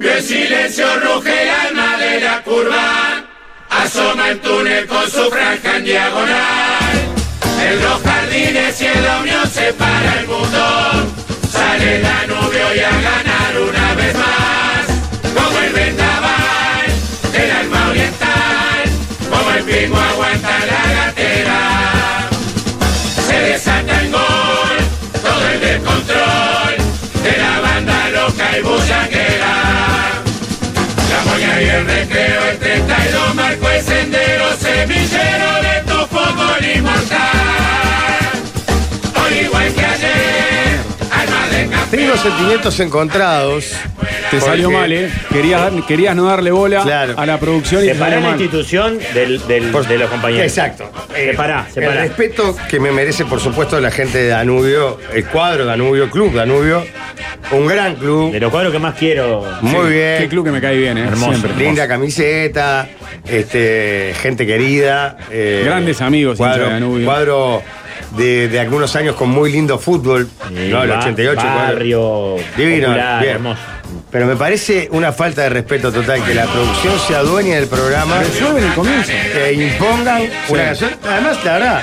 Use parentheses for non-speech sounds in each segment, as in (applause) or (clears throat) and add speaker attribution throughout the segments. Speaker 1: Que el silencio ruge al madera curva, asoma el túnel con su franja en diagonal. En los jardines y en la unión se para el mundo, sale Danubio y a ganar una vez más. Como el vendaval del alma oriental, como el pingo aguanta la gatera. Se desata el gol, todo el descontrol de la banda loca y bullanguera. La moña y el recreo, el 32 marcó este el sendero, semillero de tu fútbol inmortal. Hoy igual que ayer, alma de campeón.
Speaker 2: Tengo sentimientos encontrados.
Speaker 3: Te salió
Speaker 2: Porque-
Speaker 3: mal, ¿eh? Querías, querías no darle bola
Speaker 2: Claro.
Speaker 3: a la producción y te
Speaker 4: Separá
Speaker 3: salió
Speaker 4: la
Speaker 3: mal.
Speaker 4: institución del, del- de los compañeros. Eh,
Speaker 2: Exacto.
Speaker 4: Separá,
Speaker 2: El
Speaker 4: separá.
Speaker 2: respeto que me merece, por supuesto, la gente de Danubio, el cuadro Danubio, Club Danubio, un gran club,
Speaker 4: De los cuadros que más quiero.
Speaker 2: muy bien,
Speaker 3: Qué club que me cae bien, ¿eh?
Speaker 4: Hermoso.
Speaker 3: Siempre.
Speaker 2: linda camiseta, este, gente querida. eh,
Speaker 3: Grandes amigos, hincha
Speaker 2: Cuadro,
Speaker 3: de Danubio.
Speaker 2: cuadro de, de algunos años con muy lindo fútbol, ¿no? El
Speaker 4: Eh, Ba-
Speaker 2: 88. cuadro.
Speaker 4: Barrio.
Speaker 2: Divino,
Speaker 4: popular,
Speaker 2: bien.
Speaker 4: hermoso.
Speaker 2: Pero me parece una falta de respeto total que la producción se adueñe del programa.
Speaker 3: Resuelven el comienzo.
Speaker 2: que impongan una canción. Además, la verdad,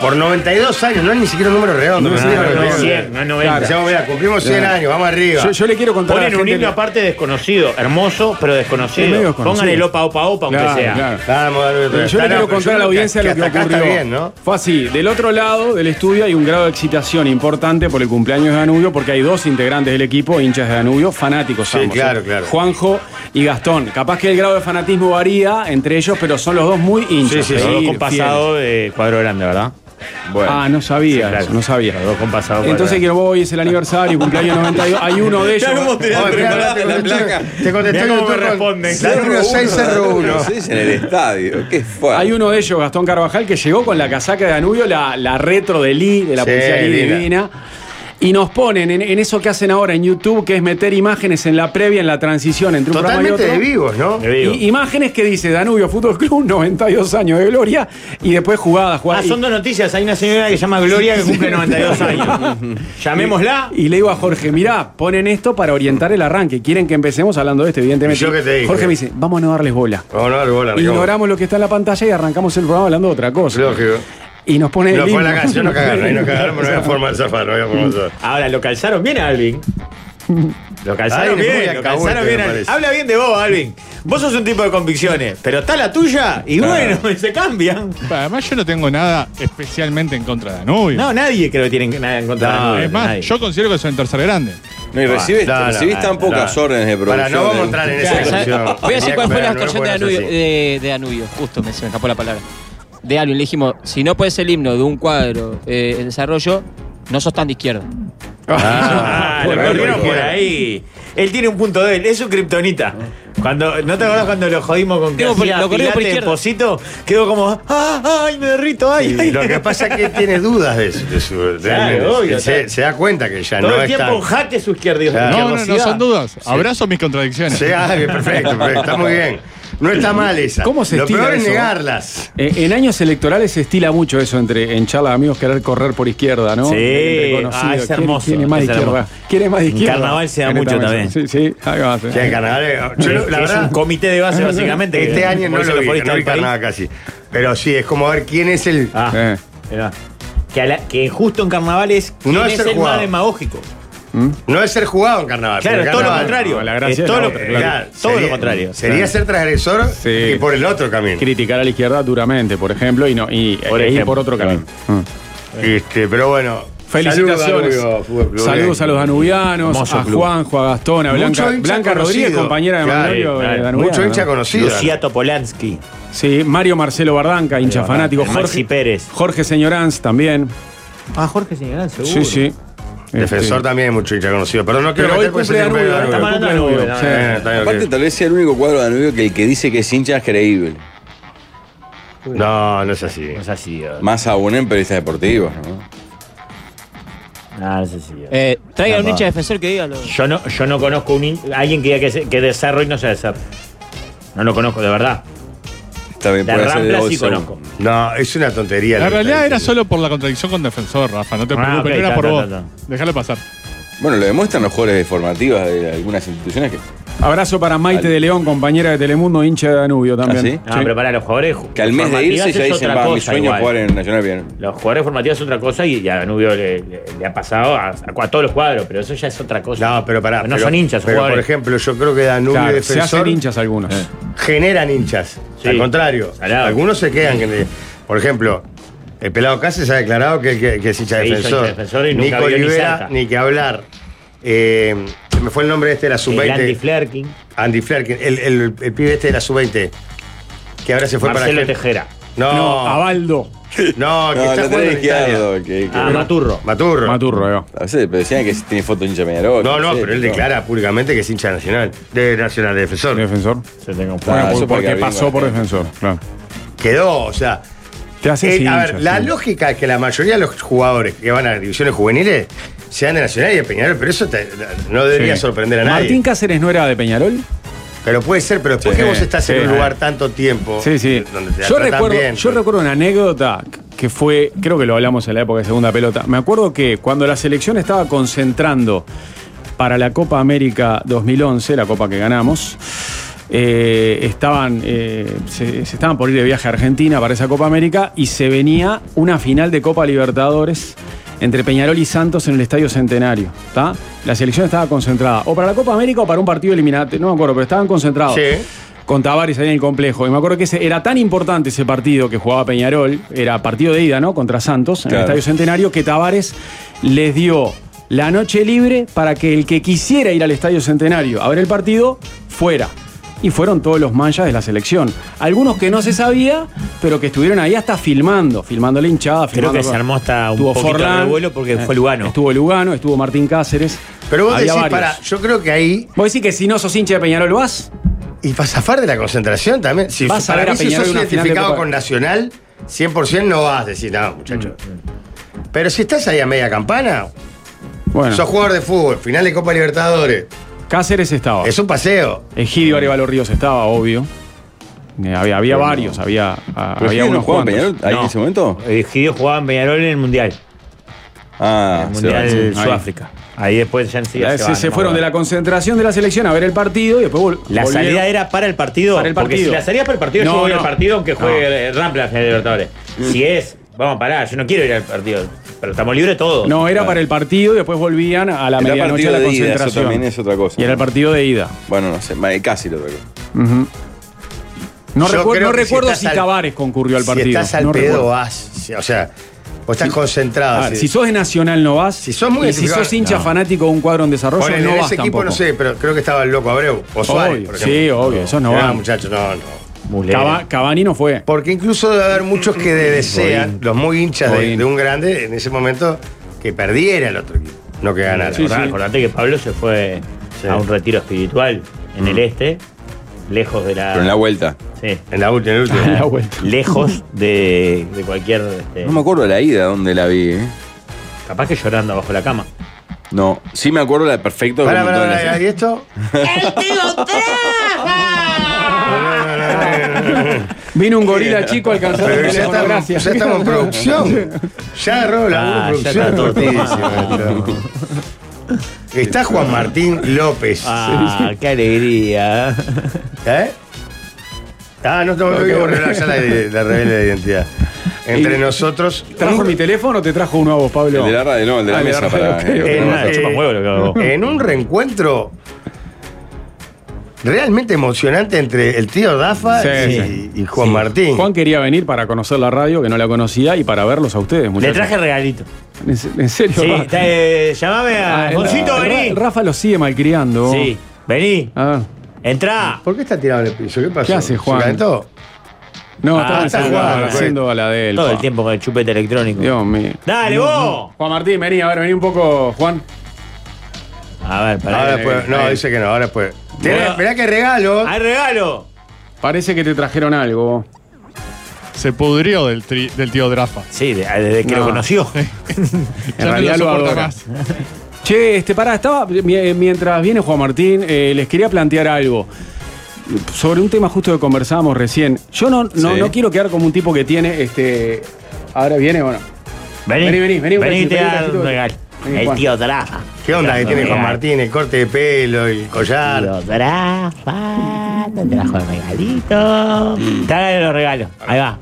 Speaker 2: por 92 años, no es ni siquiera un número redondo.
Speaker 3: No,
Speaker 2: pero
Speaker 3: no,
Speaker 2: es un número
Speaker 4: No,
Speaker 3: bien.
Speaker 4: no,
Speaker 2: redondo.
Speaker 4: 100, no es 90.
Speaker 3: Claro.
Speaker 2: Decíamos, mira, cumplimos 100 años, vamos arriba.
Speaker 3: Yo, yo le quiero contar a
Speaker 4: Ponen
Speaker 3: la
Speaker 4: un
Speaker 3: gente
Speaker 4: himno aparte desconocido, hermoso, pero desconocido.
Speaker 3: Es medio desconocido.
Speaker 4: Pongan el opa, opa, opa, aunque
Speaker 3: Claro,
Speaker 4: sea.
Speaker 3: claro.
Speaker 2: Vamos, Danubio,
Speaker 3: Pero yo
Speaker 2: está,
Speaker 3: le
Speaker 2: no,
Speaker 3: quiero
Speaker 2: pero yo
Speaker 3: contar a la
Speaker 2: creo que-
Speaker 3: audiencia
Speaker 2: que
Speaker 3: lo que
Speaker 2: hasta acá
Speaker 3: ocurrió.
Speaker 2: Está bien, ¿no?
Speaker 3: Fue así, del otro lado del estudio hay un grado de excitación importante por el cumpleaños de Danubio, porque hay dos integrantes del equipo, hinchas de Danubio, fanáticos
Speaker 2: Sí,
Speaker 3: ambos, ¿eh?
Speaker 2: claro, claro.
Speaker 3: Juanjo y Gastón. Capaz que el grado de fanatismo varía entre ellos, pero son los dos muy hinchas. ¿eh?
Speaker 4: Los dos
Speaker 3: fieles.
Speaker 4: compasados de cuadro grande, ¿verdad? Bueno.
Speaker 3: Ah, no sabía
Speaker 4: Sí, claro.
Speaker 3: eso, no sabía.
Speaker 4: Los dos compasados. de
Speaker 3: Entonces
Speaker 4: cuadro
Speaker 3: quiero hoy es el aniversario, cumpleaños 92, hay uno de ellos.
Speaker 2: Oye, espera, te contestó- Te contestó
Speaker 4: Mirá cómo
Speaker 2: YouTube
Speaker 4: me
Speaker 2: con-
Speaker 4: responden.
Speaker 2: Danubio 601.
Speaker 5: es en el estadio. Qué fuerte.
Speaker 3: Hay uno de ellos, Gastón Carvajal, que llegó con la casaca de Danubio, la, la retro de Lee, de la
Speaker 2: Sí,
Speaker 3: policía Lee
Speaker 2: divina.
Speaker 3: divina. Y nos ponen en, en eso que hacen ahora en YouTube, que es meter imágenes en la previa, en la transición entre un
Speaker 2: Totalmente de
Speaker 3: programa y otro.
Speaker 2: vivos, ¿no?
Speaker 4: grande. Te digo.
Speaker 3: Y- imágenes que dice Danubio Fútbol Club, (laughs) 92 años de gloria, y después jugadas,
Speaker 4: Ah,
Speaker 3: jugadas.
Speaker 4: son dos noticias. Hay una señora que se llama Gloria que
Speaker 3: (laughs)
Speaker 4: cumple 92 años. Llamémosla.
Speaker 3: y, y le digo a Jorge, mirá, ponen esto para orientar el arranque. Quieren que empecemos hablando de esto, evidentemente.
Speaker 2: ¿Y yo qué te dije?
Speaker 3: Jorge me dice, vamos a no darles bola.
Speaker 2: Vamos, no, bola, arrancamos.
Speaker 3: Ignoramos lo que está en la pantalla y arrancamos el programa hablando de otra cosa.
Speaker 2: Lógico.
Speaker 3: Y nos pone el
Speaker 2: No fue la
Speaker 3: himno.
Speaker 2: canción, no cagaron, ahí no cagaron, pero no había forma de zafar, no había forma de zafar.
Speaker 4: Ahora, lo calzaron bien a Alvin. Lo calzaron
Speaker 2: Ay, muy
Speaker 4: bien, lo
Speaker 2: alcahuete,
Speaker 4: calzaron bien.
Speaker 2: me
Speaker 4: a-
Speaker 2: parece.
Speaker 4: Habla bien de vos, Alvin. Vos sos un tipo de convicciones, pero está la tuya y bueno, (laughs) se cambian.
Speaker 6: Además, yo no tengo nada especialmente en contra de Danubio.
Speaker 4: No, nadie creo que tiene nada en contra de
Speaker 2: No,
Speaker 4: Danubio,
Speaker 6: es más,
Speaker 4: nadie.
Speaker 6: yo considero que soy en tercer grande.
Speaker 5: No, y recibes,
Speaker 2: No, no,
Speaker 5: recibís
Speaker 2: no,
Speaker 5: tan
Speaker 2: no,
Speaker 5: pocas
Speaker 2: no.
Speaker 5: órdenes de producción. ¿eh?
Speaker 2: Para, no vamos a
Speaker 5: del-
Speaker 2: entrar en esa
Speaker 7: Claro,
Speaker 2: discusión.
Speaker 7: ¿sabes? Voy a decir
Speaker 2: Tenía
Speaker 7: cuál
Speaker 2: que
Speaker 7: fue la
Speaker 2: pegar, no
Speaker 7: actuación
Speaker 2: lo
Speaker 7: de,
Speaker 2: podemos
Speaker 7: Danubio,
Speaker 2: hacer así.
Speaker 7: de- de Danubio, justo me se me escapó la palabra. De Alvin, le dijimos, si no puedes el himno de un cuadro eh, en desarrollo, no sos tan de izquierda.
Speaker 4: Ah, lo
Speaker 2: bueno,
Speaker 4: corrieron por
Speaker 2: cualquiera.
Speaker 4: ahí. Él tiene un punto de él, es un kriptonita. Cuando, ¿No te acordás cuando lo jodimos con que
Speaker 7: Tengo por-
Speaker 4: hacía
Speaker 7: lo corrieron por
Speaker 4: pilates en
Speaker 7: izquierda.
Speaker 4: Posito? Quedó como, ah, ay, me derrito, (laughs) ay,
Speaker 2: Y
Speaker 4: ay.
Speaker 2: lo que pasa es que tiene dudas de su. de su- realmente.
Speaker 4: obvio,
Speaker 2: se,
Speaker 4: claad-
Speaker 2: se da cuenta que ya
Speaker 4: Todo
Speaker 2: no
Speaker 4: el
Speaker 2: es
Speaker 4: tiempo
Speaker 2: tan.
Speaker 4: un jate su izquierdo.
Speaker 2: Claro.
Speaker 6: No, no, no son dudas. Abrazo mis contradicciones.
Speaker 2: Sí, ah, bien, perfecto, perfecto, está muy bien. No está mal esa.
Speaker 3: ¿Cómo se
Speaker 2: Lo
Speaker 3: estira
Speaker 2: peor es
Speaker 3: eso?
Speaker 2: negarlas.
Speaker 3: (laughs) Eh, En años electorales se estila mucho eso entre en charlas de amigos querer correr por izquierda, ¿no?
Speaker 4: Sí.
Speaker 3: Entre conocidos.
Speaker 4: Ah, es
Speaker 3: ¿Quién-
Speaker 4: hermoso,
Speaker 3: ¿Quién es más
Speaker 4: es
Speaker 3: izquierda?
Speaker 4: hermoso.
Speaker 3: ¿Quién es más
Speaker 4: En
Speaker 3: izquierda?
Speaker 4: carnaval se da
Speaker 3: En
Speaker 4: mucho
Speaker 3: esta mesa. Sí,
Speaker 4: también.
Speaker 3: sí, ahí va, sí.
Speaker 2: Sí, en carnaval. eh, Yo,
Speaker 4: Es,
Speaker 2: la
Speaker 4: es
Speaker 2: verdad,
Speaker 4: un comité de
Speaker 2: (laughs)
Speaker 4: base, básicamente. que-
Speaker 2: este año no
Speaker 4: por eso
Speaker 2: lo vi,
Speaker 4: futbolistas
Speaker 2: no vi
Speaker 4: del país-
Speaker 2: carnaval casi. Pero sí, es como ver quién es el.
Speaker 4: Ah,
Speaker 3: Eh.
Speaker 4: mirá. Que, a la- que justo en carnaval es,
Speaker 2: No
Speaker 4: ¿quién
Speaker 2: es
Speaker 4: es
Speaker 2: ser
Speaker 4: el
Speaker 2: jugado.
Speaker 4: más demagógico.
Speaker 2: No es ser jugado en carnaval.
Speaker 4: Claro,
Speaker 2: porque
Speaker 4: es todo lo
Speaker 2: carnaval-
Speaker 4: contrario.
Speaker 3: no, la gracia
Speaker 4: es todo,
Speaker 3: es
Speaker 4: lo,
Speaker 3: la-
Speaker 2: Eh,
Speaker 4: claro,
Speaker 2: claro,
Speaker 4: todo
Speaker 2: sería-
Speaker 4: lo contrario.
Speaker 2: Sería
Speaker 4: Claro.
Speaker 2: ser transgresor
Speaker 3: Sí.
Speaker 2: y por el otro camino.
Speaker 3: Criticar a la izquierda duramente, por ejemplo, y, no, y
Speaker 4: Por
Speaker 3: e ir
Speaker 4: ejemplo,
Speaker 3: por otro
Speaker 4: claro.
Speaker 3: camino. Mm.
Speaker 2: Este, pero bueno.
Speaker 3: Felicitaciones.
Speaker 2: saludos, Danubio Fútbol Club.
Speaker 3: Saludos a los danubianos,
Speaker 4: Hermoso
Speaker 3: a
Speaker 4: club.
Speaker 3: Juanjo, a Gastón, a
Speaker 2: Mucho
Speaker 3: Blanca,
Speaker 2: hincha
Speaker 3: Blanca Rodríguez,
Speaker 2: conocido.
Speaker 3: compañera de
Speaker 2: Claro,
Speaker 3: Manolio,
Speaker 4: claro.
Speaker 3: eh, danubiano,
Speaker 2: Mucho hincha
Speaker 3: ¿no?
Speaker 2: conocido.
Speaker 4: Lucía Topolansky.
Speaker 3: Sí, Mario Marcelo Bardanca, hincha fanático.
Speaker 4: Maxi Pérez.
Speaker 3: Jorge Señoranz también.
Speaker 4: Ah, Jorge Señorán, seguro.
Speaker 3: Sí, sí.
Speaker 2: Defensor
Speaker 3: Este,
Speaker 2: también es mucho hincha conocido. Pero no quiero
Speaker 3: Pero hoy
Speaker 2: meter porque
Speaker 3: cumple
Speaker 2: se siempre
Speaker 3: Danubio,
Speaker 2: hay
Speaker 3: hoy
Speaker 2: Danubio.
Speaker 3: cumple
Speaker 4: Danubio.
Speaker 3: Danubio, sí.
Speaker 2: Eh, está bien,
Speaker 5: Aparte,
Speaker 2: ok.
Speaker 5: tal vez sea el único cuadro de Danubio que el que dice que es hincha es creíble.
Speaker 2: No, no es así.
Speaker 4: No es así. eh.
Speaker 5: Más aún en periodistas deportivos, ¿no?
Speaker 4: No, no es así. eh.
Speaker 7: Eh, traigan un
Speaker 4: Capaz.
Speaker 7: hincha defensor que diga lo-
Speaker 4: Yo no, yo no conozco un hin- alguien que diga que, se- que de Cerro y no sea de Cerro. No lo conozco, de verdad.
Speaker 5: Está bien,
Speaker 4: De
Speaker 5: puede ser
Speaker 4: Rampla
Speaker 5: de
Speaker 4: sí
Speaker 5: Olsen.
Speaker 4: conozco.
Speaker 2: No, es una tontería.
Speaker 6: La
Speaker 2: lo que
Speaker 6: realidad
Speaker 2: está
Speaker 6: era
Speaker 2: diciendo.
Speaker 6: solo por la contradicción con defensor, Rafa. No te
Speaker 4: Ah,
Speaker 6: preocupes,
Speaker 4: ok,
Speaker 6: no era
Speaker 4: ta,
Speaker 6: por
Speaker 4: ta,
Speaker 6: vos.
Speaker 4: ta,
Speaker 6: Déjalo pasar.
Speaker 5: Bueno, lo demuestran los jugadores de formativas de algunas instituciones que,
Speaker 3: Abrazo para Maite
Speaker 5: Al-
Speaker 3: de León, compañera de Telemundo, hincha de Danubio también.
Speaker 5: ¿Ah,
Speaker 4: No,
Speaker 3: Sí.
Speaker 4: pero para los jugadores.
Speaker 5: que al mes de irse
Speaker 4: formativas
Speaker 5: ya
Speaker 4: es
Speaker 5: dicen,
Speaker 4: otra
Speaker 5: va, mi
Speaker 4: cosa
Speaker 5: sueño es
Speaker 4: igual".
Speaker 5: jugar en Nacional Bien.
Speaker 4: Los jugadores formativos es otra cosa y, y a Danubio le, le- le ha pasado a, a todos los cuadros, pero eso ya es otra cosa.
Speaker 2: No, pero pará.
Speaker 4: No
Speaker 2: pero-
Speaker 4: son hinchas, son
Speaker 2: Pero, por
Speaker 4: jugadores.
Speaker 2: ejemplo, yo creo que Danubio y
Speaker 3: Claro, se
Speaker 2: Defensor Eh.
Speaker 3: hacen hinchas algunos.
Speaker 2: generan hinchas.
Speaker 4: Sí.
Speaker 2: Al contrario.
Speaker 4: Salado.
Speaker 2: Algunos se quedan. que- Por ejemplo, el pelado Cáceres ha declarado que, que- que es hincha
Speaker 4: Se hizo
Speaker 2: defensor.
Speaker 4: hincha Defensor y nunca
Speaker 2: Nico
Speaker 4: vio ni
Speaker 2: Olivera,
Speaker 4: cerca.
Speaker 2: ni, que hablar. Eh, se me fue el nombre este de la
Speaker 4: El Andy
Speaker 2: sub-20.
Speaker 4: Flerking,
Speaker 2: Andy Flerkin, el, el- el pibe este de la sub-20. Que ahora se fue
Speaker 4: Marcelo
Speaker 2: para.
Speaker 4: Tejera,
Speaker 2: No,
Speaker 3: No, ah,
Speaker 2: no,
Speaker 3: Abaldo.
Speaker 2: que
Speaker 5: No,
Speaker 2: está
Speaker 5: lo
Speaker 2: jugando en Italia. Ah,
Speaker 5: tenés izquierdo. que- que-
Speaker 4: a Ah, Maturro.
Speaker 2: Maturro.
Speaker 3: Maturro, eh, yo.
Speaker 5: A veces pero decían que tiene foto de hincha de Peñarol.
Speaker 2: No, no,
Speaker 5: sé,
Speaker 2: pero él declara públicamente que es hincha nacional. De Nacional, de defensor.
Speaker 3: Defensor.
Speaker 4: Se tenga un
Speaker 5: Ah,
Speaker 3: Bueno,
Speaker 5: eso
Speaker 3: por-
Speaker 5: porque
Speaker 3: porque
Speaker 5: había
Speaker 3: pasó por
Speaker 5: bastante.
Speaker 3: defensor, claro.
Speaker 2: Quedó, o sea.
Speaker 3: Te haces
Speaker 2: eh, a
Speaker 3: hincha,
Speaker 2: ver, la
Speaker 3: Ah, sí.
Speaker 2: lógica es que la mayoría de los jugadores que van a divisiones juveniles sean de Nacional y de Peñarol, pero eso te- no debería
Speaker 3: Sí.
Speaker 2: sorprender a nadie.
Speaker 3: ¿Martín Cáceres no era de Peñarol?
Speaker 2: Pero puede ser, pero después
Speaker 3: Sí.
Speaker 2: que vos estás
Speaker 3: Sí.
Speaker 2: en un lugar tanto tiempo.
Speaker 3: Sí, sí.
Speaker 2: Donde te
Speaker 3: Yo
Speaker 2: tratan
Speaker 3: recuerdo,
Speaker 2: bien,
Speaker 3: yo
Speaker 2: pues,
Speaker 3: recuerdo una anécdota que fue, creo que lo hablamos en la época de segunda pelota. Me acuerdo que cuando la selección estaba concentrando para la Copa América 2011, la Copa que ganamos, eh, estaban, eh, se, se estaban por ir de viaje a Argentina para esa Copa América y se venía una final de Copa Libertadores entre Peñarol y Santos en el Estadio Centenario. ¿tá? La selección estaba concentrada o para la Copa América o para un partido eliminante, no me acuerdo, pero estaban concentrados
Speaker 2: Sí.
Speaker 3: con Tavares ahí en el complejo. Y me acuerdo que ese, era tan importante ese partido que jugaba Peñarol, era partido de ida, ¿no? Contra Santos, en
Speaker 5: Claro.
Speaker 3: el Estadio Centenario, que Tavares les dio la noche libre para que el que quisiera ir al Estadio Centenario a ver el partido, fuera. Y fueron todos los manchas de la selección. Algunos que no se sabía, pero que estuvieron ahí hasta filmando, filmando la hinchada.
Speaker 4: Creo
Speaker 3: filmando
Speaker 4: que se
Speaker 3: con-
Speaker 4: armó hasta un
Speaker 3: Estuvo
Speaker 4: poquito de
Speaker 3: Forlán, eh,
Speaker 4: revuelo porque fue Lugano.
Speaker 3: Estuvo Lugano, estuvo Martín Cáceres.
Speaker 2: Pero vos
Speaker 3: había
Speaker 2: decís,
Speaker 3: varios.
Speaker 2: pará, yo creo que ahí.
Speaker 3: Vos decís que si no sos hincha de Peñarol, ¿vas?
Speaker 2: Y para zafar de la concentración también. Si,
Speaker 3: Vas a
Speaker 2: para
Speaker 3: ver a
Speaker 2: mí, si
Speaker 3: Peñarol
Speaker 2: sos
Speaker 3: en una final de
Speaker 2: identificado
Speaker 3: Copa.
Speaker 2: con Nacional, 100% no vas a decir, no, muchacho.
Speaker 3: Mm,
Speaker 2: Pero si estás ahí a media campana,
Speaker 3: Bueno,
Speaker 2: sos jugador de fútbol, final de Copa Libertadores,
Speaker 3: Cáceres estaba.
Speaker 2: es un paseo.
Speaker 3: Egidio Arevalo Ríos estaba, obvio. Eh, había había varios, había, a- había
Speaker 5: Pero Gil no
Speaker 3: unos
Speaker 5: jugaba
Speaker 3: cuantos.
Speaker 5: en Peñarol ahí
Speaker 4: No.
Speaker 5: en ese momento.
Speaker 4: Eh, Gidio jugaba en Peñarol en el Mundial.
Speaker 5: Ah,
Speaker 4: el
Speaker 5: se va.
Speaker 4: Mundial
Speaker 3: sí, ahí.
Speaker 4: Sudáfrica. Ahí después ya en sí
Speaker 3: Eh,
Speaker 4: ya
Speaker 3: se,
Speaker 4: van,
Speaker 3: se
Speaker 4: no me
Speaker 3: fueron de
Speaker 4: acuerdo.
Speaker 3: la concentración de la selección a ver el partido y después vol-
Speaker 4: La
Speaker 3: volvieron.
Speaker 4: salida era para el partido.
Speaker 3: Para el
Speaker 4: Porque
Speaker 3: partido.
Speaker 4: si la salida es para el partido,
Speaker 3: No,
Speaker 4: yo voy
Speaker 3: no.
Speaker 4: al partido aunque
Speaker 3: No. Mm.
Speaker 4: juegue Rampla Rampla en la final de Libertadores. Si es, vamos, pará, yo no quiero ir al partido. Pero estamos libres todos.
Speaker 3: No, era para el partido y después volvían a la
Speaker 5: Era
Speaker 3: medianoche a
Speaker 5: partido
Speaker 3: la
Speaker 5: de ida, eso
Speaker 3: concentración.
Speaker 5: también es otra cosa.
Speaker 3: Y era el partido de ida.
Speaker 5: Bueno, no sé, ma- casi lo recuerdo.
Speaker 3: Ujú. No,
Speaker 2: Yo
Speaker 3: recuerdo,
Speaker 2: creo
Speaker 3: no
Speaker 2: que si
Speaker 3: recuerdo
Speaker 2: estás
Speaker 3: si,
Speaker 2: al-
Speaker 3: Tavares concurrió al partido.
Speaker 2: Si estás al
Speaker 3: no
Speaker 2: pedo, ah,
Speaker 3: recuerdo.
Speaker 2: vas. Si- O sea, vos estás concentrado.
Speaker 3: Ah,
Speaker 2: así.
Speaker 3: Si sos de Nacional no vas.
Speaker 2: Si sos muy
Speaker 3: y si
Speaker 2: identificado-
Speaker 3: sos hincha
Speaker 2: no.
Speaker 3: fanático de un cuadro en desarrollo,
Speaker 2: Ponele,
Speaker 3: no
Speaker 2: en
Speaker 3: vas
Speaker 2: ese equipo
Speaker 3: tampoco.
Speaker 2: no sé, pero creo que estaba el loco Abreu. O Suárez,
Speaker 3: Obvio,
Speaker 2: por ejemplo.
Speaker 3: sí, obvio, esos no
Speaker 2: No,
Speaker 3: van.
Speaker 2: muchachos, no, no.
Speaker 4: Mulero.
Speaker 3: Cava- Cavani no fue.
Speaker 2: Porque incluso debe haber muchos que de- desean, los muy hinchas de,
Speaker 3: Godín.
Speaker 2: de un grande, en ese momento, que perdiera el otro equipo, no que ganara.
Speaker 3: Sí,
Speaker 4: Acordá- Acordate que Pablo se fue
Speaker 2: Sí.
Speaker 4: a un retiro espiritual en el este, lejos de la.
Speaker 5: Pero en la vuelta.
Speaker 4: Sí,
Speaker 2: En la última, en la última.
Speaker 3: La vuelta.
Speaker 4: lejos de, de cualquier. este,
Speaker 5: No me acuerdo la ida donde la vi, ¿eh?
Speaker 4: capaz que llorando abajo la cama.
Speaker 5: No, sí me acuerdo la perfecto.
Speaker 2: Pará,
Speaker 5: como
Speaker 2: pará,
Speaker 5: todas
Speaker 2: pará,
Speaker 5: las-
Speaker 2: ¿y esto?
Speaker 3: Vino un gorila
Speaker 2: (laughs)
Speaker 3: chico alcanzando el
Speaker 2: Pero ya
Speaker 3: teléfono,
Speaker 2: estamos,
Speaker 3: gracias.
Speaker 2: ya estamos en
Speaker 3: (laughs)
Speaker 2: producción. Ya agarró la
Speaker 4: Ah, ya
Speaker 2: producción.
Speaker 4: está todo
Speaker 2: cortidísimo, (laughs)
Speaker 4: tomado.
Speaker 2: esto. Está Juan Martín López.
Speaker 4: Ah, qué alegría.
Speaker 2: ¿Eh? Ah, no tengo que borrar ya la, la rebelde de (laughs) identidad. Entre
Speaker 3: Y-
Speaker 2: nosotros.
Speaker 3: ¿Trajo mi teléfono o te trajo uno a vos, Pablo?
Speaker 5: El de la radio, no, el de la
Speaker 3: Ah,
Speaker 5: mesa
Speaker 3: radio,
Speaker 5: para-
Speaker 3: ok, ok.
Speaker 5: Eh,
Speaker 2: en,
Speaker 5: no,
Speaker 2: eh,
Speaker 4: chupa un huevo lo que hago.
Speaker 2: en un reencuentro realmente emocionante entre el tío Dafa
Speaker 3: Sí,
Speaker 2: y,
Speaker 3: sí.
Speaker 2: y Juan Martín.
Speaker 3: Juan quería venir para conocer la radio, que no la conocía, y para verlos a ustedes,
Speaker 4: Le
Speaker 3: muchachos.
Speaker 4: traje regalito.
Speaker 3: ¿En, se- en serio?
Speaker 4: Sí,
Speaker 3: Rafa?
Speaker 4: te- llamame
Speaker 3: Ah,
Speaker 4: a.
Speaker 3: el-
Speaker 4: Moncito,
Speaker 3: Ra-
Speaker 4: vení.
Speaker 3: Rafa lo sigue malcriando.
Speaker 4: Sí, vení.
Speaker 3: A ver.
Speaker 4: Entrá.
Speaker 2: ¿Por qué está tirado en el piso? ¿Qué pasó?
Speaker 3: ¿Qué hace,
Speaker 2: ¿Se
Speaker 3: Juan?
Speaker 2: calentó?
Speaker 3: No,
Speaker 4: Ah,
Speaker 3: estaba
Speaker 4: está
Speaker 3: haciendo-
Speaker 2: jugando,
Speaker 3: haciendo a la de él.
Speaker 4: Todo el
Speaker 3: Juan.
Speaker 4: tiempo con el chupete electrónico.
Speaker 3: Dios mío.
Speaker 4: Dale, vos.
Speaker 3: Juan Martín, vení, a ver, vení un poco, Juan.
Speaker 4: A ver,
Speaker 2: Ahora
Speaker 4: pará.
Speaker 2: después. pues, No,
Speaker 3: ahí.
Speaker 2: dice que no, ahora después.
Speaker 4: Bueno.
Speaker 2: Mirá que regalo.
Speaker 4: Hay regalo.
Speaker 3: Parece que te trajeron algo.
Speaker 6: Se pudrió del, tri- del tío Drafa.
Speaker 4: Sí, de- desde que
Speaker 3: No.
Speaker 4: lo conoció.
Speaker 6: Ya no
Speaker 3: realidad
Speaker 6: lo
Speaker 3: lo
Speaker 6: soporta
Speaker 3: adora.
Speaker 6: más.
Speaker 3: Che, este, pará, estaba. mi- Mientras viene Juan Martín, eh, les quería plantear algo. Sobre un tema justo que conversábamos recién. Yo no, no,
Speaker 5: Sí.
Speaker 3: no quiero quedar como un tipo que tiene este. Ahora viene, bueno.
Speaker 4: Vení,
Speaker 3: Vení, vení, vení, un
Speaker 4: vení,
Speaker 3: cachito, vení,
Speaker 4: te
Speaker 3: un
Speaker 4: da
Speaker 3: cachito.
Speaker 4: un regalo. El tío Drafa.
Speaker 2: ¿Qué onda que tiene Juan
Speaker 4: Mega-
Speaker 2: Martín? El corte de pelo, el collar.
Speaker 4: Tío Drafa. Te trajo el regalito.
Speaker 2: Mm.
Speaker 4: Trágale los regalos. Ahí va.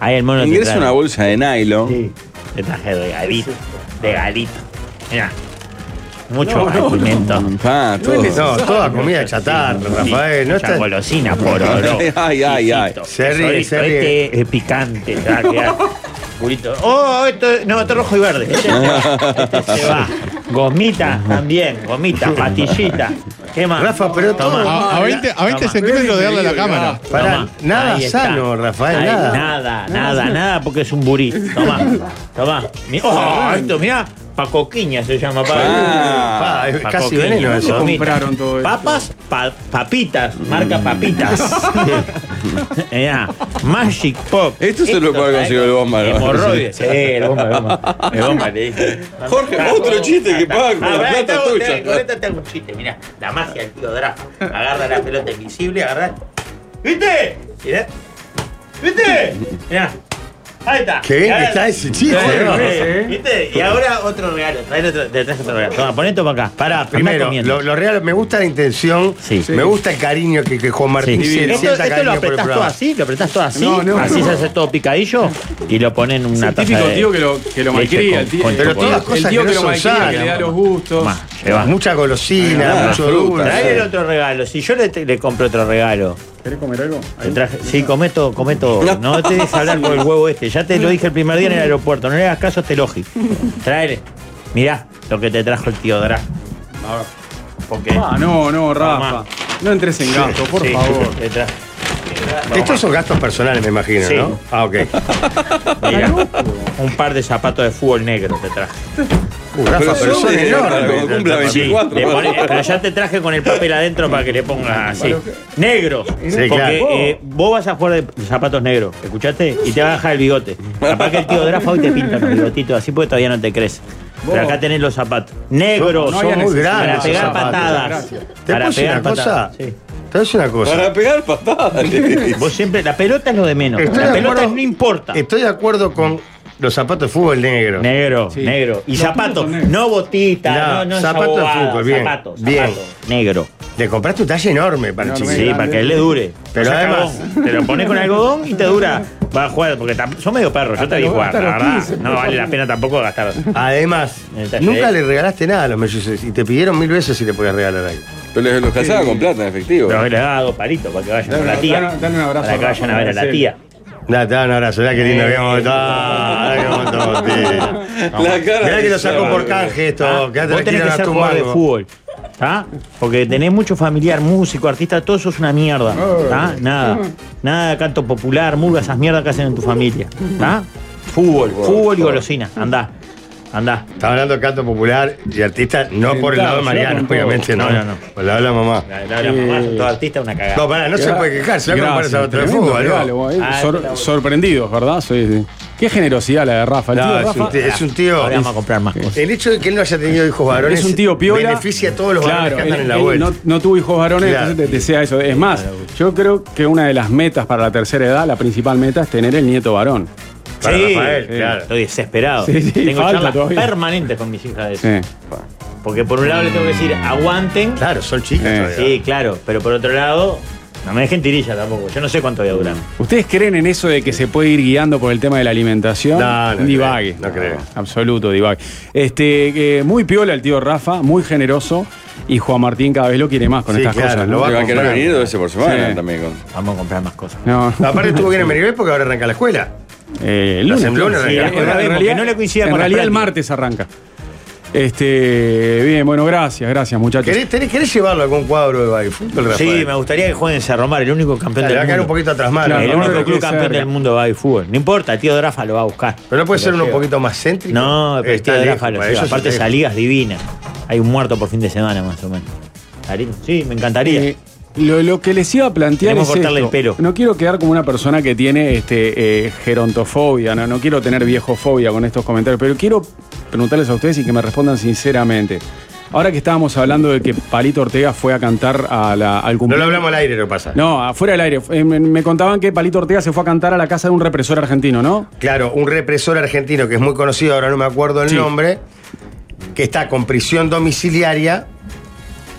Speaker 4: Ahí el mono te
Speaker 5: Ingresa
Speaker 4: trae.
Speaker 5: una bolsa de nylon.
Speaker 2: Sí.
Speaker 4: Te traje regalito. Regalito. Mirá. Mucho alimento.
Speaker 5: Ah, todo.
Speaker 2: No, toda comida chatarra, Rafael. No
Speaker 4: Mucha
Speaker 2: está...
Speaker 4: golosina, por oro.
Speaker 5: (laughs)
Speaker 2: (laughs)
Speaker 5: Ay, ay, ay.
Speaker 2: Se ríe, se ríe.
Speaker 4: Este es picante. te va a quedar.
Speaker 2: (laughs)
Speaker 4: Purito. Oh, esto, no, esto es rojo y verde. Este se va. Este se va. Gomita también, gomita, pastillita. ¿Qué más?
Speaker 2: Rafa, pero todo-
Speaker 6: A, a 20, a 20
Speaker 4: Toma.
Speaker 6: centímetros de darle a la cámara.
Speaker 2: Pará,
Speaker 4: Tomá.
Speaker 2: nada
Speaker 4: Ahí está.
Speaker 2: sano, Rafael,
Speaker 4: Ahí,
Speaker 2: nada.
Speaker 4: Nada, nada, nada, porque es un burí. Tomá, tomá. Mi-
Speaker 2: Ah.
Speaker 4: Oh, esto, mirá, pacoquiña se llama, pa.
Speaker 5: Ah,
Speaker 2: Pa, es
Speaker 4: Pa'
Speaker 2: casi
Speaker 4: coquín,
Speaker 2: veneno
Speaker 4: ¿no?
Speaker 2: eso.
Speaker 4: Gomita.
Speaker 3: compraron todo esto?
Speaker 4: Papas, pa- papitas, marca
Speaker 2: (laughs)
Speaker 4: papitas. Mirá, Magic Pop.
Speaker 5: Esto se lo puede conseguir el bomba, ¿no?
Speaker 4: Hemorroides. Sí, el bomba, el bomba. El (laughs) bomba le dije.
Speaker 5: Jorge, otro chiste que paga con
Speaker 4: Ah,
Speaker 5: la
Speaker 4: pará,
Speaker 5: plata
Speaker 4: tengo-
Speaker 5: tuya.
Speaker 4: tengo- Con esta tengo un chiste, mirá. La magia del tío Drafa. Agarra la pelota invisible, agarra. ¿Viste? Mirá. ¿Viste? Mirá. Ahí está.
Speaker 2: Qué bien
Speaker 4: Y
Speaker 2: que
Speaker 4: ahora-
Speaker 2: está ese
Speaker 4: Sí,
Speaker 2: chiste, ¿no?
Speaker 4: sí. ¿Viste? Y ahora otro regalo. Trae otro, te traje otro regalo. Toma, pon esto para acá. Pará,
Speaker 2: Primero, lo, lo real, me gusta la intención,
Speaker 4: Sí.
Speaker 2: me gusta el cariño que, que Juan Martín se
Speaker 4: Esto,
Speaker 2: sienta
Speaker 4: esto
Speaker 2: cariño
Speaker 4: lo
Speaker 2: por el
Speaker 4: apretás todo
Speaker 2: programa.
Speaker 4: así, lo apretás todo así,
Speaker 3: No, no.
Speaker 4: así se hace todo picadillo y lo ponen en una
Speaker 3: el
Speaker 4: taza
Speaker 3: típico
Speaker 4: de-
Speaker 3: tío que lo, que lo
Speaker 4: leche
Speaker 3: malcría,
Speaker 4: con-
Speaker 3: el tío,
Speaker 4: con
Speaker 3: el tío-
Speaker 2: chocolate.
Speaker 3: el tío
Speaker 2: Cosas que
Speaker 3: que
Speaker 2: no
Speaker 3: lo
Speaker 2: son
Speaker 3: malcría, que le da
Speaker 2: sanas,
Speaker 3: los gustos.
Speaker 4: Tomá, llevá.
Speaker 2: Mucha golosina,
Speaker 5: Ah,
Speaker 2: mucho
Speaker 5: fruta,
Speaker 4: Trae
Speaker 2: dulce.
Speaker 4: el otro regalo. Si yo le, te- le compro otro regalo.
Speaker 3: ¿Querés comer algo?
Speaker 4: Te traje- sí, cometo, cometo. No te dejes hablar por el huevo este. Ya te lo dije el primer día en el aeropuerto. No le hagas caso a este logi. Traele. Mirá lo que te trajo el tío Dra. Porque.
Speaker 3: Ah, no, no, Rafa.
Speaker 4: Tomá.
Speaker 3: No entres en gasto, por
Speaker 4: Sí,
Speaker 3: favor.
Speaker 4: Te trajo.
Speaker 2: Estos son gastos personales, me imagino,
Speaker 4: Sí.
Speaker 2: ¿no? Ah, ok.
Speaker 4: Mirá. Un par de zapatos de fútbol negro te traje.
Speaker 2: Uh, Rafa,
Speaker 5: Pero
Speaker 2: pero
Speaker 5: son
Speaker 2: son
Speaker 5: de-
Speaker 2: enormes.
Speaker 5: cuando cumpla
Speaker 4: Sí,
Speaker 5: 24,
Speaker 4: le
Speaker 5: ¿no?
Speaker 4: pone- pero ya te traje con el papel adentro para que le pongas así. Negro. porque
Speaker 2: claro.
Speaker 4: eh, vos vas a jugar de zapatos negros, ¿escuchaste? Y te va a dejar el bigote. Capaz que el tío Drafa hoy te pinta los bigotitos así porque todavía no te crece. Pero acá tenés los zapatos. Negros.
Speaker 2: Son- son muy grandes.
Speaker 3: necesidad.
Speaker 4: para
Speaker 2: esos
Speaker 4: pegar
Speaker 2: zapatos.
Speaker 4: patadas.
Speaker 2: ¿Te
Speaker 4: para
Speaker 2: puedo decir
Speaker 4: pegar
Speaker 2: una cosa?
Speaker 4: patadas.
Speaker 2: Te
Speaker 4: sí.
Speaker 2: voy a decir una cosa.
Speaker 5: Para pegar
Speaker 4: (laughs)
Speaker 5: patadas.
Speaker 4: Vos siempre, la pelota es lo de menos.
Speaker 2: Estoy
Speaker 4: la
Speaker 2: de
Speaker 4: pelota
Speaker 2: acuerdo. Eh,
Speaker 4: no importa.
Speaker 2: Estoy de acuerdo con los zapatos de fútbol negro.
Speaker 4: Negro,
Speaker 3: Sí.
Speaker 4: negro. Y
Speaker 3: Los tuyos
Speaker 4: zapato,
Speaker 3: son negros.
Speaker 4: no botita, no,
Speaker 2: Claro,
Speaker 4: no,
Speaker 2: zapato de
Speaker 4: esa
Speaker 2: fútbol,
Speaker 4: bobada,
Speaker 2: bien,
Speaker 4: Zapato,
Speaker 2: bien.
Speaker 4: zapato, negro.
Speaker 2: Le compraste un talle enorme para el
Speaker 3: Enorme.
Speaker 2: chico.
Speaker 4: Sí, para que él le dure.
Speaker 2: Pero
Speaker 4: O sea,
Speaker 2: además-
Speaker 4: cagón. te lo pones con algodón y te dura. Va a jugar, porque tam- son medio perros, yo te vi jugar, la verdad. no vale la pena tampoco
Speaker 3: (laughs)
Speaker 4: gastar.
Speaker 3: Ah,
Speaker 2: Además,
Speaker 4: El talle.
Speaker 2: nunca le regalaste nada a los mellizos y te pidieron mil veces si le podías regalar algo.
Speaker 5: Pero les- los casaba con plata en efectivo.
Speaker 4: Pero eh, le daba dos palitos para que vayan con la tía.
Speaker 3: Dale- dale un abrazo
Speaker 4: Para que
Speaker 3: a
Speaker 4: vayan a
Speaker 3: Rafa,
Speaker 4: ver a la
Speaker 3: Marcelo.
Speaker 4: tía.
Speaker 2: Nada, te dan un abrazo, mirá qué lindo que vamos a
Speaker 5: la cara
Speaker 2: Mirá
Speaker 5: de
Speaker 2: que lo sacó
Speaker 5: Sara,
Speaker 2: por canje
Speaker 4: Ah,
Speaker 2: esto, quédate
Speaker 4: Vos tenés que
Speaker 2: tranquilo,
Speaker 4: ser
Speaker 2: no
Speaker 4: jugador de
Speaker 2: mango.
Speaker 4: fútbol. ¿tá? Porque tenés mucho familiar, músico, artista, todo eso es una mierda. ¿tá? Nada. Nada de canto popular, murga, esas mierdas que hacen en tu familia. ¿tá? Fútbol, fútbol y golosina. Andá. Andá.
Speaker 2: Estaba hablando de canto popular y artista, no por el lado de Mariano, obviamente, no, Pues no, no. Por el lado de la mamá.
Speaker 4: La, la- la mamá, todo artista es una cagada.
Speaker 2: No, pará, no se puede quejar, se va a comprar
Speaker 3: Gracias,
Speaker 2: esa otra de
Speaker 3: tremendo
Speaker 2: fútbol,
Speaker 3: regalo,
Speaker 2: ¿no?
Speaker 3: vos, eh.
Speaker 4: Ah,
Speaker 3: Sor-
Speaker 4: esta la-
Speaker 3: sorprendidos, ¿verdad? Soy- sí. Qué generosidad la de Rafa. El tío
Speaker 2: No, es
Speaker 3: Rafa
Speaker 2: un tío- es un tío.
Speaker 4: Ahora vamos a comprar más cosas.
Speaker 2: El hecho de que él no haya tenido hijos varones
Speaker 3: es un tío piola.
Speaker 2: beneficia a todos los
Speaker 3: Claro,
Speaker 2: varones que andan
Speaker 3: él-
Speaker 2: en la
Speaker 3: él
Speaker 2: vuelta.
Speaker 3: No, no tuvo hijos varones,
Speaker 2: Claro.
Speaker 3: entonces te desea eso. Es más, yo creo que una de las metas para la tercera edad, la principal meta, es tener el nieto varón.
Speaker 2: Para
Speaker 4: sí,
Speaker 2: Rafael,
Speaker 4: sí.
Speaker 2: claro.
Speaker 4: estoy desesperado.
Speaker 3: Sí, sí,
Speaker 4: tengo
Speaker 3: falta
Speaker 4: charlas
Speaker 3: todavía.
Speaker 4: permanentes con mis hijas de eso.
Speaker 3: Sí.
Speaker 4: Porque por un lado le tengo que decir, aguanten.
Speaker 2: Claro, son chicas
Speaker 3: Eh.
Speaker 2: todavía.
Speaker 4: Sí, claro. Pero por otro lado, no me dejen tirilla tampoco. Yo no sé cuánto voy a durar.
Speaker 3: ¿Ustedes creen en eso de que se puede ir guiando por el tema de la alimentación?
Speaker 2: No, no
Speaker 3: divague. Ah,
Speaker 2: creo, no creo.
Speaker 3: Absoluto, divague. Este, eh, muy piola el tío Rafa, muy generoso. Y Juan Martín cada vez lo quiere más con
Speaker 2: Sí,
Speaker 3: estas
Speaker 2: claro,
Speaker 3: cosas.
Speaker 2: lo
Speaker 3: ¿no?
Speaker 5: Te va a querer
Speaker 2: comprar.
Speaker 5: venir dos veces por semana
Speaker 3: Sí.
Speaker 5: también. Con...
Speaker 4: Vamos a comprar más cosas.
Speaker 3: No.
Speaker 2: Aparte estuvo bien en Meribel porque ahora arranca la escuela.
Speaker 3: Eh, el
Speaker 2: La
Speaker 3: lunes.
Speaker 2: semblona
Speaker 3: Sí,
Speaker 2: de la
Speaker 3: en
Speaker 2: escuela.
Speaker 3: realidad-
Speaker 4: Porque no le coincida
Speaker 3: en
Speaker 4: con la
Speaker 3: realidad el
Speaker 4: práctica.
Speaker 3: martes arranca. Este, bien, bueno, gracias, gracias muchachos.
Speaker 2: ¿Querés, tenés- querés llevarlo a algún cuadro de baile? Fútbol,
Speaker 4: Sí,
Speaker 2: Rafael?
Speaker 4: me gustaría que jueguen Cerro Mar, el único campeón
Speaker 2: Dale, va a
Speaker 4: del
Speaker 2: caer
Speaker 4: mundo.
Speaker 2: un poquito atrás más.
Speaker 3: Claro,
Speaker 4: el
Speaker 3: Cerro Mar
Speaker 4: único
Speaker 3: lo
Speaker 4: club
Speaker 3: que es
Speaker 4: campeón
Speaker 3: cerca.
Speaker 4: del mundo va de fútbol. No importa, el tío Drafa lo va a buscar.
Speaker 2: Pero no puede
Speaker 4: Lo
Speaker 2: ser uno un
Speaker 4: lleva.
Speaker 2: poquito más céntrico.
Speaker 4: No, pero el
Speaker 2: Está
Speaker 4: tío
Speaker 2: lejos,
Speaker 4: Drafa lo
Speaker 2: para
Speaker 4: lleva.
Speaker 2: ellos
Speaker 4: Aparte,
Speaker 2: está
Speaker 4: esa
Speaker 2: lejos.
Speaker 4: liga es divina. Hay un muerto por fin de semana, más o menos. Darín, Sí, me encantaría.
Speaker 3: Eh, lo, lo que les iba a plantear
Speaker 4: Queremos
Speaker 3: es
Speaker 4: cortarle
Speaker 3: esto.
Speaker 4: el pelo.
Speaker 3: no quiero quedar como una persona que tiene este, eh, gerontofobia, no, no quiero tener viejofobia con estos comentarios, pero quiero preguntarles a ustedes y que me respondan sinceramente. Ahora que estábamos hablando de que Palito Ortega fue a cantar a la- al
Speaker 2: No lo
Speaker 3: cumpleaños...
Speaker 2: hablamos al aire, lo que pasa.
Speaker 3: No, afuera del aire. Eh, me, me contaban que Palito Ortega se fue a cantar a la casa de un represor argentino, ¿no?
Speaker 2: Claro, un represor argentino que es muy conocido, ahora no me acuerdo el
Speaker 3: Sí.
Speaker 2: nombre. que está con prisión domiciliaria.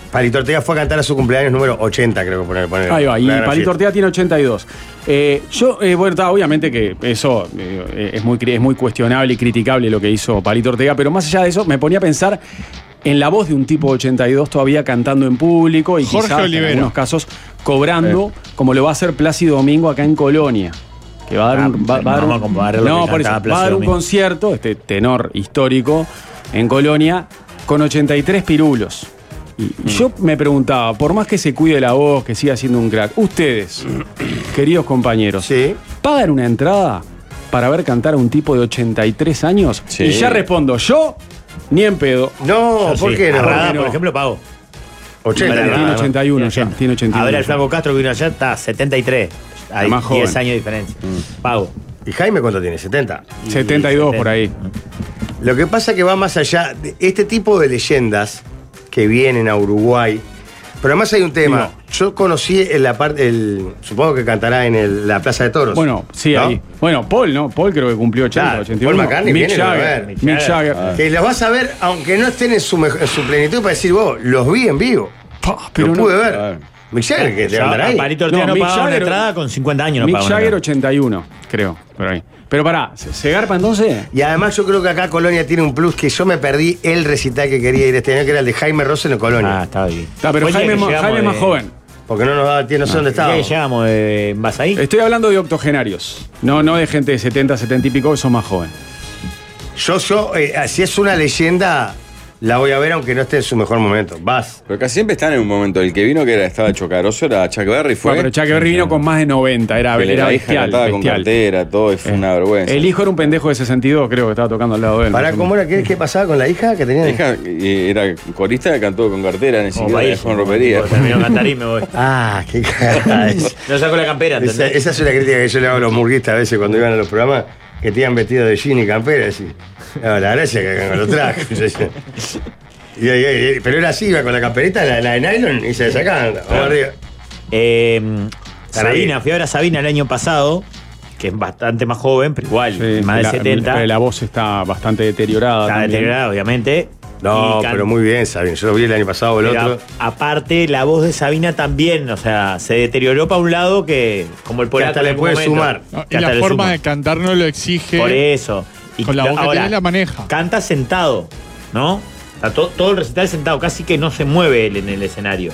Speaker 2: Palito Ortega fue a cantar a su cumpleaños número 80, creo que poner. poner
Speaker 3: Ahí va, y
Speaker 2: la gran
Speaker 3: Palito
Speaker 2: fiesta.
Speaker 3: Ortega tiene 82. Eh, yo, eh, bueno, está, obviamente que eso eh, es, muy, cri- es muy cuestionable y criticable lo que hizo Palito Ortega, pero más allá de eso, me ponía a pensar en la voz de un tipo de 82 todavía cantando en público y
Speaker 6: Jorge
Speaker 3: quizás hasta en
Speaker 6: Olivero.
Speaker 3: algunos casos cobrando, como lo va a hacer Plácido Domingo acá en Colonia. Que va a dar un,
Speaker 4: Ah,
Speaker 3: va- va a dar
Speaker 4: vamos
Speaker 3: un-
Speaker 4: a comparar lo
Speaker 3: no,
Speaker 4: que
Speaker 3: por eso,
Speaker 4: cantaba
Speaker 3: va a dar
Speaker 4: Plácido
Speaker 3: un
Speaker 4: Domingo.
Speaker 3: concierto, este tenor histórico, en Colonia, con 83 pirulos. Y
Speaker 2: Mm.
Speaker 3: Yo me preguntaba, por más que se cuide la voz, que siga siendo un crack,
Speaker 2: (clears throat)
Speaker 3: ustedes, queridos compañeros,
Speaker 2: Sí.
Speaker 3: ¿pagan una entrada para ver cantar a un tipo de 83 años?
Speaker 5: Sí.
Speaker 3: Y ya respondo, yo ni en pedo.
Speaker 2: No,
Speaker 4: Yo
Speaker 2: ¿por
Speaker 4: sí.
Speaker 2: qué no?
Speaker 4: Arrada,
Speaker 3: no?
Speaker 4: por ejemplo, pago.
Speaker 2: 80.
Speaker 4: Para-
Speaker 2: nada
Speaker 3: tiene
Speaker 2: más.
Speaker 3: 81 ya, tiene 81
Speaker 4: A ver, el
Speaker 3: ya.
Speaker 4: Flaco Castro que vino allá está 73. Hay
Speaker 3: más
Speaker 4: 10
Speaker 3: joven. Mm.
Speaker 4: años de diferencia. Pago.
Speaker 2: ¿Y Jaime cuánto tiene? 70.
Speaker 3: 72 por ahí.
Speaker 2: Lo que pasa es que va más allá. de Este tipo de leyendas que vienen a Uruguay. Pero además hay un tema. Yo conocí en la parte. el- Supongo que cantará en el- la Plaza de Toros.
Speaker 3: Bueno, sí,
Speaker 2: ¿No?
Speaker 3: ahí. Bueno, Paul, ¿no? Paul creo que cumplió 80,
Speaker 2: Claro,
Speaker 3: 81.
Speaker 2: Paul McCartney
Speaker 3: Mick
Speaker 2: viene, lo va a
Speaker 3: Jagger.
Speaker 2: ver.
Speaker 3: Mick Jagger.
Speaker 5: Ah.
Speaker 2: Que los vas a ver, aunque no estén en su, mejo- en su plenitud, para decir, vos, los vi en vivo.
Speaker 3: Pa,
Speaker 2: los
Speaker 3: no-
Speaker 2: pude ver.
Speaker 5: Claro.
Speaker 2: Mick Jagger, que te
Speaker 4: Ya,
Speaker 2: andará ahí.
Speaker 4: Palito Ortega
Speaker 3: No,
Speaker 4: no,
Speaker 3: Mick
Speaker 4: pagaba una
Speaker 3: Jagger-
Speaker 4: entrada con 50 años. No
Speaker 3: Mick
Speaker 4: pagaba una
Speaker 3: Jagger
Speaker 4: entrada.
Speaker 3: 81, creo, por ahí. Pero pará, ¿se, se garpa entonces?
Speaker 2: Y además yo creo que acá Colonia tiene un plus que yo me perdí el recital que quería ir este año, que era el de Jaime Ross en Colonia.
Speaker 4: Ah, está bien.
Speaker 3: Está, pero
Speaker 4: Oye,
Speaker 3: Jaime,
Speaker 4: que
Speaker 3: es más-
Speaker 4: llegamos
Speaker 3: Jaime es más
Speaker 4: de-
Speaker 3: joven.
Speaker 2: Porque no nos daba tiempo, no sé dónde
Speaker 4: ¿Qué
Speaker 2: estábamos.
Speaker 4: llegamos? eh, ¿Vas ahí?
Speaker 3: Estoy hablando de octogenarios, no, no de gente de 70, 70 y pico, que son más joven.
Speaker 2: Yo, yo, eh, si es una leyenda, la voy a ver aunque no esté en su mejor momento. Vas.
Speaker 5: Pero casi siempre están en un momento. El que vino que era, estaba chocaroso era Chuck Berry, fue.
Speaker 3: Bueno, pero Chuck Berry vino con más de 90, era,
Speaker 5: que
Speaker 3: era
Speaker 5: la hija
Speaker 3: bestial.
Speaker 5: cantaba con
Speaker 3: bestial. Eh,
Speaker 5: cartera, todo, y fue una vergüenza.
Speaker 3: El hijo era un pendejo de 62, creo que estaba tocando al lado de él.
Speaker 2: Para
Speaker 3: más o
Speaker 2: cómo era qué, qué pasaba con la hija que tenía.
Speaker 5: La hija eh, era corista, cantó con cartera, ni
Speaker 2: Oh,
Speaker 4: Como
Speaker 5: siquiera
Speaker 4: país.
Speaker 5: dejó en ropería.
Speaker 4: Tipo, Termino de cantar y
Speaker 3: (laughs)
Speaker 4: me voy.
Speaker 2: Ah, qué (laughs) cagada es.
Speaker 4: No saco la campera, ¿entendés?
Speaker 2: esa, esa es una crítica que yo le hago a los murguistas a veces cuando iban a los programas, que tenían vestido de jean y campera. Así. No, la gracia es que hagan con los trajes. Y- y- y- pero era así, iba con la camperita, la, la de nylon, y se la sacaban. Vamos arriba.
Speaker 4: Eh,
Speaker 2: Para
Speaker 4: Sabina,
Speaker 2: ir.
Speaker 4: fui a ver a Sabina el año pasado, que es bastante más joven, pero igual,
Speaker 3: menos. Sí,
Speaker 4: más de
Speaker 3: la-
Speaker 4: 70.
Speaker 3: pero La voz está bastante deteriorada.
Speaker 4: está
Speaker 3: también.
Speaker 4: deteriorada, obviamente.
Speaker 2: No,
Speaker 4: Y can-
Speaker 2: pero muy bien, Sabino. Yo lo vi el año pasado, el
Speaker 4: pero
Speaker 2: otro.
Speaker 4: a- aparte, la voz de Sabina también, o sea, se deterioró para un lado que, como el polaco.
Speaker 2: hasta
Speaker 4: en
Speaker 2: le
Speaker 4: algún
Speaker 2: puede
Speaker 4: momento.
Speaker 2: sumar.
Speaker 6: No,
Speaker 4: Que
Speaker 6: y
Speaker 4: hasta
Speaker 6: la
Speaker 4: le
Speaker 6: forma
Speaker 4: suma.
Speaker 6: de cantar no lo exige.
Speaker 4: Por eso. Y
Speaker 6: Con la boca que
Speaker 4: ahora,
Speaker 6: tiene, la maneja.
Speaker 4: Canta sentado, ¿no? Está to- todo el recital sentado, casi que no se mueve él en el escenario.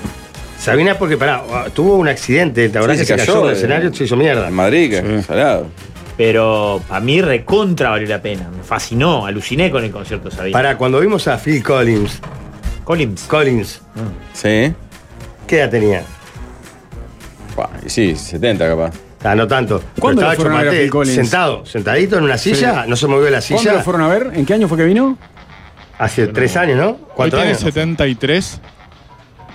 Speaker 2: Sabina, porque pará, ah, tuvo un accidente, la verdad
Speaker 5: Sí,
Speaker 2: que se cayó, del
Speaker 5: eh,
Speaker 2: escenario, se hizo mierda.
Speaker 5: En Madrid, que salado.
Speaker 4: Pero para mí recontra valió la pena. Me fascinó, aluciné con el concierto de Sabina.
Speaker 2: Para cuando vimos a Phil Collins,
Speaker 4: Collins.
Speaker 2: Collins,
Speaker 5: Sí.
Speaker 2: ¿qué edad tenía?
Speaker 5: Buah, y sí, 70 capaz.
Speaker 2: Ah, no tanto.
Speaker 3: ¿Cuándo
Speaker 2: Pero
Speaker 3: lo fueron a ver a
Speaker 2: chupate,
Speaker 3: Phil Collins?
Speaker 2: Sentado, sentadito en una silla, no se movió de la
Speaker 3: ¿Cuándo lo
Speaker 2: silla.
Speaker 3: fueron a ver? ¿En qué año fue que vino?
Speaker 2: Hace tres años, ¿no?
Speaker 6: Hoy
Speaker 2: Cuatro
Speaker 6: tiene
Speaker 2: años.
Speaker 6: 73.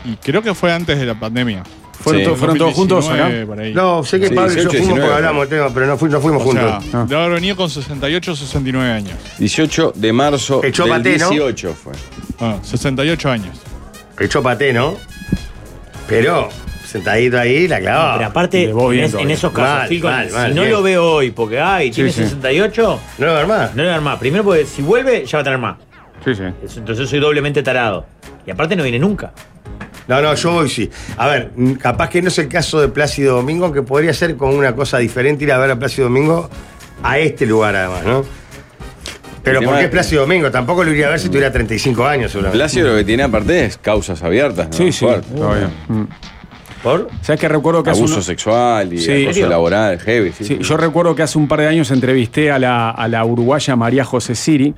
Speaker 6: Y creo que fue antes de la pandemia.
Speaker 3: Fueron,
Speaker 5: Sí.
Speaker 3: todos- fueron todos juntos acá.
Speaker 6: 2019, por ahí.
Speaker 2: No, sé que
Speaker 5: Sí,
Speaker 2: Pablo y yo
Speaker 5: 18,
Speaker 2: fuimos porque
Speaker 5: 19,
Speaker 2: hablamos del tema, pero no, fui- no fuimos
Speaker 6: O
Speaker 2: juntos.
Speaker 6: sea, debe haber venido con 68 o 69 años.
Speaker 5: 18 de marzo
Speaker 2: Echó
Speaker 5: del
Speaker 2: paté, ¿no?
Speaker 5: 18 fue.
Speaker 6: Ah, 68 años.
Speaker 2: Echó paté, ¿no? Pero, sentadito ahí, la clavaba.
Speaker 4: Pero aparte,
Speaker 3: de vos
Speaker 4: en,
Speaker 3: bien,
Speaker 4: es- en
Speaker 3: todavía.
Speaker 4: esos casos,
Speaker 2: Mal,
Speaker 4: Phil
Speaker 2: mal,
Speaker 4: Collins,
Speaker 2: mal,
Speaker 4: si no
Speaker 2: bien.
Speaker 4: lo veo hoy, porque, ay, tiene
Speaker 3: Sí, sí.
Speaker 4: 68,
Speaker 2: ¿No lo armás?
Speaker 4: no le armás. Primero, porque si vuelve, ya va a tener más.
Speaker 3: Sí, sí.
Speaker 4: Es- Entonces soy doblemente tarado. Y aparte no viene nunca.
Speaker 2: No, no, yo voy sí. A ver, mm, capaz que no es el caso de Plácido Domingo, que podría ser con una cosa diferente ir a ver a Plácido Domingo a este lugar, además, ¿no? Pero
Speaker 5: El
Speaker 2: ¿por
Speaker 5: tema
Speaker 2: qué
Speaker 5: es- Mm.
Speaker 2: Plácido Domingo? Tampoco lo iría a ver si tuviera 35 años, seguramente.
Speaker 5: Plácido lo que tiene aparte es causas abiertas. ¿no?
Speaker 3: Sí, sí.
Speaker 5: Fuerte.
Speaker 3: todavía. Mm.
Speaker 4: ¿Por?
Speaker 3: ¿Sabes que recuerdo que hace
Speaker 5: Abuso
Speaker 3: uno-
Speaker 5: sexual y
Speaker 3: Sí.
Speaker 5: acoso laboral, heavy. Sí,
Speaker 3: Sí, yo recuerdo que hace un par de años entrevisté a la, a la uruguaya María José Siri,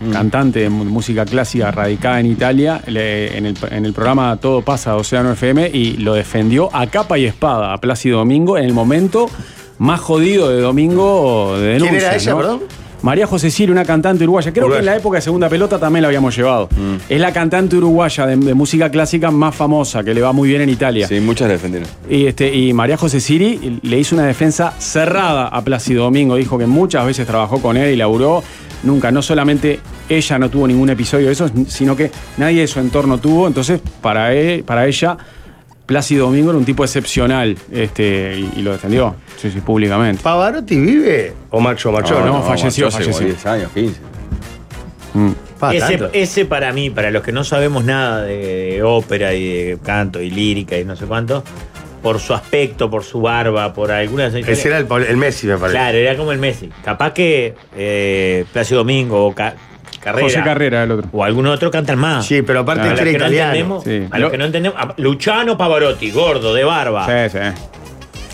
Speaker 2: Mm.
Speaker 3: cantante de mu- música clásica radicada en Italia, le- en, el, en el programa Todo pasa de Océano FM, y lo defendió a capa y espada a Plácido Domingo en el momento más jodido de Domingo de
Speaker 2: ¿Quién
Speaker 3: denuncia.
Speaker 2: era ella, perdón?
Speaker 3: María José Siri, una cantante uruguaya. Creo que en
Speaker 2: Uruguaya. Mm.
Speaker 3: la época de Segunda Pelota también la habíamos llevado. Es la cantante uruguaya de, de música clásica más famosa, que le va muy bien en Italia.
Speaker 5: Sí, muchas la defendieron.
Speaker 3: Y, este, y María José Siri le hizo una defensa cerrada a Plácido Domingo. Dijo que muchas veces trabajó con él y laburó. Nunca, no solamente ella no tuvo ningún episodio de eso, sino que nadie de su entorno tuvo. Entonces, para, él- para ella, Plácido Domingo era un tipo excepcional este, y, y lo defendió sí, sí, públicamente.
Speaker 2: ¿Pavarotti vive o Macho Macho?
Speaker 3: No,
Speaker 2: No,
Speaker 3: no. falleció,
Speaker 5: hace como
Speaker 3: falleció.
Speaker 5: 10 años, 15.
Speaker 2: Pa,
Speaker 4: ese,
Speaker 2: Ah, tanto.
Speaker 4: ese para mí, para los que no sabemos nada de ópera y de canto y lírica y no sé cuánto, por su aspecto, por su barba, por algunas...
Speaker 2: Ese era el, Paul- el Messi, me parece.
Speaker 4: Claro, era como el Messi. Capaz que eh, Plácido Domingo o Ca- Carrera,
Speaker 3: José Carrera, el otro.
Speaker 4: o algún otro cantan más.
Speaker 2: Sí, pero aparte
Speaker 4: a
Speaker 2: este
Speaker 4: los
Speaker 2: era
Speaker 4: que no
Speaker 2: italiano.
Speaker 4: entendemos,
Speaker 3: Sí.
Speaker 4: a los que no entendemos, a Luciano Pavarotti, gordo, de barba.
Speaker 3: Sí, sí.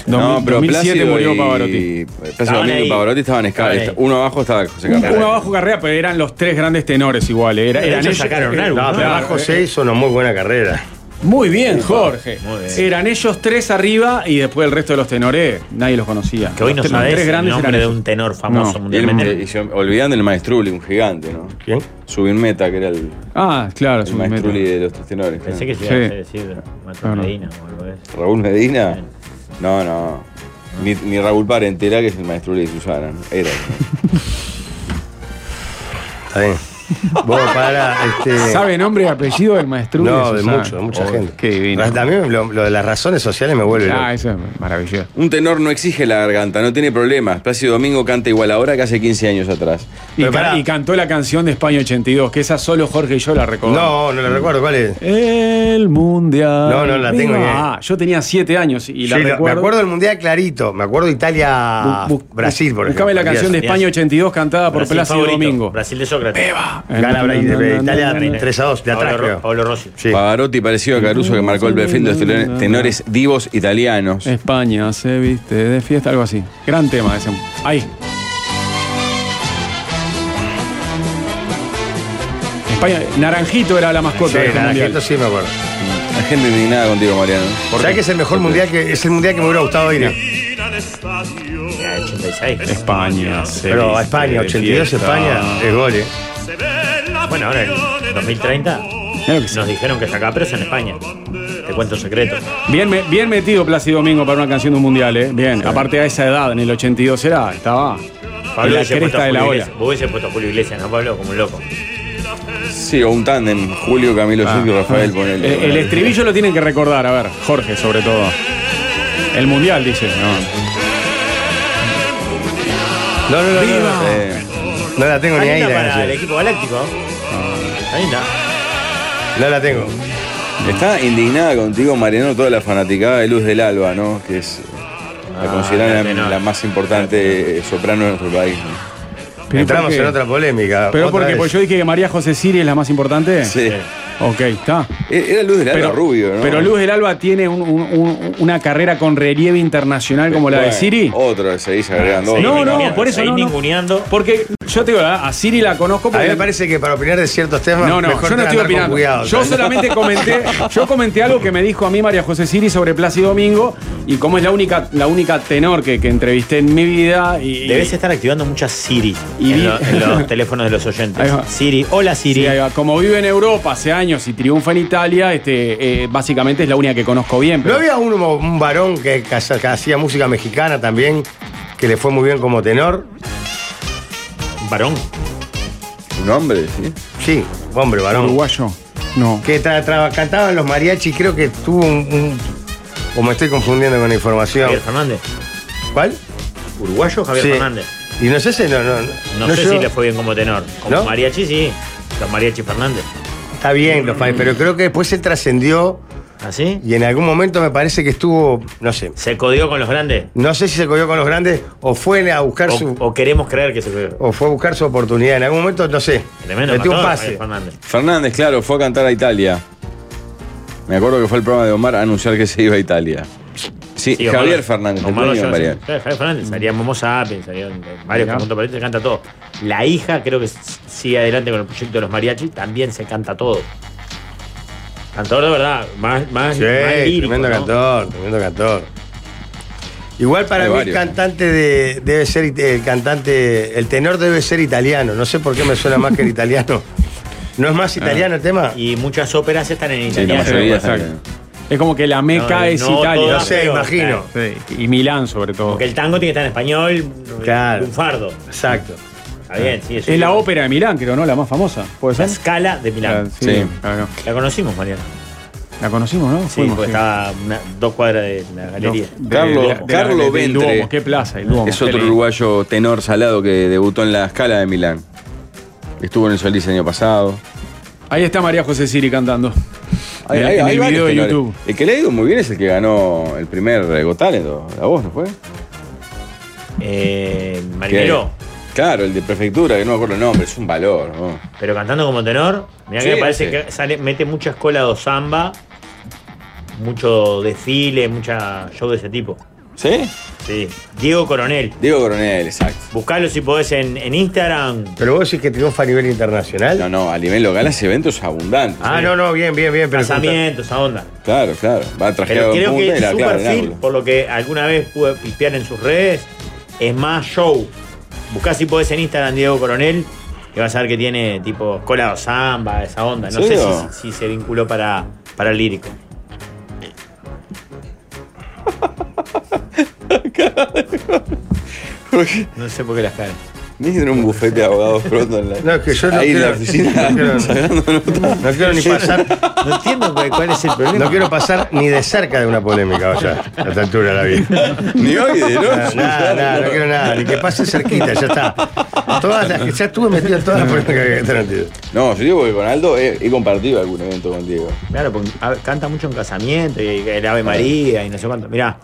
Speaker 5: No,
Speaker 3: 2000-
Speaker 5: pero
Speaker 3: 2007
Speaker 5: Plácido
Speaker 3: murió
Speaker 5: y-
Speaker 3: Pavarotti.
Speaker 5: Plácido
Speaker 4: Estaban
Speaker 5: Domingo
Speaker 4: ahí.
Speaker 5: y Pavarotti estaban escala.
Speaker 4: Estaban ahí.
Speaker 5: Uno abajo estaba José
Speaker 3: Un-
Speaker 5: Carrera.
Speaker 3: Uno abajo Carrera, pero eran los tres grandes tenores igual. Era,
Speaker 4: De
Speaker 3: eran
Speaker 4: hecho,
Speaker 3: ellos- Eh,
Speaker 4: sacaron un álbum,
Speaker 2: No,
Speaker 4: ¿no?
Speaker 2: pero
Speaker 3: Claro,
Speaker 2: José hizo una muy buena carrera.
Speaker 3: Muy bien, Jorge.
Speaker 4: Muy bien.
Speaker 3: Eran ellos tres arriba y después el resto de los tenores, nadie los conocía.
Speaker 4: Que hoy no
Speaker 3: Los tres- los
Speaker 4: sabes
Speaker 3: tres
Speaker 4: el
Speaker 3: grandes
Speaker 4: nombre
Speaker 3: eran
Speaker 4: de
Speaker 3: ellos.
Speaker 4: un tenor famoso
Speaker 3: No.
Speaker 5: Y el-
Speaker 4: mundialmente.
Speaker 5: y yo- olvidando el Maestruli, un gigante, ¿no?
Speaker 2: ¿Quién?
Speaker 5: Subin Meta, que era el,
Speaker 3: Ah, claro,
Speaker 5: el
Speaker 3: es un
Speaker 5: Maestruli
Speaker 3: metro.
Speaker 5: de los tres tenores.
Speaker 4: Pensé
Speaker 5: ¿no?
Speaker 4: que se iba a decir Mato
Speaker 3: Claro.
Speaker 4: Medina o algo de eso.
Speaker 5: Raúl Medina. No, no. Ni, ni Raúl Parentela, que es el Maestruli de Susana. ¿no? Era. ¿no?
Speaker 2: Está bien. Vos, para, este.
Speaker 3: ¿Sabe nombre y apellido del maestro? Ah,
Speaker 2: No, de mucho, de mucha
Speaker 4: Oh,
Speaker 2: gente.
Speaker 3: Oh, Qué divino.
Speaker 2: Ra- También lo, lo de las razones sociales me vuelve loco.
Speaker 3: Ah, eso es maravilloso.
Speaker 5: Un tenor no exige la garganta, no tiene problemas. Plácido Domingo canta igual ahora que hace 15 años atrás.
Speaker 3: Y,
Speaker 2: Pero
Speaker 3: ca-
Speaker 2: pará.
Speaker 3: y cantó la canción de España 82, que esa solo Jorge y yo la recordamos.
Speaker 2: No, no lo recuerdo cuál es.
Speaker 3: El mundial.
Speaker 2: No, no, la tengo
Speaker 3: Viva.
Speaker 2: bien.
Speaker 3: Ah, yo tenía siete años y la
Speaker 2: Sí, lo-
Speaker 3: recuerdo.
Speaker 2: me acuerdo del Mundial clarito, me acuerdo Italia
Speaker 3: Bu- bu-
Speaker 2: Brasil, por
Speaker 3: Buscame
Speaker 2: ejemplo.
Speaker 3: la canción de
Speaker 4: Díaz.
Speaker 3: España 82 cantada por
Speaker 4: Brasil
Speaker 3: Plácido
Speaker 4: favorito,
Speaker 3: Domingo.
Speaker 4: Brasil de Sócrates.
Speaker 2: Gana Brasil,
Speaker 3: Na, na, na,
Speaker 2: Italia
Speaker 3: na, na.
Speaker 2: 3 a 2 de atrás,
Speaker 4: Pablo, Ro-
Speaker 2: creo.
Speaker 4: Pablo Rossi.
Speaker 2: Sí.
Speaker 5: Pavarotti parecido a Caruso que marcó el perfil de los tenores- tenores divos italianos.
Speaker 3: España se viste de fiesta, algo así. Gran tema ese. Ahí. España, Naranjito era la mascota
Speaker 2: Sí,
Speaker 3: de este mundial.
Speaker 2: Naranjito sí me acuerdo.
Speaker 5: La gente indignada contigo, Mariano.
Speaker 2: ¿Sabés que es el mejor mundial que es el mundial que me hubiera gustado ir?
Speaker 4: Ah, 86.
Speaker 3: España se
Speaker 2: Pero
Speaker 3: viste
Speaker 2: a España,
Speaker 3: de
Speaker 2: 82
Speaker 3: fiesta.
Speaker 2: España, es gol, eh.
Speaker 4: Bueno, ahora en 2030
Speaker 3: Claro que sí.
Speaker 4: nos dijeron que está acá, pero es en España. Te cuento un secreto.
Speaker 3: Bien, me- bien metido Plácido Domingo para una canción de un mundial, ¿eh? Bien, aparte a esa edad, en el 82 era, estaba en la
Speaker 4: hubiese puesto
Speaker 3: cresta
Speaker 4: a
Speaker 3: de la
Speaker 4: Julio
Speaker 3: ola.
Speaker 4: Iglesias. Vos hubiese puesto a Julio Iglesias, ¿no, Pablo? Como un loco.
Speaker 5: Sí, o un tándem. Julio, Camilo, Silvio y Rafael. ponele.
Speaker 3: Ah. Eh, el estribillo lo tienen que recordar, a ver, Jorge sobre todo. El mundial, dice. No.
Speaker 2: No, no, no, no, no, no.
Speaker 5: Eh,
Speaker 2: No la tengo ni
Speaker 4: Ahí
Speaker 2: ahí
Speaker 4: está
Speaker 2: la
Speaker 4: para el
Speaker 2: canción.
Speaker 4: equipo galáctico.
Speaker 3: Ah.
Speaker 4: Ahí está.
Speaker 2: No la tengo.
Speaker 5: Está indignada contigo, Mariano, toda la fanaticada de Luz del Alba, ¿no? Que es la
Speaker 4: Ah,
Speaker 5: consideran
Speaker 4: la
Speaker 5: la,
Speaker 4: tenor.
Speaker 5: la más importante eh, soprano de nuestro país.
Speaker 3: (laughs)
Speaker 5: ¿no?
Speaker 3: Pero
Speaker 2: Entramos
Speaker 3: porque-
Speaker 2: en otra polémica.
Speaker 3: Pero
Speaker 2: otra
Speaker 3: porque
Speaker 2: vez.
Speaker 3: pues yo dije que María José Siri es la más importante.
Speaker 5: Sí.
Speaker 3: Ok, está.
Speaker 5: Eh, Era Luz del Alba
Speaker 3: Pero,
Speaker 5: rubio, ¿no?
Speaker 3: pero Luz del Alba tiene un- un- un- una carrera con relieve internacional como la de
Speaker 5: Bueno,
Speaker 3: Siri.
Speaker 5: Otro, seguís agregando
Speaker 3: Sí,
Speaker 5: otro.
Speaker 3: No, no,
Speaker 4: Ninguneando,
Speaker 3: por eso
Speaker 4: ahí
Speaker 3: no, no.
Speaker 4: ninguneando.
Speaker 3: Porque yo te digo, ¿eh? a a Siri la conozco
Speaker 2: A
Speaker 3: porque
Speaker 2: mí me parece que para opinar de ciertos temas
Speaker 3: No, no,
Speaker 2: mejor
Speaker 3: yo no
Speaker 2: andar
Speaker 3: estoy
Speaker 2: con
Speaker 3: opinando.
Speaker 2: cuidado.
Speaker 3: yo solamente comenté, yo comenté algo que me dijo a mí María José Siri sobre Plácido Domingo y como es la única, la única tenor que, que entrevisté en mi vida y.
Speaker 4: Debes estar activando muchas Siri
Speaker 3: Y vi-
Speaker 4: en, lo- en
Speaker 3: (laughs)
Speaker 4: los teléfonos de los
Speaker 3: Ahí
Speaker 4: oyentes.
Speaker 3: va.
Speaker 4: Siri, hola Siri.
Speaker 3: Sí, ahí va. como vive en Europa hace años y triunfa en Italia, este, eh, básicamente es la única que conozco bien.
Speaker 2: ¿No
Speaker 3: pero-
Speaker 2: había un, un varón que, que hacía- que hacía música mexicana también, que le fue muy bien como tenor?
Speaker 4: Varón.
Speaker 5: Un hombre, ¿sí?
Speaker 2: Sí, hombre, varón.
Speaker 3: uruguayo. No.
Speaker 2: Que tra- tra- cantaban los mariachi, creo que tuvo un, un- O me estoy confundiendo con la información.
Speaker 4: Javier Fernández.
Speaker 2: ¿Cuál?
Speaker 4: Uruguayo Javier
Speaker 2: Sí.
Speaker 4: Fernández.
Speaker 2: Y no sé si no, no,
Speaker 4: No,
Speaker 2: no
Speaker 4: sé
Speaker 2: yo-
Speaker 4: si le fue bien como tenor. Como
Speaker 2: ¿No?
Speaker 4: mariachi, sí. Los mariachi Fernández.
Speaker 2: Está bien, los pa- pero creo que después se trascendió
Speaker 3: ¿Ah,
Speaker 4: ¿Así?
Speaker 2: y en algún momento me parece que estuvo, no sé.
Speaker 4: ¿Se codió con los grandes?
Speaker 2: No sé si se cogió con los grandes o fue a buscar
Speaker 4: O,
Speaker 2: su.
Speaker 4: o queremos creer que se
Speaker 3: Oh.
Speaker 4: codió?
Speaker 2: O fue a buscar su oportunidad. En algún momento, no sé.
Speaker 4: Tremendo. eh,
Speaker 2: metió un
Speaker 4: matador,
Speaker 2: pase.
Speaker 4: Javier Fernández.
Speaker 5: Fernández, claro, fue a cantar a Italia. Me acuerdo que fue el programa de Omar a anunciar que se iba a Italia. Sí,
Speaker 4: Sí, Omar-
Speaker 5: Javier Fernández, el
Speaker 4: Omar
Speaker 5: dueño de
Speaker 4: Ochoa,
Speaker 5: Mariano. Mm.
Speaker 4: sí. Claro, Javier Fernández. Salía Momo Sapiens, salían varios conjuntos mariachis, se canta todo. La hija creo que s- sigue adelante con el proyecto de los mariachis, también se canta todo. Cantor de verdad, más, más,
Speaker 2: Sí,
Speaker 4: más lírico,
Speaker 2: tremendo
Speaker 4: ¿no?
Speaker 2: cantor, tremendo cantor. Igual para
Speaker 5: Hay
Speaker 2: mí el
Speaker 5: varios.
Speaker 2: cantante de- debe ser it- el cantante, el tenor debe ser italiano. No sé por qué me suena más que el italiano. ¿No es más italiano el tema?
Speaker 4: Y muchas óperas están en
Speaker 5: Sí, la
Speaker 4: italiano.
Speaker 5: mayoría
Speaker 3: exacto.
Speaker 5: están-
Speaker 3: Es como que la meca
Speaker 4: No,
Speaker 3: es
Speaker 4: no
Speaker 3: Italia.
Speaker 2: No
Speaker 4: todas.
Speaker 2: sé,
Speaker 4: pero,
Speaker 2: imagino.
Speaker 3: Sí, Y Milán, sobre todo.
Speaker 4: Porque el tango tiene que estar en español,
Speaker 2: Claro.
Speaker 4: un fardo.
Speaker 2: Exacto.
Speaker 4: Está bien, sí, eso
Speaker 3: Es la
Speaker 4: sí.
Speaker 3: ópera de Milán, creo, ¿no? La más famosa. ¿Puede
Speaker 4: La
Speaker 3: ser?
Speaker 4: escala de Milán.
Speaker 3: Sí,
Speaker 5: Sí.
Speaker 3: claro.
Speaker 4: La conocimos, Mariano.
Speaker 3: La conocimos, ¿no?
Speaker 4: Sí, porque estaba una- dos cuadras de la galería.
Speaker 5: Carlo- Carlo
Speaker 3: Carlos
Speaker 5: Ventre.
Speaker 3: Qué plaza, el Duomo.
Speaker 5: Es
Speaker 3: Qué
Speaker 5: otro
Speaker 3: lindo.
Speaker 5: uruguayo tenor salado que debutó en la escala de Milán. Estuvo en el Solís el año pasado.
Speaker 3: Ahí está María José Siri cantando.
Speaker 5: Hay-
Speaker 3: en
Speaker 5: hay-
Speaker 3: en
Speaker 5: hay
Speaker 3: el
Speaker 5: varios
Speaker 3: video de
Speaker 5: tenores.
Speaker 3: YouTube.
Speaker 5: El que le ha ido muy bien es el que ganó el primer eh, Got Talent, o la voz, ¿no fue?
Speaker 4: Eh, marinero,
Speaker 5: Que- Claro, el de prefectura, que no me acuerdo el nombre, es un valor. ¿no?
Speaker 4: pero cantando como tenor, mirá que
Speaker 5: Sí,
Speaker 4: me parece
Speaker 5: sí.
Speaker 4: que sale, mete mucha escuela de samba, mucho desfile, mucha show de ese tipo.
Speaker 5: ¿Sí?
Speaker 4: Sí. Diego Coronel,
Speaker 5: Diego Coronel, exacto.
Speaker 4: buscalo si podés en, en Instagram.
Speaker 2: Pero vos decís que triunfa a nivel internacional.
Speaker 5: No, no, a nivel local hace eventos abundantes.
Speaker 2: Ah, no, no, bien, bien, bien. Pero
Speaker 4: Casamientos, esa onda.
Speaker 5: Claro, claro. Va
Speaker 4: Pero
Speaker 5: trajeado en
Speaker 4: creo
Speaker 5: punta
Speaker 4: que
Speaker 5: y la
Speaker 4: su
Speaker 5: clava en el
Speaker 4: perfil,
Speaker 5: ángulo.
Speaker 4: por lo que alguna vez pude pispear en sus redes, es más show. Buscá si podés en Instagram Diego Coronel, que vas a ver que tiene tipo colado samba, esa onda. No
Speaker 5: ¿En
Speaker 4: sé
Speaker 5: serio?
Speaker 4: si, si se vinculó para, para el lírico. No sé por qué las caras.
Speaker 5: Miren un bufete de abogados pronto en la,
Speaker 2: No, es que yo no
Speaker 5: ahí en la
Speaker 2: quiero- (laughs)
Speaker 5: oficina
Speaker 2: no quiero-
Speaker 5: sacando notas.
Speaker 2: No quiero ni pasar,
Speaker 4: (laughs) No entiendo cuál, cuál es el problema.
Speaker 2: no quiero pasar ni de cerca de una polémica, o sea, a esta altura de la vida.
Speaker 5: Ni hoy de
Speaker 2: Nada,
Speaker 5: noche.
Speaker 2: nada, nada, no quiero nada, ni que pase cerquita, ya está. Todas las que ya estuve metido en todas las polémicas que están metido.
Speaker 5: No, yo digo que con Aldo he, he compartido algún evento con Diego.
Speaker 4: Claro, porque a ver, canta mucho en casamiento, y el Ave María, y no sé cuánto. Mirá,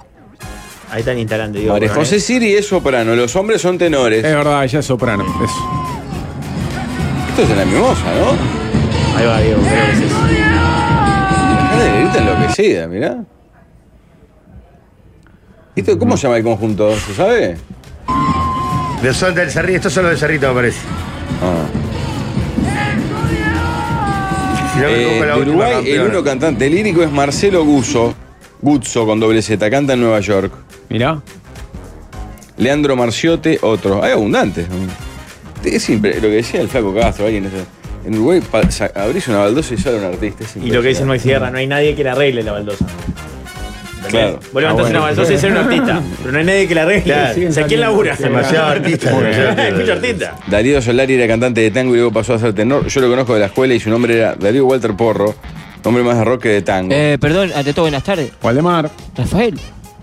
Speaker 4: ahí están instalando ¿eh? Diego
Speaker 5: María
Speaker 4: Coronel.
Speaker 5: José Siri es soprano, los hombres son tenores.
Speaker 3: Es
Speaker 4: Eh.
Speaker 3: verdad, ella es soprano. Es-
Speaker 5: Esto es en la mimosa, ¿no?
Speaker 4: Ahí va Diego, creo que es ese.
Speaker 5: La cara de grita enloquecida, mirá. ¿Esto, ¿Cómo se llama el conjunto? ¿Se sabe?
Speaker 2: De son del Cerrito, estos son los del Cerrito, me parece.
Speaker 5: Ah.
Speaker 2: Si no me
Speaker 5: Eh,
Speaker 2: equivoco, la
Speaker 5: de
Speaker 2: última
Speaker 5: Uruguay, el
Speaker 2: campeona.
Speaker 5: uno cantante lírico es Marcelo Guzzo. Guzzo con doble Z, canta en Nueva York.
Speaker 3: Mirá.
Speaker 5: Leandro Marciote, otro. Hay abundantes. ¿no? Es impre- lo que decía el Flaco Castro, alguien decía, en Uruguay pa- sa- abrís una baldosa y sale un artista. es
Speaker 4: Y lo que dicen no
Speaker 5: impresionante.
Speaker 4: hay sierra, no hay nadie que la arregle la baldosa.
Speaker 5: Claro.
Speaker 4: Vos levantás una baldosa y ser un artista, pero no hay nadie que la arregle.
Speaker 2: Claro.
Speaker 4: O sea, ¿quién labura?
Speaker 2: Demasiado artista. demasiado artista.
Speaker 4: Mucho artista.
Speaker 5: Darío Solari era cantante de tango y luego pasó a ser tenor. Yo lo conozco de la escuela y su nombre era Darío Walter Porro, nombre más de rock que de tango.
Speaker 7: Eh, perdón, ante todo, buenas tardes.
Speaker 3: Waldemar.
Speaker 7: Rafael.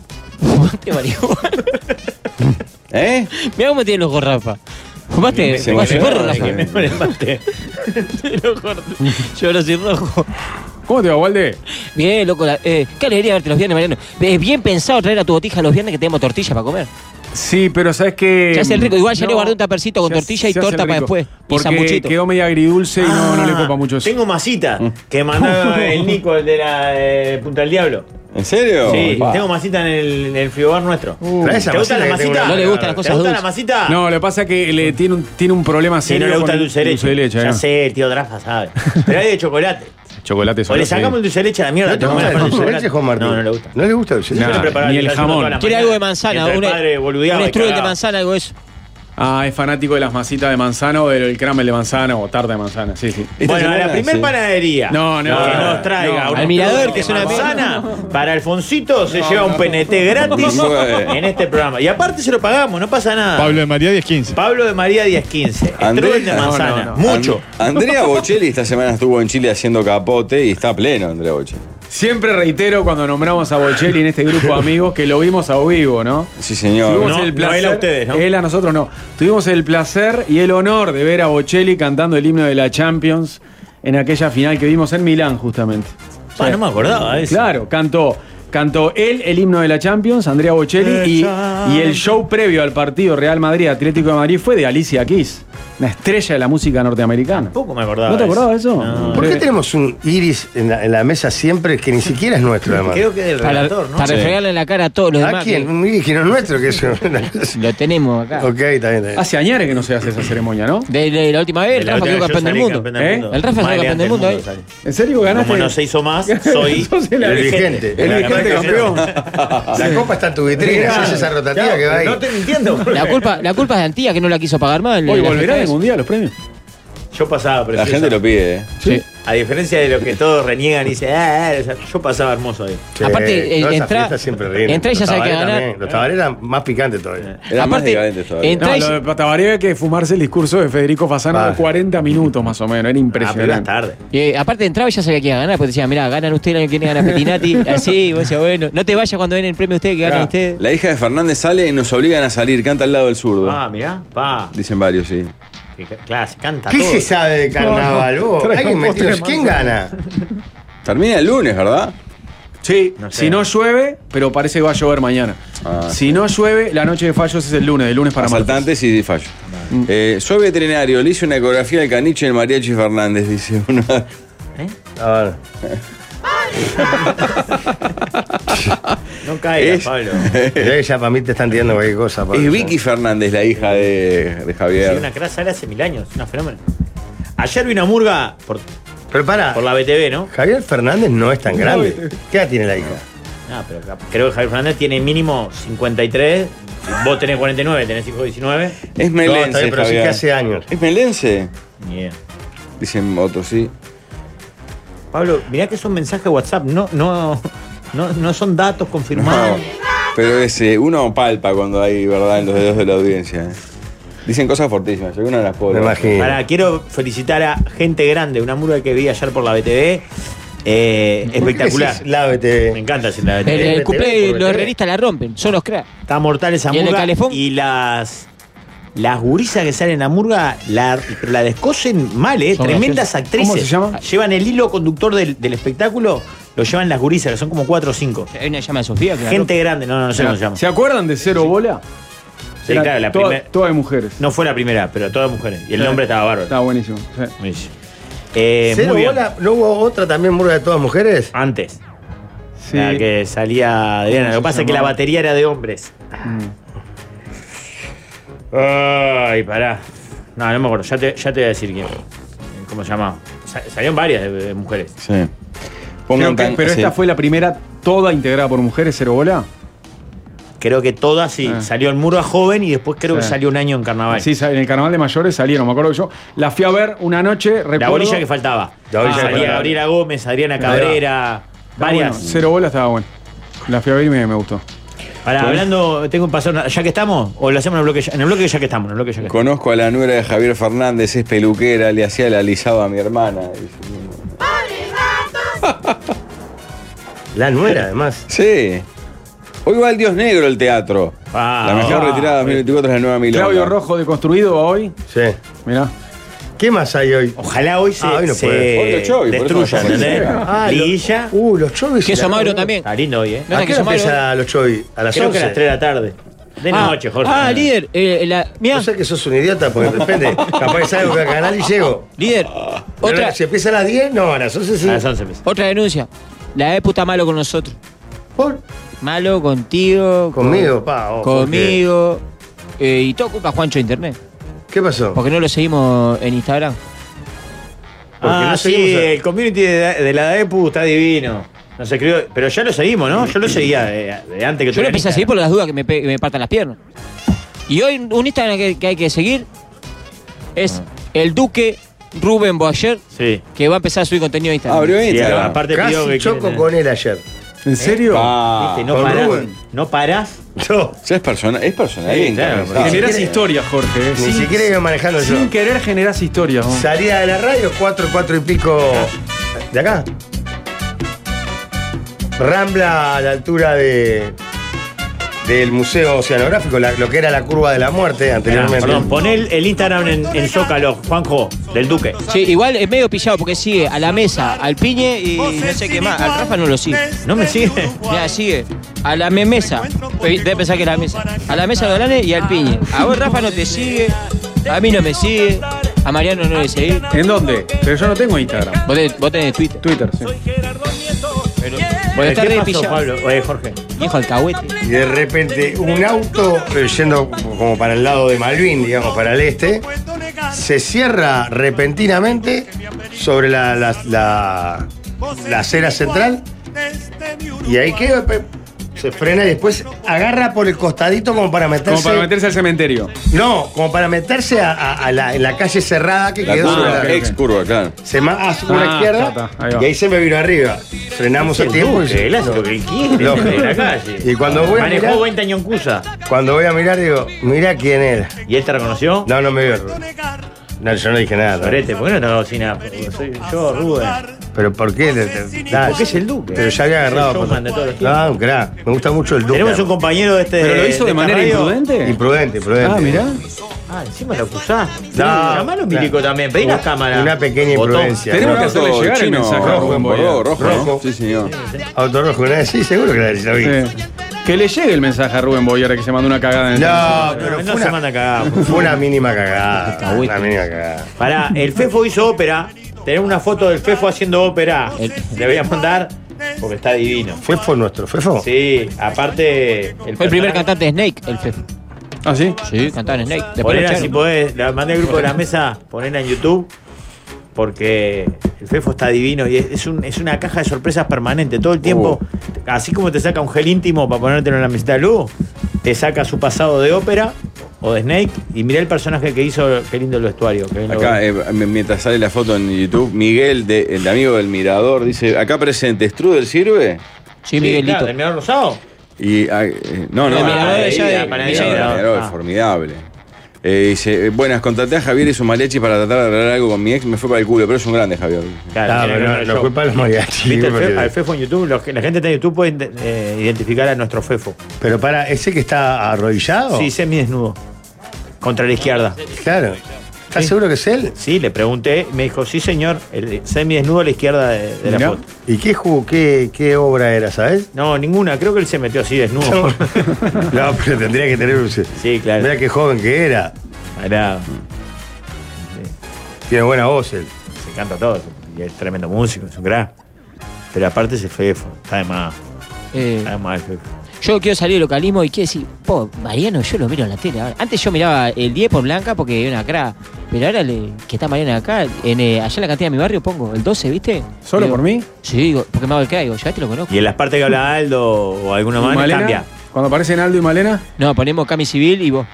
Speaker 7: (laughs) Fumaste marihuana.
Speaker 5: ¿Eh?
Speaker 7: Mirá cómo tiene los ojos, Rafa. Fumaste,
Speaker 5: Se
Speaker 7: fumaste
Speaker 5: emocionó,
Speaker 7: porro,
Speaker 5: eh,
Speaker 7: Rafa.
Speaker 5: que me-
Speaker 4: No le mate.
Speaker 7: Tiene los ojos- Yo ahora soy rojo.
Speaker 3: ¿Cómo te va, Walde?
Speaker 7: Bien, loco. la- eh, qué alegría verte los viernes, Mariano. Es bien pensado traer a tu botija los viernes que tenemos tortilla para comer.
Speaker 3: Sí, pero sabes que.
Speaker 7: Se hace el rico. Igual ya
Speaker 3: No,
Speaker 7: le guardé un tapercito con
Speaker 3: se hace-
Speaker 7: tortilla y
Speaker 3: se hace el
Speaker 7: torta para
Speaker 3: rico.
Speaker 7: después. Y
Speaker 3: Porque
Speaker 7: sanguchito. Ah.
Speaker 3: quedó media agridulce y no, no le copa mucho eso.
Speaker 4: Tengo masita
Speaker 3: (laughs)
Speaker 4: que mandó el Nico, el de la eh, Punta del Diablo.
Speaker 5: ¿En serio?
Speaker 4: Sí,
Speaker 5: Pa.
Speaker 4: tengo masita en el, en el frigobar nuestro.
Speaker 7: Uh.
Speaker 2: Trae esa
Speaker 4: ¿Te gusta
Speaker 2: masita
Speaker 4: la
Speaker 2: que tengo
Speaker 4: masita?
Speaker 2: una-
Speaker 7: No le gustan las
Speaker 4: ¿Te
Speaker 7: cosas
Speaker 4: gusta la
Speaker 7: dulces.
Speaker 3: (laughs)
Speaker 4: masita?
Speaker 3: No, lo que pasa es que le tiene un, tiene un problema
Speaker 4: Si
Speaker 3: serio.
Speaker 4: no le gusta
Speaker 3: con
Speaker 4: el dulce de leche.
Speaker 3: ¿no?
Speaker 4: ya sé, tío Drafa sabe. Pero hay de chocolate.
Speaker 3: Chocolate
Speaker 4: O
Speaker 3: solo,
Speaker 4: le
Speaker 3: ¿eh? sí.
Speaker 4: sacamos el dulce de leche a la mierda.
Speaker 2: ¿No te
Speaker 4: tomamos
Speaker 2: gusta
Speaker 4: la
Speaker 2: el dulce de
Speaker 4: chocolate.
Speaker 2: leche, Juan Martín?
Speaker 4: No, no le gusta.
Speaker 2: ¿No le gusta el dulce de
Speaker 3: Nah.
Speaker 2: leche?
Speaker 4: Siempre preparaba
Speaker 3: ni el
Speaker 4: desayuno
Speaker 3: jamón.
Speaker 4: toda la
Speaker 7: Quiere
Speaker 4: mañana,
Speaker 7: algo de manzana,
Speaker 4: mientras el
Speaker 7: un,
Speaker 4: padre boludeaba
Speaker 7: un
Speaker 4: y
Speaker 7: strudel de
Speaker 4: cagaba.
Speaker 7: manzana, algo de eso.
Speaker 3: Ah, es fanático de las masitas de manzana o del crame de manzana o tarta de manzana. Sí, sí.
Speaker 5: Esta
Speaker 4: Bueno, a la
Speaker 5: semana,
Speaker 4: primer
Speaker 5: sí.
Speaker 4: panadería
Speaker 3: No, no,
Speaker 4: que
Speaker 3: no,
Speaker 4: nos traiga
Speaker 3: no.
Speaker 4: un
Speaker 7: Al Mirador, que es una
Speaker 4: manzana para Alfonsito se lleva un
Speaker 7: (laughs)
Speaker 4: PNT gratis
Speaker 5: Bueno.
Speaker 4: en este programa. Y aparte se lo pagamos, no pasa nada.
Speaker 6: Pablo de María 1015.
Speaker 4: Pablo de María 1015, strudel de
Speaker 5: Andrés-
Speaker 4: manzana,
Speaker 3: No, no,
Speaker 4: mucho.
Speaker 5: And- Andrea Bocelli esta semana estuvo en Chile haciendo capote y está pleno Andrea Bocelli.
Speaker 3: Siempre reitero cuando nombramos a Bocelli en este grupo de amigos que lo vimos a vivo, ¿no?
Speaker 5: Sí, señor.
Speaker 3: Tuvimos
Speaker 4: No,
Speaker 3: el
Speaker 4: no,
Speaker 3: placer,
Speaker 4: él a ustedes, ¿no?
Speaker 3: Él a nosotros no. Tuvimos el placer y el honor de ver a Bocelli cantando el himno de la Champions en aquella final que vimos en Milán, justamente.
Speaker 4: Ah, no me acordaba de eso.
Speaker 3: Claro, cantó, cantó él el himno de la Champions, Andrea Bocelli, y, y el show previo al partido Real Madrid-Atlético de Madrid fue de Alicia Keys, una estrella de la música norteamericana.
Speaker 4: Tampoco me acordaba.
Speaker 3: ¿No te acordabas de eso?
Speaker 4: No.
Speaker 2: ¿Por qué tenemos un iris en la, en la mesa siempre que ni siquiera es nuestro, además?
Speaker 4: Creo que del
Speaker 7: Para,
Speaker 4: relator, ¿no?
Speaker 7: para
Speaker 5: Sí.
Speaker 7: refregarle en la cara a todos los
Speaker 2: ¿A
Speaker 7: demás.
Speaker 2: quién? Un iris que no es nuestro, que es una cosa.
Speaker 7: que Lo tenemos acá.
Speaker 2: Ok, está bien, está bien.
Speaker 3: Hace años que no se hace esa ceremonia, ¿no?
Speaker 7: De, de la última vez,
Speaker 4: De
Speaker 7: el
Speaker 4: la
Speaker 7: Rafa
Speaker 4: última
Speaker 7: quedó
Speaker 4: vez yo
Speaker 7: campeón del
Speaker 4: salí
Speaker 7: mundo.
Speaker 4: campeón del
Speaker 3: ¿Eh?
Speaker 4: mundo.
Speaker 7: El Rafa
Speaker 4: Más
Speaker 7: salió campeón
Speaker 4: elegante
Speaker 7: del mundo, ¿eh?
Speaker 4: salí.
Speaker 3: ¿En serio ganaste?
Speaker 4: Como no se hizo más, soy
Speaker 3: Sos el
Speaker 2: El
Speaker 3: dirigente.
Speaker 2: dirigente.
Speaker 3: El dirigente campeón.
Speaker 2: La copa está en tu vitrina, si es esa rotativa que va ahí.
Speaker 4: No te entiendo.
Speaker 7: La culpa, la culpa es de Antía que no la quiso pagar mal.
Speaker 3: Hoy
Speaker 7: La
Speaker 3: volverá
Speaker 7: jefa
Speaker 3: de
Speaker 7: es-
Speaker 3: mundial los premios.
Speaker 4: Yo pasaba, pero
Speaker 5: La
Speaker 4: sí,
Speaker 5: gente
Speaker 4: esa-
Speaker 5: lo pide, ¿eh?
Speaker 7: Sí.
Speaker 4: A diferencia de lo que todos reniegan y dicen, ah, ah", o sea, yo pasaba hermoso ahí.
Speaker 2: Sí,
Speaker 7: Aparte, eh,
Speaker 2: todas esas
Speaker 7: entra-
Speaker 2: fiestas siempre rinden.
Speaker 7: entra y ya
Speaker 2: Los
Speaker 7: sabe que
Speaker 2: tabarelas
Speaker 7: ganar.
Speaker 2: también, Los tabarelas más picantes todavía.
Speaker 5: Era más
Speaker 7: Aparte,
Speaker 5: decadente todavía.
Speaker 7: en-
Speaker 3: No,
Speaker 7: Traes-
Speaker 3: lo de Patabaré hay que fumarse el discurso de Federico Fasano
Speaker 2: Ah.
Speaker 3: de 40 minutos más o menos. Era
Speaker 4: Ah, pero era
Speaker 3: impresionante.
Speaker 4: tarde.
Speaker 7: Y, eh, aparte entraba y ya sabía que iba a ganar, porque decía, mirá, ganan ustedes el año que viene, gana Petinati, así, vos decías, bueno, no te vayas cuando den el premio ustedes, que ganan
Speaker 3: Claro.
Speaker 7: ustedes.
Speaker 5: La hija de Fernández sale y nos obligan a salir, canta al lado del zurdo.
Speaker 4: Ah, mirá, pa.
Speaker 5: Dicen varios, sí.
Speaker 4: que claro, se canta
Speaker 2: ¿Qué
Speaker 4: todo.
Speaker 2: se sabe de carnaval?
Speaker 3: No, no,
Speaker 2: vos?
Speaker 3: traigo
Speaker 2: ¿Alguien
Speaker 3: postre
Speaker 2: metido?
Speaker 3: de
Speaker 2: ¿Quién gana?
Speaker 5: Termina el lunes, ¿verdad?
Speaker 3: Sí,
Speaker 4: No sé.
Speaker 3: si no llueve, pero parece que va a llover mañana.
Speaker 5: Ah,
Speaker 3: si no llueve, la noche de fallos es el lunes, de lunes para martes.
Speaker 5: Asaltantes y fallo. Eh, soy veterinario, le hice una ecografía al caniche del mariachi Fernández, dice una.
Speaker 2: A ver.
Speaker 4: No caiga,
Speaker 5: Es-
Speaker 4: Pablo.
Speaker 2: Mirá que ya para mí te están tirando cualquier cosa. Pablo.
Speaker 5: Es Vicky Fernández, la hija de,
Speaker 4: Sí,
Speaker 5: de Javier.
Speaker 4: una crasa era hace mil años, una fenómeno. Ah. Ayer vi una murga por,
Speaker 2: Pero pará,
Speaker 4: por la BTV, ¿no?
Speaker 2: Javier Fernández no es tan grande. ¿Qué edad tiene la hija?
Speaker 4: Ah, pero cap- creo que Javier Fernández tiene mínimo 53. Vos tenés 49, tenés hijo 19.
Speaker 5: Es
Speaker 2: No, está
Speaker 5: melense,
Speaker 2: bien, pero sí
Speaker 5: Javier.
Speaker 2: que hace años.
Speaker 5: ¿Es melense?
Speaker 4: Ni idea.
Speaker 5: Dicen otros, sí.
Speaker 4: Pablo, mirá que son mensajes de WhatsApp, no, no, no, no son datos
Speaker 5: No,
Speaker 4: confirmados.
Speaker 5: pero ese, uno palpa cuando hay verdad en los dedos de la audiencia. ¿eh? Dicen cosas fortísimas, yo que no las puedo.
Speaker 2: Me
Speaker 5: leer.
Speaker 2: imagino.
Speaker 4: Pará, quiero felicitar a gente grande, una murga que vi ayer por la BTV. eh,
Speaker 2: ¿Por qué
Speaker 4: espectacular.
Speaker 2: decís La
Speaker 4: Me
Speaker 2: BTV?
Speaker 4: encanta decir la
Speaker 7: El,
Speaker 4: BTV.
Speaker 7: el cuplé,
Speaker 2: por
Speaker 7: los
Speaker 2: BTV.
Speaker 7: revistas la rompen, son los cracks.
Speaker 4: Está mortal esa
Speaker 7: ¿Y el de
Speaker 4: murga.
Speaker 7: Calefón?
Speaker 4: Y las. Las gurisas que salen en la murga la, pero la descosen mal, ¿eh?
Speaker 7: Son
Speaker 4: Tremendas actrices.
Speaker 3: ¿Cómo se llama?
Speaker 4: Llevan el hilo conductor del, del espectáculo, lo llevan las gurisas, que son como cuatro o cinco.
Speaker 7: Hay una que se llama Sofía que la
Speaker 4: Gente grande, no, no, no sé cómo se llama.
Speaker 3: ¿Se acuerdan de Cero Bola?
Speaker 4: Sí,
Speaker 3: Era
Speaker 4: claro, la
Speaker 3: toda,
Speaker 4: primer-
Speaker 3: toda de mujeres.
Speaker 4: No fue la primera, pero todas mujeres. Y el
Speaker 3: Sí.
Speaker 4: nombre estaba bárbaro.
Speaker 3: Está buenísimo. sí.
Speaker 4: Eh,
Speaker 2: ¿Cero
Speaker 4: muy bien.
Speaker 2: bola? ¿No hubo otra también murga de todas mujeres?
Speaker 4: Antes.
Speaker 3: Sí.
Speaker 4: La que salía Adriana. Lo que
Speaker 3: se
Speaker 4: pasa es que la
Speaker 3: llamaba?
Speaker 4: batería era de hombres. Mm. Ay, pará. No, no me acuerdo. Ya te, ya te voy a decir quién. ¿Cómo se llamaba? Sa- Salieron varias de, de mujeres.
Speaker 5: Sí.
Speaker 3: Creo
Speaker 5: Pongan
Speaker 3: que-
Speaker 5: tan-
Speaker 3: pero
Speaker 5: sí.
Speaker 3: esta fue la primera toda integrada por mujeres, Cero Bola.
Speaker 4: Creo que todas sí.
Speaker 3: Ah.
Speaker 4: Salió en Murga Joven y después creo que
Speaker 3: Sí.
Speaker 4: salió un año en Carnaval.
Speaker 3: Sí, en el carnaval de mayores salieron, me acuerdo que yo. La fui a ver una noche, recuerdo.
Speaker 4: la orilla que faltaba. Ah,
Speaker 2: La orilla que
Speaker 4: salía
Speaker 2: faltaba.
Speaker 4: Gabriela Gómez, Adriana
Speaker 3: Ahí va.
Speaker 4: Cabrera,
Speaker 3: Estaba
Speaker 4: varias.
Speaker 3: bueno, Cero Bola estaba bueno. La fui a ver y me, me gustó.
Speaker 4: Pará, hablando, tengo un paso. ¿Ya que estamos? ¿O lo hacemos en el bloque ya, en el bloque ya que estamos? En el bloque ya que estamos.
Speaker 5: Conozco a la nuera de Javier Fernández, es peluquera, le hacía el alisado a mi hermana.
Speaker 2: La nuera, además.
Speaker 5: Sí. Hoy va el Dios Negro al teatro.
Speaker 4: Ah,
Speaker 5: la mejor
Speaker 4: ah,
Speaker 5: retirada 2024 es la nueva Milonga.
Speaker 3: Claudio Rojo de Construido va hoy.
Speaker 2: Sí.
Speaker 3: Mirá.
Speaker 2: ¿Qué más hay hoy?
Speaker 4: Ojalá hoy se,
Speaker 2: Ah, hoy no
Speaker 4: se
Speaker 2: puede.
Speaker 5: Hoy los chovis, por eso
Speaker 4: destruya,
Speaker 5: no
Speaker 4: ¿entendés?
Speaker 5: puede.
Speaker 2: Ah, lo-
Speaker 4: Liguilla.
Speaker 2: Uh, los chovis.
Speaker 7: Queso
Speaker 2: La-
Speaker 7: magro también.
Speaker 4: Está lindo hoy, ¿eh?
Speaker 7: No,
Speaker 2: ¿A qué hora
Speaker 7: Queso magro.
Speaker 2: empieza los chovis? ¿A las
Speaker 4: Creo que a las
Speaker 2: 11?
Speaker 4: 3 de la tarde. De
Speaker 7: Ah,
Speaker 4: noche, Jorge.
Speaker 7: Ah, líder, eh, la, mirá,
Speaker 2: No sé que sos un idiota, porque depende. Capaz que salgo al canal y llego.
Speaker 7: líder,
Speaker 2: Pero
Speaker 7: otra,
Speaker 2: Si empieza a las 10, no, a las 11 sí.
Speaker 4: A las 11 meses.
Speaker 7: otra denuncia. La E puta malo con nosotros.
Speaker 2: Por-
Speaker 7: Malo contigo. con-
Speaker 2: Conmigo, pa. oh,
Speaker 7: conmigo. eh, y todo culpa Juancho de Internet.
Speaker 2: Jorge. ¿Qué pasó?
Speaker 7: Porque no lo seguimos en Instagram.
Speaker 2: Porque
Speaker 4: Ah,
Speaker 2: no
Speaker 4: sí,
Speaker 2: seguimos a-
Speaker 4: el community de, de la DEPU está divino. Nos escribió, pero ya lo seguimos, ¿no? Yo lo seguía de, de antes que
Speaker 7: Yo lo
Speaker 4: tuviera
Speaker 7: empecé a seguir por las dudas que me, pe- que me partan las piernas. Y hoy un Instagram que, que hay que seguir es el Duque Rubén Boyer,
Speaker 4: Sí.
Speaker 7: que va a empezar a subir contenido a Instagram.
Speaker 5: Abrió
Speaker 4: Y
Speaker 5: Instagram.
Speaker 4: aparte pidió
Speaker 2: Casi
Speaker 4: que
Speaker 2: choco
Speaker 4: quieren-
Speaker 2: con él ayer.
Speaker 3: ¿En serio?
Speaker 5: Ah,
Speaker 4: Viste, no
Speaker 2: con
Speaker 4: parás.
Speaker 2: Rubén.
Speaker 4: No parás.
Speaker 2: No.
Speaker 5: ya es personal, es personal.
Speaker 4: Sí,
Speaker 5: bien
Speaker 4: claro,
Speaker 5: encarnizado.
Speaker 2: porque-
Speaker 3: Generás
Speaker 2: siquiera-
Speaker 3: historia, Jorge. eh.
Speaker 2: Ni
Speaker 3: Sin-
Speaker 2: siquiera iba manejando yo.
Speaker 3: Sin querer generás historia. vos.
Speaker 2: Salida de la radio, 4, 4 y pico de acá. Rambla a la altura de del Museo Oceanográfico, la- lo que era la curva de la muerte
Speaker 4: Pará,
Speaker 2: anteriormente.
Speaker 4: Perdón, pon el, el Instagram en, en Zócalo, Juanjo, del Duque.
Speaker 7: Sí, igual es medio pillado porque sigue a la mesa, al piñe y no sé qué más. Al Rafa no lo sigue.
Speaker 4: ¿No me sigue?
Speaker 7: Mira, sigue. A la memesa. Pe- Debe pensar que es la mesa. A la mesa de Olanes y al piñe. A vos Rafa no te sigue. A mí no me sigue. A Mariano no le sigue.
Speaker 3: ¿En dónde? Pero yo no tengo Instagram.
Speaker 7: Vos, te- vos tenés Twitter.
Speaker 3: Twitter, sí.
Speaker 7: Vos
Speaker 4: ¿Qué
Speaker 7: estás re
Speaker 4: pasó,
Speaker 7: pillado.
Speaker 4: Pablo? Oye, Jorge.
Speaker 7: Viejo alcahuete.
Speaker 2: Y de repente un auto, eh, yendo como para el lado de Malvin, digamos, para el este, se cierra repentinamente sobre la, la, la- la acera central y ahí queda, pe- se frena y después agarra por el costadito como para meterse.
Speaker 3: Como para meterse al cementerio.
Speaker 2: No, como para meterse a, a- a la, en la calle cerrada que
Speaker 5: La
Speaker 2: quedó
Speaker 5: curva,
Speaker 2: sobre
Speaker 3: Ah,
Speaker 2: la-
Speaker 3: ok.
Speaker 5: ex curva, claro.
Speaker 2: Se ma- hace una
Speaker 3: Ah,
Speaker 2: izquierda
Speaker 3: ta, ta, ahí va.
Speaker 2: y ahí se me vino arriba. Frenamos a tiempo. y-
Speaker 4: Duque, él hace lo que él quiere
Speaker 2: Lo-
Speaker 4: en la calle.
Speaker 2: Y cuando voy a
Speaker 4: Manejó
Speaker 2: mirar-
Speaker 4: 20 años en Cusa.
Speaker 2: Cuando voy a mirar digo, mirá quién era.
Speaker 4: ¿Y él te reconoció?
Speaker 2: No, no me vio. No, yo no dije nada.
Speaker 4: Sorete, ¿por qué no te cocina? Soy yo, Rubén.
Speaker 2: ¿Pero por qué? Le- te- da,
Speaker 4: Porque es el Duque.
Speaker 2: Pero ya había
Speaker 4: Es el
Speaker 2: agarrado.
Speaker 4: showman de todos los tiempos.
Speaker 2: Ah, un crack. Me gusta mucho el Duque.
Speaker 4: Tenemos un compañero de este.
Speaker 3: ¿Pero lo hizo Eh, de
Speaker 4: esta
Speaker 3: manera
Speaker 4: radio.
Speaker 3: imprudente?
Speaker 2: Imprudente, imprudente.
Speaker 3: Ah, mirá.
Speaker 4: Ah, encima lo acusás.
Speaker 2: No.
Speaker 4: Llamalo milico también, pedí las cámaras.
Speaker 2: Una pequeña
Speaker 4: Botón.
Speaker 2: imprudencia.
Speaker 5: Tenemos que hacerle
Speaker 3: Rojo,
Speaker 5: llegar el
Speaker 3: chino,
Speaker 5: mensaje a
Speaker 2: rojo,
Speaker 5: Rubén
Speaker 2: Boya.
Speaker 5: Bordeaux, rojo, ¿no?
Speaker 2: Rojo.
Speaker 5: Sí, señor.
Speaker 2: Auto rojo, ¿no? sí, seguro que la lo vi.
Speaker 3: Eh, Que le llegue el mensaje a Rubén Boyer que se mandó una cagada en el
Speaker 2: No,
Speaker 4: Pero
Speaker 2: pero
Speaker 4: no
Speaker 2: fue
Speaker 4: se
Speaker 2: una,
Speaker 4: manda cagada.
Speaker 2: fue una mínima
Speaker 4: (laughs)
Speaker 2: cagada. Una mínima cagada.
Speaker 4: Pará, el Fefo hizo ópera. Tenemos una foto del Fefo haciendo ópera. Le voy a mandar porque está divino.
Speaker 2: ¿Fefo nuestro? ¿Fefo?
Speaker 4: Sí, aparte.
Speaker 7: Fue el primer cantante de Snake, el Fefo.
Speaker 3: ¿Ah, sí?
Speaker 7: Sí. Cantaba en Snake. Después lo
Speaker 4: Ponela
Speaker 7: echaron.
Speaker 4: si podés, la mandé al grupo de la mesa, ponela en YouTube, porque el Fefo está divino y es, es un- es una caja de sorpresas permanente. Todo el tiempo, así como te saca un gel íntimo para ponértelo en la mesita de luz, te saca su pasado de ópera o de Snake y mirá el personaje que hizo, qué lindo el vestuario. qué lindo-
Speaker 5: Acá, eh, m- mientras sale la foto en YouTube, Miguel, de- el amigo del Mirador, dice: Acá presente, ¿Strudel sirve?
Speaker 7: Sí,
Speaker 4: Sí,
Speaker 7: Miguelito.
Speaker 4: claro, ¿El mirador rosado?
Speaker 5: Y, ah, eh, no, no,
Speaker 7: El Mirador
Speaker 5: ah,
Speaker 7: de allá
Speaker 5: ahí,
Speaker 7: de-
Speaker 5: el Mirador,
Speaker 7: de-
Speaker 5: el Mirador,
Speaker 4: ah.
Speaker 5: formidable. Eh, dice: eh, Buenas, contraté a Javier y su malechi para tratar de arreglar algo con mi ex. Me fue para el culo, pero es un grande, Javier.
Speaker 2: No,
Speaker 4: Claro, mirá,
Speaker 2: Ah, pero
Speaker 4: mirá
Speaker 2: no,
Speaker 4: el
Speaker 2: no
Speaker 4: show.
Speaker 2: culpa de los mariachis.
Speaker 4: Viste, el Fefo, al
Speaker 2: porque-
Speaker 4: Fefo en YouTube, los que- la gente de YouTube puede inde- eh, identificar a nuestro Fefo.
Speaker 2: Pero para, ¿ese que está arrodillado?
Speaker 4: Sí, semidesnudo. Contra la izquierda.
Speaker 2: Claro. ¿Estás
Speaker 4: Sí.
Speaker 2: seguro que es él?
Speaker 4: Sí, le pregunté, me dijo, sí señor, el semidesnudo a la izquierda de, de la
Speaker 3: Mirá.
Speaker 4: foto.
Speaker 2: ¿Y qué, ju- qué, qué obra era,
Speaker 4: (laughs)
Speaker 2: sabes?
Speaker 4: No, ninguna, creo que él se metió así
Speaker 2: No,
Speaker 3: (laughs)
Speaker 4: desnudo.
Speaker 2: pero tendría que tener un...
Speaker 4: Sí, claro.
Speaker 2: Mira qué joven que era.
Speaker 4: Era-
Speaker 2: Tiene buena voz él.
Speaker 4: se canta todo, y es tremendo músico, es un gran. Pero aparte ese fefo, está de más,
Speaker 7: Eh,
Speaker 4: está de más el fefo.
Speaker 7: Yo quiero salir del localismo y quiero decir, po, Mariano, yo lo miro en la tele ahora. Antes yo miraba el 10 por Blanca porque era una cra. Pero ahora le- que está Mariano acá, en, eh, allá en la cantina de mi barrio pongo el 12, ¿viste?
Speaker 3: ¿Solo
Speaker 7: Digo,
Speaker 3: por mí?
Speaker 7: Sí, digo, porque me hago el cra, digo, ya te lo conozco.
Speaker 4: Y en las partes que habla Aldo o alguna
Speaker 3: ¿Y
Speaker 4: mano
Speaker 3: Malena?
Speaker 4: cambia.
Speaker 3: Cuando aparecen Aldo y Malena,
Speaker 7: No, ponemos Cami Civil y vos.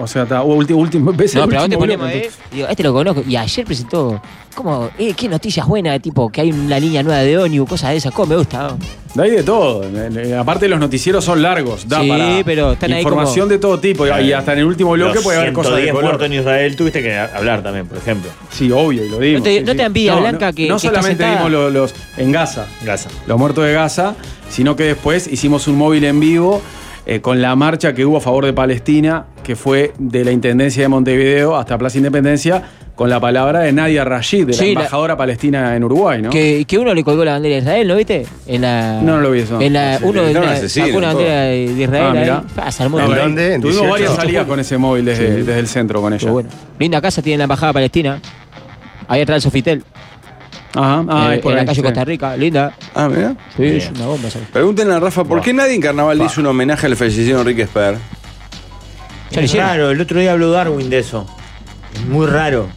Speaker 3: o sea, está último, último (laughs) ves el
Speaker 7: No, pero a vos te
Speaker 3: último
Speaker 7: ponemos,
Speaker 3: bloque,
Speaker 7: eh, digo, este lo conozco. Y ayer presentó, como, eh, qué noticias buenas, tipo, que hay una línea nueva de Onyu, cosas de esas, como me gusta. ¿no?
Speaker 3: De ahí de todo. Eh, eh, Aparte los noticieros son largos. Da
Speaker 7: Sí,
Speaker 3: para
Speaker 7: pero están ahí
Speaker 3: información
Speaker 7: como-
Speaker 3: de todo tipo. Y, y hasta en el último bloque
Speaker 4: Los
Speaker 3: puede haber cosas de
Speaker 4: 110
Speaker 3: color.
Speaker 4: muertos en Israel tuviste que hablar también, por ejemplo.
Speaker 3: Sí, obvio, y lo dimos.
Speaker 7: No te-
Speaker 3: sí,
Speaker 7: no te
Speaker 3: sí.
Speaker 7: envidia, Blanca, que-
Speaker 3: No
Speaker 7: que está
Speaker 3: solamente
Speaker 7: sentada.
Speaker 3: dimos los, los- en Gaza,
Speaker 4: Gaza.
Speaker 3: los muertos de Gaza, sino que después hicimos un móvil en vivo eh, con la marcha que hubo a favor de Palestina, que fue de la Intendencia de Montevideo hasta Plaza Independencia, con la palabra de Nadia Rashid, de la
Speaker 7: Sí, la-
Speaker 3: embajadora palestina en Uruguay, ¿no?
Speaker 7: Que, que uno le colgó la bandera de Israel, ¿no viste? En la,
Speaker 3: No, no lo vi eso.
Speaker 7: En la,
Speaker 5: Sí,
Speaker 7: uno
Speaker 5: era un
Speaker 7: la-
Speaker 5: asesino,
Speaker 7: sacó una
Speaker 5: todo.
Speaker 7: bandera de de
Speaker 3: Ah,
Speaker 7: Israel
Speaker 3: mirá.
Speaker 7: ahí. pa, se armó
Speaker 2: ¿En
Speaker 7: una-
Speaker 2: dónde? ¿En
Speaker 3: Tuvimos
Speaker 2: 18?
Speaker 3: varias salidas con ese móvil desde, desde el centro con ella.
Speaker 7: Pero bueno. Linda casa tiene la embajada palestina. Ahí atrás el Sofitel.
Speaker 3: Ajá, ah,
Speaker 7: eh,
Speaker 3: es por
Speaker 7: en
Speaker 3: ahí,
Speaker 7: la calle
Speaker 3: sí.
Speaker 7: Costa Rica. Linda.
Speaker 5: Ah, mira.
Speaker 7: Sí, es una bomba esa.
Speaker 5: Pregúntenle a Rafa, ¿por qué nadie en carnaval le hizo un homenaje al fallecido Enrique Sper?
Speaker 7: Ya lo
Speaker 4: Es
Speaker 7: hicieron.
Speaker 4: raro, el otro día habló Darwin de eso. Es muy raro.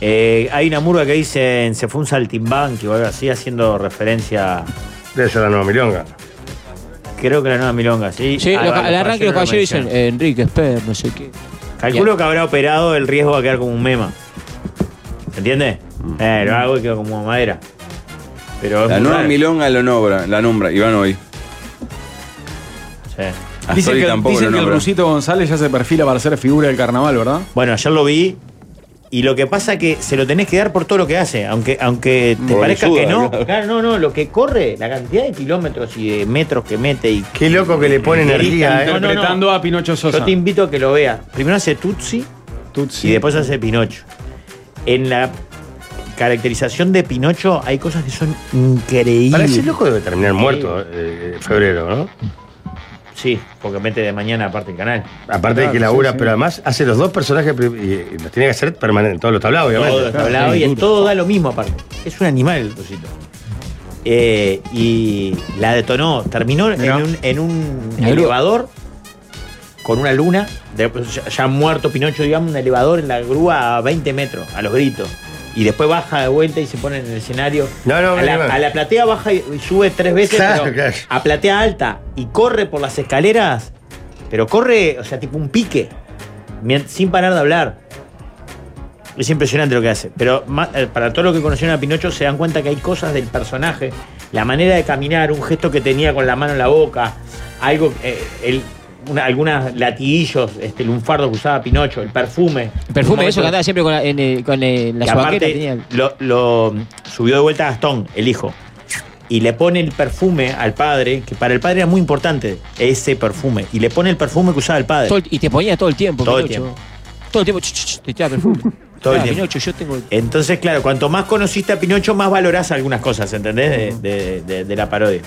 Speaker 4: Eh, hay una murga que dicen se fue un saltimbanqui o algo así, haciendo referencia.
Speaker 2: Debe ser la nueva milonga.
Speaker 4: Creo que la nueva milonga, sí.
Speaker 7: Sí,
Speaker 4: Ah,
Speaker 7: los-
Speaker 4: vale,
Speaker 7: al arranque los caballeros dicen
Speaker 4: mencionan.
Speaker 7: eh, Enrique Esper, no sé qué.
Speaker 4: Calculo que habrá operado, el riesgo va a quedar como un mema. ¿Se entiende? Eh, lo hago y quedo como madera. Pero es
Speaker 5: Mm. La
Speaker 4: muy
Speaker 5: nueva
Speaker 4: raro.
Speaker 5: Milonga lo nombra, la nombra, Iván hoy.
Speaker 4: Sí.
Speaker 5: Hasta
Speaker 3: Dicen
Speaker 5: hoy
Speaker 3: que,
Speaker 5: tampoco
Speaker 3: dicen
Speaker 5: lo
Speaker 3: que el
Speaker 5: nombra.
Speaker 3: Rusito González ya se perfila para ser figura del carnaval, ¿verdad?
Speaker 4: Bueno, ayer lo vi. Y lo que pasa que se lo tenés que dar por todo lo que hace, aunque, aunque te
Speaker 5: Por
Speaker 4: parezca
Speaker 5: suda,
Speaker 4: que no.
Speaker 5: claro.
Speaker 4: Claro, no, no, lo que corre, la cantidad de kilómetros y de metros que mete y
Speaker 2: Qué loco que le pone energía,
Speaker 4: No,
Speaker 2: ¿eh?
Speaker 4: no, no.
Speaker 3: Interpretando a Pinocho Sosa.
Speaker 4: Yo te invito a que lo veas. Primero hace Tutsi
Speaker 3: Tutsi.
Speaker 4: y después hace Pinocho. En la caracterización de Pinocho hay cosas que son
Speaker 2: ¿eh? Para ese
Speaker 4: increíbles.
Speaker 2: loco debe terminar muerto eh, en febrero, ¿no?
Speaker 4: Sí, porque mete de mañana aparte el canal.
Speaker 2: Aparte de que labura, pero además hace los dos personajes pri- y, y los tiene que hacer permanente, todos los tablados, obviamente.
Speaker 4: Todo está hablado y el todo da lo mismo aparte. Es un animal el Tutsito. Eh, y la detonó. Terminó en
Speaker 3: Mirá.
Speaker 4: un, en un
Speaker 7: Una grúa.
Speaker 4: elevador con una luna. de- ya, ya muerto Pinocho, digamos, un elevador en la grúa a 20 metros, a los gritos. Y después baja de vuelta y se pone en el escenario.
Speaker 2: No, no,
Speaker 4: a, la,
Speaker 2: no.
Speaker 4: a la platea baja y, y sube tres veces.
Speaker 2: Claro,
Speaker 4: pero
Speaker 2: claro.
Speaker 4: A platea alta y corre por las escaleras. Pero corre, o sea, tipo un pique. mien- Sin parar de hablar. Es impresionante lo que hace. Pero ma- eh, para todos los que conocieron a Pinocho se dan cuenta que hay cosas del personaje. La manera de caminar, un gesto que tenía con la mano en la boca, algo, eh, el- una- algunos latiguillos, este lunfardo que usaba Pinocho, el perfume.
Speaker 7: El perfume,
Speaker 4: Un momento
Speaker 7: eso que andaba siempre con la, en, eh, con eh, la
Speaker 4: que
Speaker 7: sobaquera.
Speaker 4: aparte
Speaker 7: tenía el-
Speaker 4: lo, lo subió de vuelta Gastón, el hijo. y le pone el perfume al padre, que para el padre era muy importante ese perfume, y le pone el perfume que usaba el padre.
Speaker 7: Todo el- y te ponía todo el tiempo.
Speaker 4: Todo el
Speaker 7: Pinocho. Todo el tiempo. ch, ch, ch, te tiraba perfume.
Speaker 4: (laughs) Todo el
Speaker 7: Ah,
Speaker 4: tiempo.
Speaker 7: Pinocho, yo tengo.
Speaker 4: Entonces, claro, cuanto más conociste a Pinocho, más valorás algunas cosas, ¿entendés? De, de- de- de la parodia.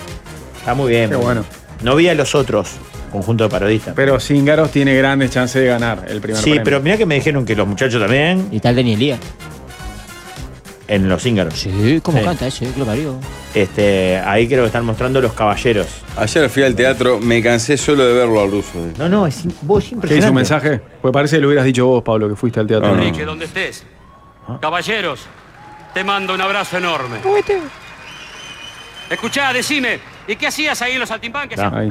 Speaker 4: Está muy bien.
Speaker 3: Qué bueno.
Speaker 4: No vi a los otros conjunto de parodistas.
Speaker 3: Pero Cíngaros tiene grandes chances de ganar el primer
Speaker 4: sí,
Speaker 3: premio.
Speaker 4: pero mirá que me dijeron que los muchachos también,
Speaker 7: Y tal Daniel Díaz.
Speaker 4: en los íngaros.
Speaker 7: Sí, cómo
Speaker 4: Sí.
Speaker 7: canta ese, que lo parió.
Speaker 4: Este, ahí creo que están mostrando los caballeros.
Speaker 5: Ayer fui al teatro, me cansé solo de verlo al ruso. eh.
Speaker 4: No, no, es, vos
Speaker 3: ¿Qué hizo un
Speaker 4: impresionante.
Speaker 3: mensaje? Pues parece que lo hubieras dicho vos, Pablo, que fuiste al teatro.
Speaker 5: No, no.
Speaker 8: Enrique, donde estés.
Speaker 4: Ah.
Speaker 8: Caballeros, te mando un abrazo enorme. Escuchá, decime, ¿y qué hacías ahí en los saltimbanques?
Speaker 4: No.
Speaker 3: Ah, Ahí.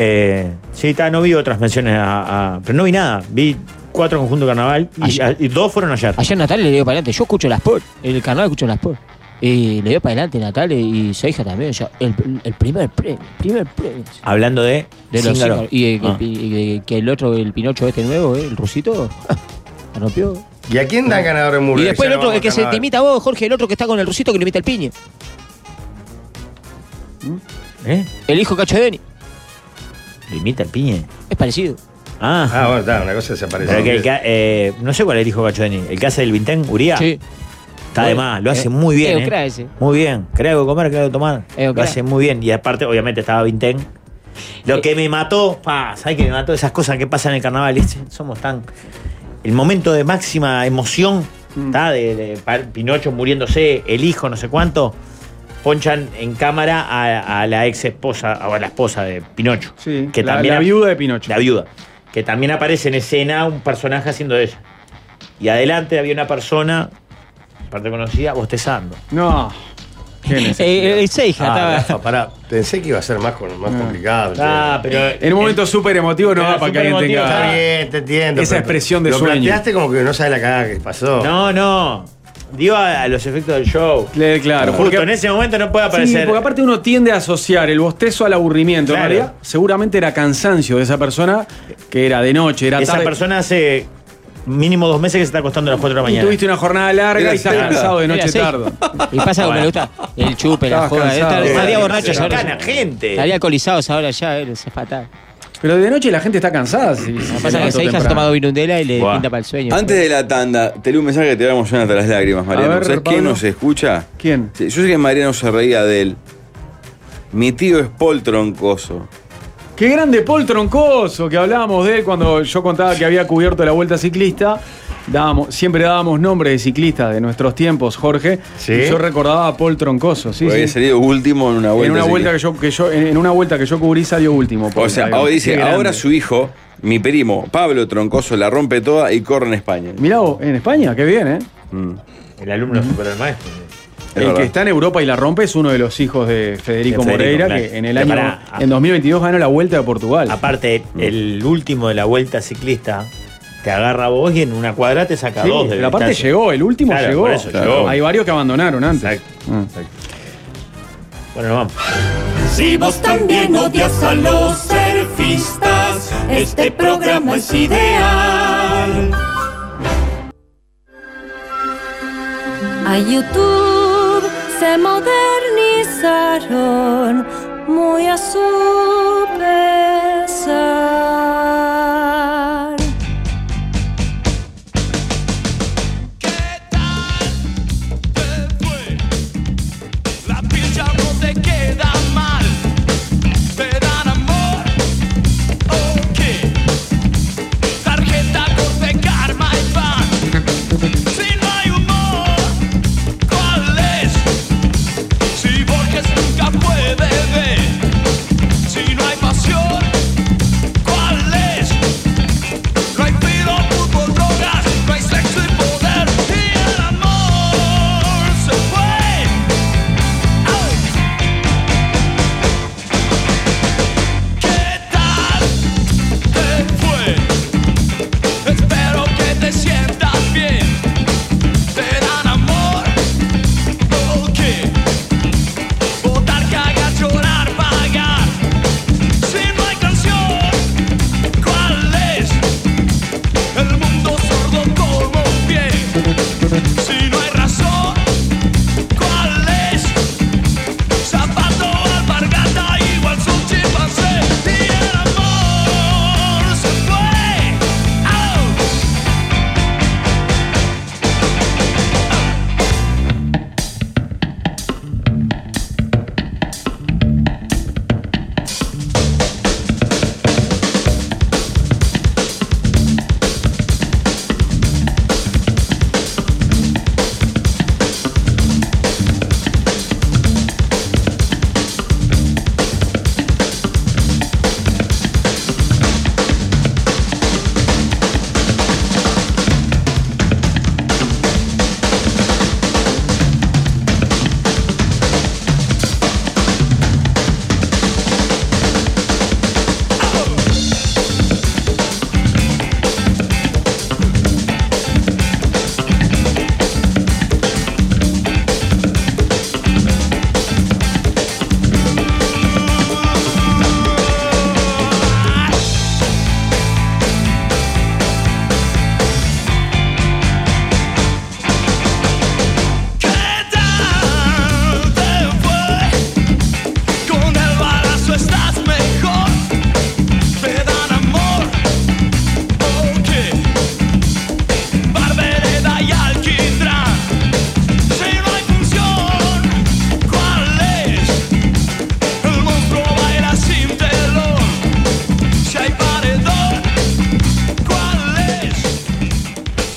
Speaker 4: Eh, sí, está, no vi otras menciones a, a- Pero no vi nada. Vi cuatro conjuntos de carnaval y,
Speaker 7: Ayer.
Speaker 4: y dos fueron ayer.
Speaker 7: Ayer Natal le dio para adelante. Yo escucho las por. El canal escucho las por. Y le dio para adelante Natal y su hija también. ya, el, el primer premio. Primer premio.
Speaker 4: Hablando de.
Speaker 7: De los
Speaker 4: Zíngaro.
Speaker 7: Zíngaro. Y, eh, que-
Speaker 4: Ah.
Speaker 7: y, eh, que el otro, el Pinocho este nuevo, eh,
Speaker 4: (laughs)
Speaker 7: el rusito, la rompió.
Speaker 2: ¿Y a quién dan ganador en
Speaker 7: Y
Speaker 2: Murguía?
Speaker 7: después
Speaker 2: Ya
Speaker 7: el
Speaker 2: no
Speaker 7: otro,
Speaker 2: vamos
Speaker 7: el que
Speaker 2: a
Speaker 7: se
Speaker 2: carnaval.
Speaker 7: te imita a vos, Jorge, el otro que está con el rusito que lo imita el piñe.
Speaker 4: ¿Eh?
Speaker 7: El hijo Cacho de Beni.
Speaker 4: Limita el piñe.
Speaker 7: Es parecido.
Speaker 4: Ah.
Speaker 2: Ah, bueno, está, una cosa
Speaker 4: Pero que el
Speaker 2: desaparecida.
Speaker 4: que- eh, no sé cuál es el hijo de Cachoni. El que hace del Vintén, Uría.
Speaker 7: Sí.
Speaker 4: Está de más, lo hace
Speaker 7: Eh,
Speaker 4: muy bien.
Speaker 7: eh,
Speaker 4: eh.
Speaker 7: cra ese.
Speaker 4: Muy bien. Crea algo de comer, crea algo de tomar.
Speaker 7: Eh,
Speaker 4: Lo
Speaker 7: cra.
Speaker 4: hace muy bien. Y aparte, obviamente, estaba Vintén.
Speaker 7: Eh,
Speaker 4: Lo que me mató, pa, ¿sabes qué me mató? Esas cosas que pasan en el carnaval. ¿viste? Somos tan. El momento de máxima emoción,
Speaker 7: Mm.
Speaker 4: ¿tá? De, de pa- Pinocho muriéndose, el hijo, no sé cuánto. Ponchan en cámara a, a la ex esposa o a la esposa de Pinocho.
Speaker 3: Sí,
Speaker 4: que
Speaker 3: la,
Speaker 4: también
Speaker 3: la
Speaker 4: ha-
Speaker 3: viuda de Pinocho.
Speaker 4: la viuda. Que también aparece en escena un personaje haciendo de ella. Y adelante había una persona, parte conocida, bostezando.
Speaker 3: No. ¿Quién es?
Speaker 7: Eh, el Seija
Speaker 4: Ah,
Speaker 7: estaba.
Speaker 4: Rafa, pará.
Speaker 2: Pensé que iba a ser más, con- más complicado.
Speaker 4: Ah, pero.
Speaker 3: En un momento súper emotivo no
Speaker 4: Era
Speaker 3: va para que
Speaker 4: súper
Speaker 3: alguien
Speaker 4: emotivo,
Speaker 3: tenga.
Speaker 2: Está bien, te entiendo.
Speaker 3: Esa
Speaker 2: pero
Speaker 3: expresión de
Speaker 2: lo
Speaker 3: sueño.
Speaker 2: Lo planteaste como que no sabe la cagada que pasó.
Speaker 4: No, no. Digo a, a los efectos del show.
Speaker 3: Le- Eh, Claro,
Speaker 4: Justo
Speaker 3: porque-
Speaker 4: en ese momento no puede
Speaker 3: Sí,
Speaker 4: aparecer.
Speaker 3: porque aparte uno tiende a asociar el bostezo al aburrimiento.
Speaker 4: Claro.
Speaker 3: En realidad, seguramente era cansancio de esa persona, que era de noche, era
Speaker 4: esa
Speaker 3: tarde.
Speaker 4: persona hace mínimo dos meses que se está acostando a las 4 de la
Speaker 3: y
Speaker 4: mañana.
Speaker 3: tuviste una jornada larga
Speaker 5: Era
Speaker 3: y estás
Speaker 5: seca.
Speaker 3: cansado de noche
Speaker 7: Era seija.
Speaker 3: tarde.
Speaker 7: Y pasa como
Speaker 4: Bueno.
Speaker 7: me gusta. El chupe, la
Speaker 3: Estabas
Speaker 7: joda.
Speaker 3: cansado.
Speaker 7: Estaría
Speaker 3: Era-
Speaker 7: estaría
Speaker 3: era-
Speaker 7: borrachos
Speaker 3: era-
Speaker 7: ahora.
Speaker 4: Sacana, gente.
Speaker 7: Estaría alcoholizados ahora ya, eh, los zapatados.
Speaker 3: Pero de noche la gente está cansada. Si, si se
Speaker 7: Pasa que
Speaker 3: levantó
Speaker 7: esa hija se
Speaker 3: temprano.
Speaker 7: ha tomado vinundela y le
Speaker 4: Buah.
Speaker 7: pinta para el sueño.
Speaker 5: Antes de la tanda, te leí un mensaje que te va a emocionar hasta las lágrimas, Mariano.
Speaker 3: ver,
Speaker 5: ¿Sabes quién
Speaker 3: Pablo.
Speaker 5: nos escucha?
Speaker 3: ¿Quién?
Speaker 5: Sí, Yo sé que Mariano se reía de él. Mi tío es Paul Troncoso.
Speaker 3: Qué grande Paul Troncoso, que hablábamos de él cuando yo contaba que había cubierto la vuelta ciclista. Dábamos, siempre dábamos nombres de ciclistas de nuestros tiempos, Jorge.
Speaker 2: Sí.
Speaker 3: Y yo recordaba a Paul Troncoso, sí,
Speaker 5: Porque había
Speaker 3: sí.
Speaker 5: salido último en una vuelta.
Speaker 3: en una
Speaker 5: así
Speaker 3: vuelta
Speaker 5: que-
Speaker 3: que yo, que yo, en en una vuelta que yo cubrí salió último. Paul,
Speaker 5: O sea,
Speaker 3: digamos.
Speaker 5: ahora
Speaker 3: Qué
Speaker 5: dice,
Speaker 3: grande.
Speaker 5: ahora su hijo, mi primo, Pablo Troncoso, la rompe toda y corre en España. Mm.
Speaker 3: Mirá vos, en España, qué bien, ¿eh?
Speaker 4: El alumno supera al maestro.
Speaker 5: Es
Speaker 3: El
Speaker 5: verdad.
Speaker 3: que está en Europa y la rompe es uno de los hijos de Federico,
Speaker 4: De Federico,
Speaker 3: Moreira,
Speaker 4: claro.
Speaker 3: que en el
Speaker 4: Que
Speaker 3: año
Speaker 4: pará, ah.
Speaker 3: en 2022 ganó la Vuelta de Portugal.
Speaker 4: Aparte, el último de la vuelta ciclista te agarra a vos y en una cuadra te saca
Speaker 3: Sí,
Speaker 4: dos. de
Speaker 3: pero aparte
Speaker 4: distancia.
Speaker 3: llegó, el último
Speaker 4: Claro,
Speaker 3: llegó.
Speaker 4: por eso
Speaker 5: Claro.
Speaker 4: llegó.
Speaker 3: Hay varios que abandonaron antes.
Speaker 4: Exacto,
Speaker 3: Mm.
Speaker 4: Bueno, nos vamos.
Speaker 9: Si vos también odias a los surfistas, este programa es ideal.
Speaker 10: A YouTube se modernizaron muy a su pesar.
Speaker 9: La piel no te queda mal. Te dan amor. Ok. Tarjeta corte karma y pan. Si no hay humor, ¿cuál es? Si Borges nunca puede ver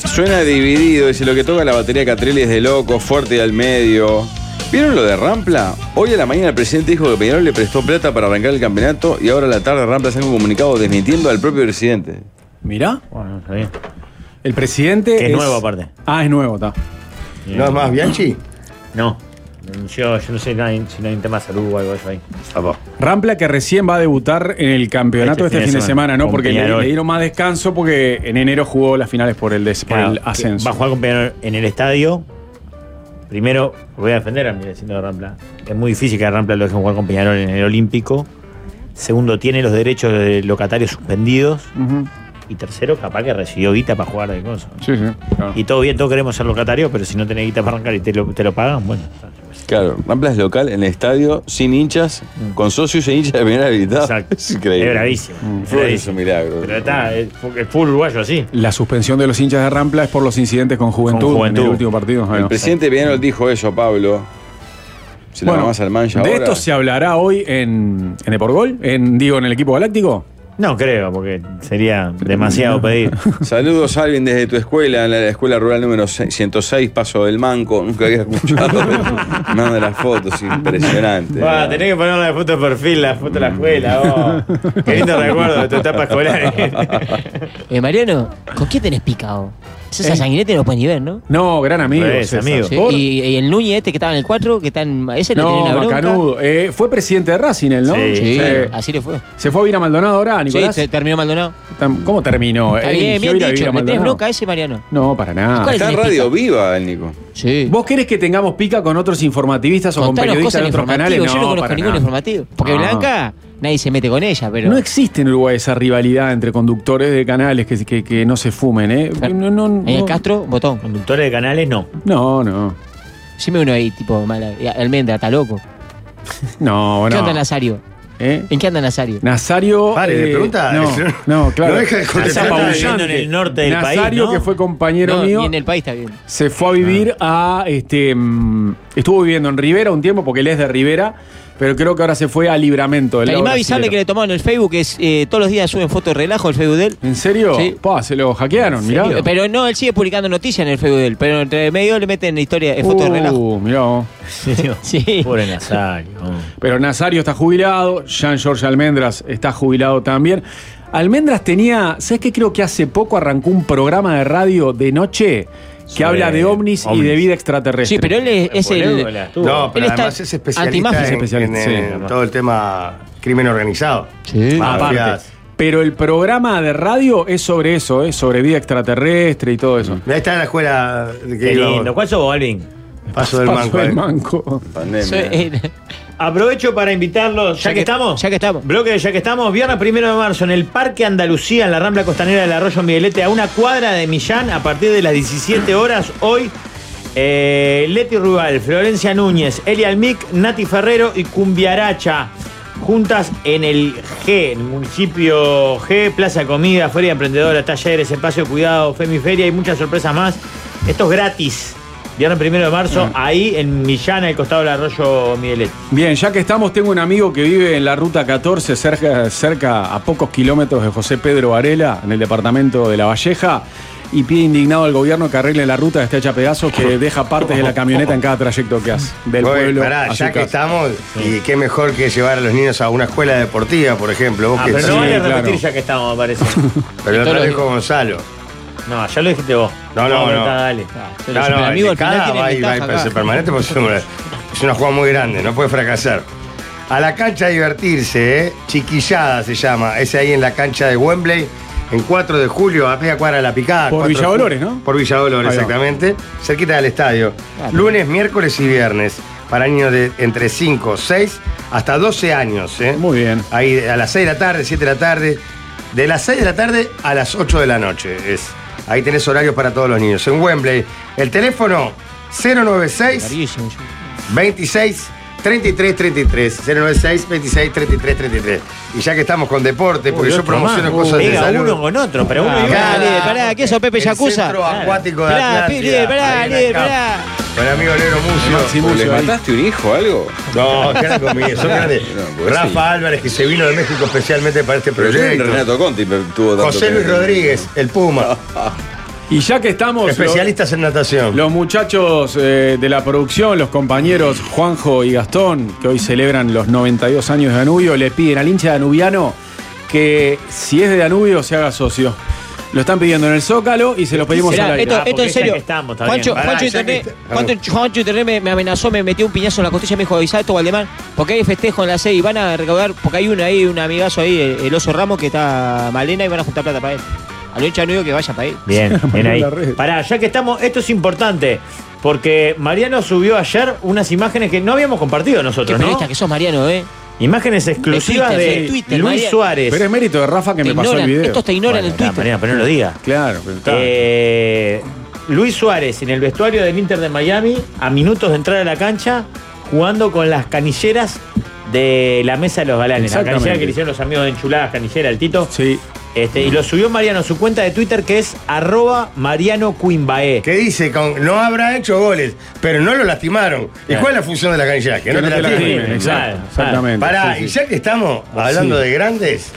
Speaker 5: Suena dividido, dice lo que toca la batería de Catrelli es de loco, fuerte y al medio. ¿Vieron lo de Rampla? Hoy a la mañana el presidente dijo que Peñarol le prestó plata para arrancar el campeonato y ahora a la tarde Rampla sacó un comunicado desmintiendo al propio presidente.
Speaker 3: Mirá. El presidente.
Speaker 5: Que es nuevo, aparte.
Speaker 3: Ah, es nuevo, está.
Speaker 4: ¿No es más
Speaker 2: Bianchi?
Speaker 4: No. Yo, yo no sé si no hay, si no hay un tema de salud o algo de eso ahí.
Speaker 3: Rampla que recién va a debutar en el campeonato este, fin de semana, ¿no?
Speaker 4: con
Speaker 3: Porque le,
Speaker 4: Peñarol.
Speaker 3: le dieron más descanso porque en enero jugó las finales por el, des- por
Speaker 4: Claro,
Speaker 3: el
Speaker 4: que
Speaker 3: ascenso.
Speaker 4: Va a jugar con Peñarol en el estadio. Primero, voy a defender a mi vecino de Rampla. Es muy difícil que a Rampla lo dejen jugar con Peñarol en el Olímpico. Segundo, tiene los derechos de locatarios suspendidos. Y tercero, capaz que recibió guita para jugar de cosas.
Speaker 3: Sí, sí.
Speaker 4: Y todo bien, todos queremos ser locatarios, pero si no tenés guita para arrancar y te lo, te lo pagan, bueno.
Speaker 5: Claro, Rampla es local en el estadio, sin hinchas, con socios e hinchas de primera habilidad. Exacto. (laughs) Es increíble.
Speaker 4: Mm. Es bravísimo.
Speaker 5: Mm.
Speaker 4: Es
Speaker 5: Flores es un milagro.
Speaker 4: Pero está, eh. el, el fútbol uruguayo así.
Speaker 3: La suspensión de los hinchas de Rampla es por los incidentes con Juventud,
Speaker 5: Con Juventud.
Speaker 3: en el último partido.
Speaker 5: El
Speaker 3: Bueno.
Speaker 5: presidente Peñarol dijo eso, Pablo. Se la
Speaker 3: Bueno,
Speaker 5: mamás al
Speaker 3: ¿De
Speaker 5: mancha ahora.
Speaker 3: esto se hablará hoy en, en Deporgol? En, digo, en el equipo galáctico.
Speaker 4: No creo, porque sería demasiado
Speaker 5: (laughs)
Speaker 4: pedir.
Speaker 5: Saludos, Alvin, desde tu escuela, en la escuela rural número 106, Paso del Manco. Nunca había escuchado. (laughs) Manda las fotos, impresionante.
Speaker 4: Va, tenés que poner la foto de perfil, la foto de la escuela.
Speaker 5: (laughs)
Speaker 4: vos. Qué lindo recuerdo de tu etapa escolar.
Speaker 7: Eh, Mariano, ¿con quién tenés picado? César
Speaker 3: Eh.
Speaker 7: Sanguinete no lo puedes ni ver, ¿no?
Speaker 3: No, gran amigo.
Speaker 7: Sí,
Speaker 3: César.
Speaker 7: sí. Y, y el Núñez este que estaba en el 4, que está en. Ese le
Speaker 3: No,
Speaker 7: tiene una bronca.
Speaker 3: Macanudo. Eh, fue presidente de Racing él, ¿no?
Speaker 7: Sí, así le fue.
Speaker 3: Se fue a Vira Maldonado ahora, Nicolás. Eh,
Speaker 7: Sí, te- terminó Maldonado.
Speaker 3: Tam- ¿Cómo terminó?
Speaker 7: Está
Speaker 3: Él
Speaker 7: bien,
Speaker 3: eligió
Speaker 7: bien
Speaker 3: ir a
Speaker 7: dicho.
Speaker 3: vivir a
Speaker 7: Metés
Speaker 3: Maldonado.
Speaker 7: bronca a ese Mariano.
Speaker 3: No, para nada.
Speaker 7: ¿Cuál es
Speaker 5: Está en
Speaker 7: el
Speaker 5: radio
Speaker 7: pica?
Speaker 5: viva el Nico.
Speaker 7: Sí.
Speaker 3: ¿Vos querés que tengamos pica con otros informativistas o con
Speaker 7: Contanos
Speaker 3: periodistas
Speaker 7: cosas
Speaker 3: de
Speaker 7: en
Speaker 3: otros canales?
Speaker 7: informativo. Yo no conozco
Speaker 3: para
Speaker 7: ningún
Speaker 3: nada.
Speaker 7: informativo. Porque
Speaker 3: No.
Speaker 7: Blanca, nadie se mete con ella, pero.
Speaker 3: No existe en Uruguay esa rivalidad entre conductores de canales que, que- que no se fumen, ¿eh? No, no, no.
Speaker 7: Ahí Castro, botón.
Speaker 4: Conductores de canales,
Speaker 5: (laughs)
Speaker 4: no.
Speaker 3: No, no.
Speaker 7: Sí me uno ahí, tipo, mala. eh, Almendra, está loco.
Speaker 3: No,
Speaker 7: ¿Qué
Speaker 3: bueno.
Speaker 7: onda Nazario?
Speaker 3: ¿Eh?
Speaker 7: ¿En qué anda Nazario?
Speaker 3: Nazario.
Speaker 7: Vale,
Speaker 3: eh,
Speaker 7: le pregunta,
Speaker 3: No,
Speaker 7: eh,
Speaker 3: no, claro.
Speaker 7: (laughs) no deja de contestar.
Speaker 3: Es apabullante.
Speaker 7: Está viviendo en el norte del país,
Speaker 3: Nazario,
Speaker 7: ¿no?
Speaker 3: que fue compañero
Speaker 7: No,
Speaker 3: mío,
Speaker 7: Y en el Ah. país está bien.
Speaker 3: se fue a vivir a. este mm, Estuvo viviendo en Rivera un tiempo porque él es de Rivera, pero creo que ahora se fue a Libramento. del
Speaker 7: Te
Speaker 3: lado
Speaker 7: animás a avisarle que
Speaker 3: brasilero.
Speaker 7: le tomaron el Facebook, es, eh, todos los días suben fotos de relajo el Facebook de él.
Speaker 3: ¿En serio?
Speaker 7: Sí.
Speaker 3: Pa, se lo hackearon, mirá.
Speaker 7: Eh, Pero no, él sigue publicando noticias en el Facebook de él, pero entre medio le meten historia, eh, fotos de relajo.
Speaker 3: Uh, mirá vos.
Speaker 7: Sí.
Speaker 4: Pobre Nazario.
Speaker 3: Pero Nazario está jubilado, Jean George Almendras está jubilado también. Almendras tenía, ¿sabes qué? Creo que hace poco arrancó un programa de radio de noche que
Speaker 7: Sobre
Speaker 3: habla de ovnis, y de
Speaker 7: ovnis.
Speaker 3: vida extraterrestre.
Speaker 7: (laughs) Sí, pero él es- es el- Boludo,
Speaker 2: No, pero
Speaker 7: Él está
Speaker 2: además es especialista
Speaker 3: antimafias.
Speaker 2: en,
Speaker 3: Especialista,
Speaker 2: en, eh,
Speaker 3: sí.
Speaker 2: todo el tema crimen organizado.
Speaker 7: Sí.
Speaker 2: Mafias.
Speaker 3: Aparte. Pero el programa de radio es sobre eso, es sobre vida extraterrestre y todo eso.
Speaker 2: Ahí está la escuela que
Speaker 4: Qué
Speaker 2: iba-
Speaker 4: lindo. ¿Cuál sos, Alvin?
Speaker 2: Paso del manco. eh.
Speaker 3: manco.
Speaker 4: Aprovecho para invitarlos, ya, que, estamos.
Speaker 7: eh, Ya que estamos.
Speaker 4: Bloque de ya que estamos, viernes primero de marzo en el Parque Andalucía, en la Rambla Costanera del Arroyo Miguelete, a una cuadra de Millán, a partir de las 17 horas. Hoy, eh, Leti Rugal, Florencia Núñez, Eli Almic, Nati Ferrero y Cumbiaracha. Juntas en el G, en el municipio G, Plaza Comida, Feria Emprendedora, Talleres, Espacio Cuidado, Femiferia y muchas sorpresas más. Esto es gratis. Viernes primero de marzo,
Speaker 2: Ah.
Speaker 4: ahí en Millán, al costado del arroyo Miguelete.
Speaker 3: Bien, ya que estamos, tengo un amigo que vive en la ruta 14, cerca, cerca a pocos kilómetros de José Pedro Varela, en el departamento de La Valleja, y pide indignado al gobierno que arregle la ruta que está hecha pedazos, que deja partes de la camioneta en cada trayecto que hace. Del
Speaker 2: Oye,
Speaker 3: pueblo.
Speaker 2: pará,
Speaker 3: a su
Speaker 2: ya que
Speaker 3: casa.
Speaker 2: estamos, y qué mejor que llevar a los niños a una escuela deportiva, por ejemplo. vos
Speaker 4: Ah,
Speaker 2: que-
Speaker 4: pero no
Speaker 2: Sí,
Speaker 4: vale
Speaker 2: claro.
Speaker 4: repetir ya que estamos, me parece.
Speaker 2: (laughs) Pero lo
Speaker 4: Todos los-
Speaker 2: trajo Gonzalo.
Speaker 4: No, ya lo dijiste vos.
Speaker 2: No, no,
Speaker 4: pero
Speaker 2: no.
Speaker 4: está, dale.
Speaker 7: Ah,
Speaker 2: No, no, el de cada va y va y parece permanente porque es una, pues, es una jugada muy grande, no puede fracasar. A la cancha a divertirse, ¿eh? Chiquillada se llama. Es ahí en la cancha de Wembley, en 4 de julio, a media cuadra de la picada.
Speaker 3: Por
Speaker 2: 4 de
Speaker 3: Villa
Speaker 2: julio.
Speaker 3: Dolores, ¿no?
Speaker 2: Por Villa Dolores,
Speaker 3: Ahí va.
Speaker 2: exactamente. Cerquita del estadio. Lunes, miércoles y viernes. Para niños de entre 5, 6 hasta 12 años. ¿eh?
Speaker 3: Muy bien.
Speaker 2: Ahí a las 6 de la tarde, 7 de la tarde. De las 6 de la tarde a las 8 de la noche. Es, ahí tenés horarios para todos los niños. En Wembley, el teléfono 096 26 33 33. 096 26 33 33. Y ya que estamos con deporte, porque
Speaker 4: Uy,
Speaker 2: yo
Speaker 4: otro
Speaker 2: promociono
Speaker 4: más.
Speaker 2: cosas de
Speaker 4: Pega
Speaker 2: salud. Ah,
Speaker 4: uno con otro, pero uno y uno.
Speaker 2: Cada-
Speaker 7: Líder, pará, ¿qué eso Pepe
Speaker 2: el
Speaker 7: Yacuza?
Speaker 2: Centro acuático de
Speaker 7: Pará,
Speaker 2: Atlántida.
Speaker 7: líder, pará,
Speaker 2: Ahí en
Speaker 7: líder,
Speaker 2: el campo.
Speaker 7: pará.
Speaker 2: Con el amigo Lero Mucio.
Speaker 5: ¿Le mataste un hijo o algo?
Speaker 2: No, quedan conmigo, son grandes.
Speaker 5: No, pues
Speaker 2: Rafa
Speaker 5: sí.
Speaker 2: Álvarez, que se vino de México especialmente para este
Speaker 5: Pero yo en
Speaker 2: proyecto.
Speaker 5: Renato Conti pero tuvo tanto
Speaker 2: José Luis
Speaker 5: que-
Speaker 2: Rodríguez, el Puma.
Speaker 3: Y ya que estamos.
Speaker 2: Especialistas en natación.
Speaker 3: Los muchachos eh, de la producción, los compañeros Juanjo y Gastón, que hoy celebran los 92 años de Danubio, le piden al hincha danubiano que si es de Danubio se haga socio. Lo están pidiendo en el Zócalo y se lo pedimos
Speaker 7: Mirá,
Speaker 3: al aire.
Speaker 7: esto, esto en serio. Juancho,
Speaker 3: Pará, ya
Speaker 7: Juancho Internet,
Speaker 3: que está-
Speaker 7: Juancho- Juancho Internet me, me amenazó, me metió un piñazo en la costilla y me dijo, avisá esto, Valdemar, porque hay festejo en la sede y van a recaudar, porque hay una ahí, un amigazo ahí, el, el oso Ramos, que está malena y van a juntar plata para él. A los hinchas no digo que vaya para ahí.
Speaker 4: Bien, bien ahí. Pará, ya que estamos, esto es importante, porque Mariano subió ayer unas imágenes que no habíamos compartido
Speaker 7: Qué
Speaker 4: nosotros, ¿no?
Speaker 7: periodista que sos, Mariano, ¿eh?
Speaker 4: Imágenes exclusivas
Speaker 7: De
Speaker 4: de,
Speaker 7: Twitter, de Twitter,
Speaker 4: Luis
Speaker 7: Mariano.
Speaker 4: Suárez.
Speaker 3: Ah, Pero es mérito de Rafa que
Speaker 4: Te
Speaker 3: me pasó el
Speaker 4: ignoran,
Speaker 3: video.
Speaker 4: estos te ignoran en Twitter. Mariano, pero no lo diga.
Speaker 3: Claro, pero está.
Speaker 4: Eh, Luis Suárez en el vestuario del Inter de Miami, a minutos de entrar a la cancha, jugando con las canilleras de la mesa de los galanes. La
Speaker 3: Exactamente.
Speaker 4: canillera que le hicieron los amigos de Enchuladas, canillera, el Tito.
Speaker 3: Sí.
Speaker 4: Este, y lo subió Mariano a su cuenta de Twitter que es arroba Mariano Cuimbae.
Speaker 2: ¿Qué dice? Con, no habrá hecho goles, pero no lo lastimaron. ¿Y
Speaker 4: Claro.
Speaker 2: cuál es la función de la canillera? Que no te lastimen.
Speaker 3: exacto, exactamente.
Speaker 2: Pará,
Speaker 3: Sí, sí.
Speaker 2: y ya que estamos hablando
Speaker 3: Sí.
Speaker 2: de grandes,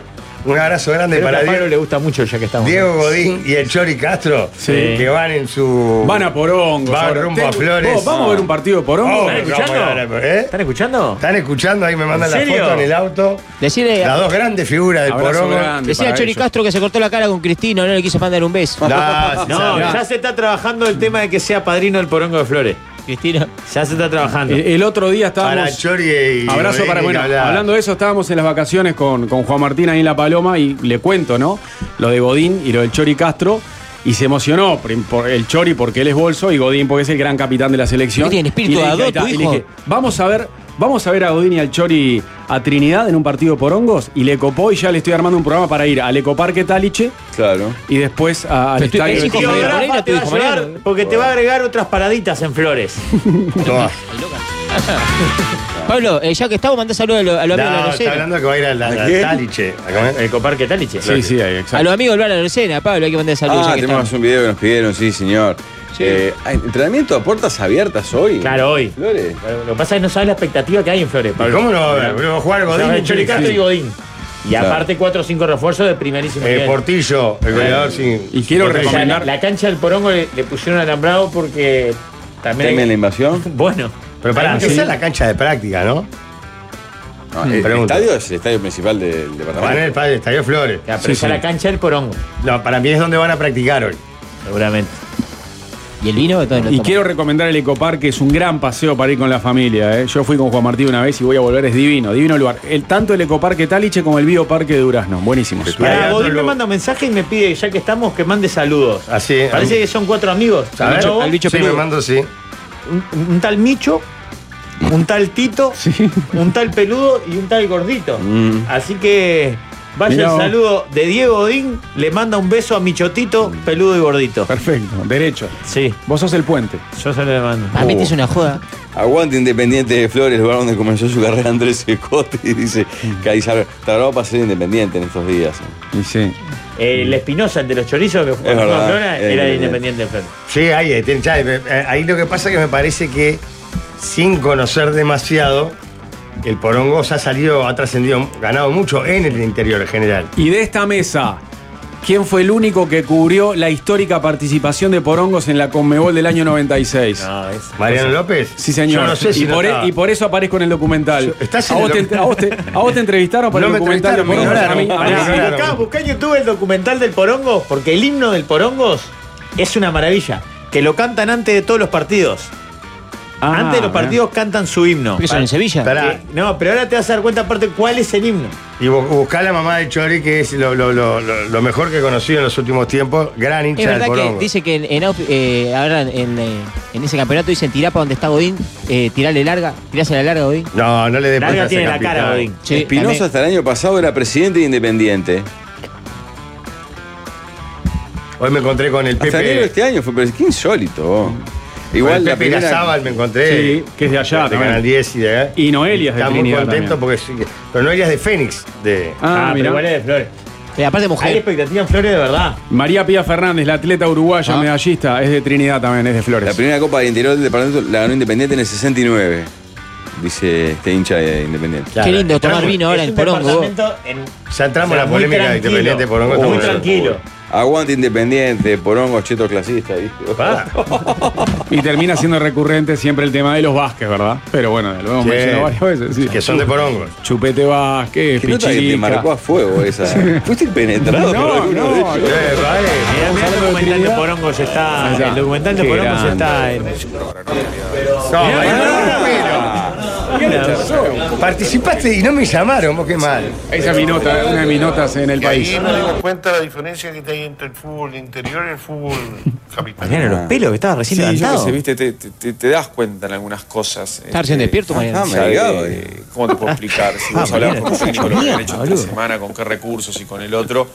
Speaker 2: un abrazo grande
Speaker 4: Creo que
Speaker 2: para
Speaker 4: a Pablo
Speaker 2: Diego,
Speaker 4: le gusta mucho ya que estamos.
Speaker 2: Diego Godín y el Chori Castro,
Speaker 3: Sí.
Speaker 2: que van en su...
Speaker 3: Van a Porongos.
Speaker 2: Van
Speaker 3: ahora.
Speaker 2: rumbo
Speaker 3: Tengo-
Speaker 2: a Flores.
Speaker 3: Vos, vamos a ver un partido de Porongos.
Speaker 2: Oh,
Speaker 4: ¿Están escuchando?
Speaker 2: vamos a ver, ¿eh?
Speaker 4: ¿Están escuchando?
Speaker 2: Están escuchando, ahí me mandan
Speaker 4: ¿En
Speaker 2: la
Speaker 4: serio?
Speaker 2: foto en el auto.
Speaker 7: Decirle,
Speaker 2: Las dos grandes figuras del
Speaker 3: Abrazo
Speaker 2: Porongo.
Speaker 3: grande
Speaker 7: decirle a
Speaker 3: para
Speaker 7: Chori
Speaker 3: ellos.
Speaker 7: Castro que se cortó la cara con Cristino, no le quiso mandar un beso.
Speaker 2: Da,
Speaker 4: No,
Speaker 2: ya-
Speaker 4: ya se está trabajando el tema de que sea padrino del Porongo de Flores.
Speaker 7: Cristino.
Speaker 4: Ya se está trabajando.
Speaker 3: El,
Speaker 2: Eh,
Speaker 3: el otro día estábamos.
Speaker 2: Para Chori y
Speaker 3: Abrazo
Speaker 2: Godín,
Speaker 3: para.
Speaker 2: ni
Speaker 3: Bueno,
Speaker 2: que hablar.
Speaker 3: hablando de eso, estábamos en las vacaciones con, con Juan Martín ahí en La Paloma y le cuento, ¿no? Lo de Godín y lo del Chori Castro. Y se emocionó por- por el Chori porque él es bolso y Godín porque es el gran capitán de la selección.
Speaker 7: ¿Qué tiene, espíritu
Speaker 3: Y le
Speaker 7: de
Speaker 3: dije,
Speaker 7: Adó,
Speaker 3: "Ahí está".
Speaker 7: tu
Speaker 3: Y le
Speaker 7: hijo?
Speaker 3: dije, vamos a ver, vamos a ver a Godín y al Chori a Trinidad en un partido por hongos y le copó y ya le estoy armando un programa para ir al Ecoparque Taliche
Speaker 5: Claro.
Speaker 3: y después a- al
Speaker 7: Pero estoy-
Speaker 3: estadio
Speaker 2: eh,
Speaker 7: es
Speaker 3: de
Speaker 7: hijo
Speaker 4: Tío,
Speaker 3: Trinidad.
Speaker 7: Mariano,
Speaker 4: Rafa te va a
Speaker 7: Mariano.
Speaker 4: ayudar porque te va a agregar otras paraditas
Speaker 2: (laughs)
Speaker 4: en Flores.
Speaker 2: Toma.
Speaker 7: Pablo, eh, ya que estamos, mandá saludos a los, a los amigos de la
Speaker 2: No, está
Speaker 7: Norcena.
Speaker 2: hablando que va a ir a la, la
Speaker 5: quién?
Speaker 2: Taliche. ¿A comer?
Speaker 4: El coparque Taliche.
Speaker 3: Sí, sí, ahí, exacto.
Speaker 7: A los amigos del Bar de la Norcena, Pablo, hay que mandar saludos.
Speaker 5: ah,
Speaker 7: ya que
Speaker 5: tenemos
Speaker 7: estamos.
Speaker 5: un video que nos pidieron, sí, señor. Eh, ah, ¿Entrenamiento a puertas abiertas hoy?
Speaker 4: Claro, hoy.
Speaker 5: Flores.
Speaker 4: Lo que pasa es que no sabes la expectativa que hay en Flores, Pablo.
Speaker 2: ¿Cómo no va a haber? Va a jugar
Speaker 4: O sea,
Speaker 2: Godín.
Speaker 4: el Choricastro y Godín. Y
Speaker 5: Claro.
Speaker 4: aparte 4 o 5 refuerzos de primerísimo
Speaker 2: Eh,
Speaker 4: nivel.
Speaker 2: Portillo, el goleador sin.
Speaker 3: Y quiero
Speaker 4: O
Speaker 2: Portillo.
Speaker 4: sea, la,
Speaker 3: recomendar-
Speaker 4: la cancha del Porongo le, le pusieron alambrado porque también...
Speaker 5: ¿Temen la
Speaker 4: hay-
Speaker 5: invasión?
Speaker 4: (laughs) Bueno.
Speaker 2: Pero pará,
Speaker 4: Hay
Speaker 2: esa
Speaker 4: mucho-
Speaker 2: es la cancha de práctica, ¿no?
Speaker 5: No, el
Speaker 2: Pregunta.
Speaker 5: estadio es el estadio principal del
Speaker 2: Van en el
Speaker 5: departamento.
Speaker 2: padre, Estadio Flores.
Speaker 4: Ya, pero
Speaker 3: Sí,
Speaker 4: esa
Speaker 3: sí.
Speaker 4: es la cancha del Porongo,
Speaker 2: No, para mí es donde van a practicar hoy.
Speaker 4: seguramente.
Speaker 7: Y el vino, todo lo
Speaker 3: Y
Speaker 7: toma.
Speaker 3: quiero recomendar el Ecoparque, es un gran paseo para ir con la familia. ¿eh? Yo fui con Juan Martín una vez y voy a volver, es divino, divino lugar. El, tanto el Ecoparque Taliche como el Bioparque de Durazno, buenísimos.
Speaker 2: Pará,
Speaker 4: Pará, Godín
Speaker 2: Dolo-
Speaker 4: me manda un mensaje y me pide, ya que estamos, que mande saludos.
Speaker 2: Así.
Speaker 4: Parece que son cuatro amigos.
Speaker 2: A ver,
Speaker 4: Lobo,
Speaker 7: al bicho
Speaker 2: sí, me
Speaker 7: peludo.
Speaker 2: mando, sí.
Speaker 4: un, un tal Micho, un tal Tito, un tal Peludo y un tal Gordito.
Speaker 5: Mm.
Speaker 4: Así que vaya
Speaker 3: Mirá
Speaker 4: el
Speaker 3: vos.
Speaker 4: saludo de Diego Odín, le manda un beso a Michotito, Peludo y Gordito.
Speaker 3: Perfecto, derecho.
Speaker 4: Sí,
Speaker 3: Vos sos el puente.
Speaker 4: yo se lo mando.
Speaker 7: Para mí te es una joda.
Speaker 5: Aguante Independiente de Flores, lugar donde comenzó su carrera Andrés Escote. Y dice que ahí sabe, tardó para ser independiente en estos días. ¿eh?
Speaker 3: Y sí.
Speaker 4: El Espinosa, el de los chorizos que fue
Speaker 5: Es
Speaker 4: a
Speaker 5: verdad,
Speaker 4: Flora,
Speaker 5: es
Speaker 4: era de
Speaker 5: verdad.
Speaker 4: Independiente de Flores.
Speaker 2: Sí, ahí, ahí tiene- ya, eh, eh, ahí lo que pasa es que me parece que sin conocer demasiado, el Porongo se ha salido, ha trascendido, ganado mucho en el interior en general.
Speaker 3: Y de esta mesa, ¿quién fue el único que cubrió la histórica participación de Porongos en la Conmebol del año 96?
Speaker 4: No, es-
Speaker 2: Mariano López.
Speaker 3: Sí, señor.
Speaker 2: Yo no sé si
Speaker 3: y,
Speaker 2: no
Speaker 3: por, e-
Speaker 2: estaba.
Speaker 3: y por eso aparezco en el documental.
Speaker 2: Estás en
Speaker 3: a,
Speaker 2: el
Speaker 3: vos te,
Speaker 2: documental.
Speaker 3: a vos te- a vos te entrevistaron para
Speaker 2: No
Speaker 3: el
Speaker 2: me
Speaker 3: documental de Porongos.
Speaker 2: entrevistaron, me
Speaker 3: A mí- a mí-
Speaker 2: ignoraron. Ah, claro.
Speaker 4: Pará, Buscá, buscá en YouTube el documental del Porongos, porque el himno del Porongos es una maravilla. Que lo cantan antes de todos los partidos.
Speaker 3: Ah,
Speaker 4: antes de los
Speaker 3: mirá.
Speaker 4: partidos cantan su himno.
Speaker 7: Porque son en Sevilla.
Speaker 2: Pará.
Speaker 4: Eh, No, pero ahora te vas a dar cuenta aparte cuál es el himno.
Speaker 2: Y bu- buscá a la mamá de Chori, que es lo, lo- lo- lo- lo mejor que he conocido en los últimos tiempos. Gran
Speaker 7: Es
Speaker 2: hincha del
Speaker 7: verdad que
Speaker 2: Porongo.
Speaker 7: dice que en, en Auf- eh, ahora en, eh, en ese campeonato dicen tirá para donde está Godín, eh, tirale larga, tirásela larga Godín.
Speaker 2: No, no le dé pelota a
Speaker 4: Larga
Speaker 2: ese
Speaker 4: tiene la
Speaker 2: capitán.
Speaker 4: cara, Godín. Ah,
Speaker 7: Sí,
Speaker 5: Espinosa
Speaker 7: también.
Speaker 5: hasta el año pasado era presidente de independiente.
Speaker 2: Hoy me encontré con el
Speaker 5: Hasta enero de
Speaker 2: Pepe.
Speaker 5: este año fue presidente. Qué insólito.
Speaker 2: Igual
Speaker 5: Igual
Speaker 2: el
Speaker 5: la
Speaker 2: Pepe
Speaker 5: primera.
Speaker 2: Irazábal me encontré.
Speaker 3: Sí, que es de allá
Speaker 2: De
Speaker 3: también.
Speaker 2: Canal 10 y de acá.
Speaker 3: Y Noelia es de
Speaker 2: Está muy
Speaker 3: Trinidad
Speaker 2: contento
Speaker 3: también.
Speaker 2: porque sí. que- Pero Noelia es de Fénix. De...
Speaker 3: Ah,
Speaker 4: pero
Speaker 3: mirá.
Speaker 4: igual es de Flores.
Speaker 7: Eh, aparte
Speaker 4: Hay
Speaker 7: mujer.
Speaker 4: expectativa en Flores de verdad.
Speaker 3: María Pía Fernández, la atleta uruguaya,
Speaker 5: Ah.
Speaker 3: medallista, es de Trinidad también, es de Flores.
Speaker 5: La primera Copa de Interior del Departamento la ganó Independiente en el 69. Dice este hincha de Independiente.
Speaker 7: Qué lindo tomar vino ahora
Speaker 4: Es
Speaker 7: en
Speaker 4: un
Speaker 7: Porongo. vos.
Speaker 4: departamento en-
Speaker 2: Ya entramos en
Speaker 4: o sea,
Speaker 2: la
Speaker 4: muy
Speaker 2: polémica de
Speaker 4: tranquilo,
Speaker 2: Independiente por
Speaker 4: Muy
Speaker 5: Uy,
Speaker 2: estamos-
Speaker 4: tranquilo.
Speaker 5: uy. Aguante independiente, porongo, cheto clasista, ¿viste?
Speaker 3: Y termina siendo recurrente siempre el tema de los Vázquez, ¿verdad? Pero bueno, lo hemos
Speaker 5: Sí.
Speaker 3: mencionado varias veces. sí.
Speaker 5: Que son de porongos.
Speaker 3: Chupete Vázquez,
Speaker 5: ¿Qué nota que te
Speaker 3: Pichirica.
Speaker 5: marcó a fuego esa?
Speaker 3: Sí.
Speaker 5: ¿Fuiste penetrado
Speaker 3: No,
Speaker 5: por alguno
Speaker 3: no,
Speaker 5: de ellos?
Speaker 3: no. Eh, vale.
Speaker 4: Mirá, mirá el documental de Porongos
Speaker 5: Ahí
Speaker 4: está.
Speaker 5: está.
Speaker 4: El documental de
Speaker 5: Qué
Speaker 4: Porongos
Speaker 5: grande.
Speaker 4: está en.
Speaker 2: Participaste y no me llamaron, vos qué mal.
Speaker 3: Esa es mi nota, una de mis notas en el
Speaker 11: Y ahí
Speaker 3: país.
Speaker 11: nos dimos cuenta de la diferencia que hay entre el fútbol interior y el fútbol capital.
Speaker 4: Mariano, los pelos que estaba recién
Speaker 12: Sí, yo qué
Speaker 4: levantado.
Speaker 12: sé, viste, te, te- te- te das cuenta en algunas cosas.
Speaker 4: Está recién despierto, Mariano.
Speaker 12: o sea,
Speaker 4: Ah, ligado,
Speaker 12: de- ¿Cómo te puedo explicar? Si
Speaker 4: Ah,
Speaker 12: vos hablabas
Speaker 4: Mariano,
Speaker 12: con un
Speaker 4: estás
Speaker 12: técnico lo
Speaker 4: hecho
Speaker 12: que
Speaker 4: mierda,
Speaker 12: han hecho esta
Speaker 4: boludo.
Speaker 12: semana, con qué recursos y con el otro.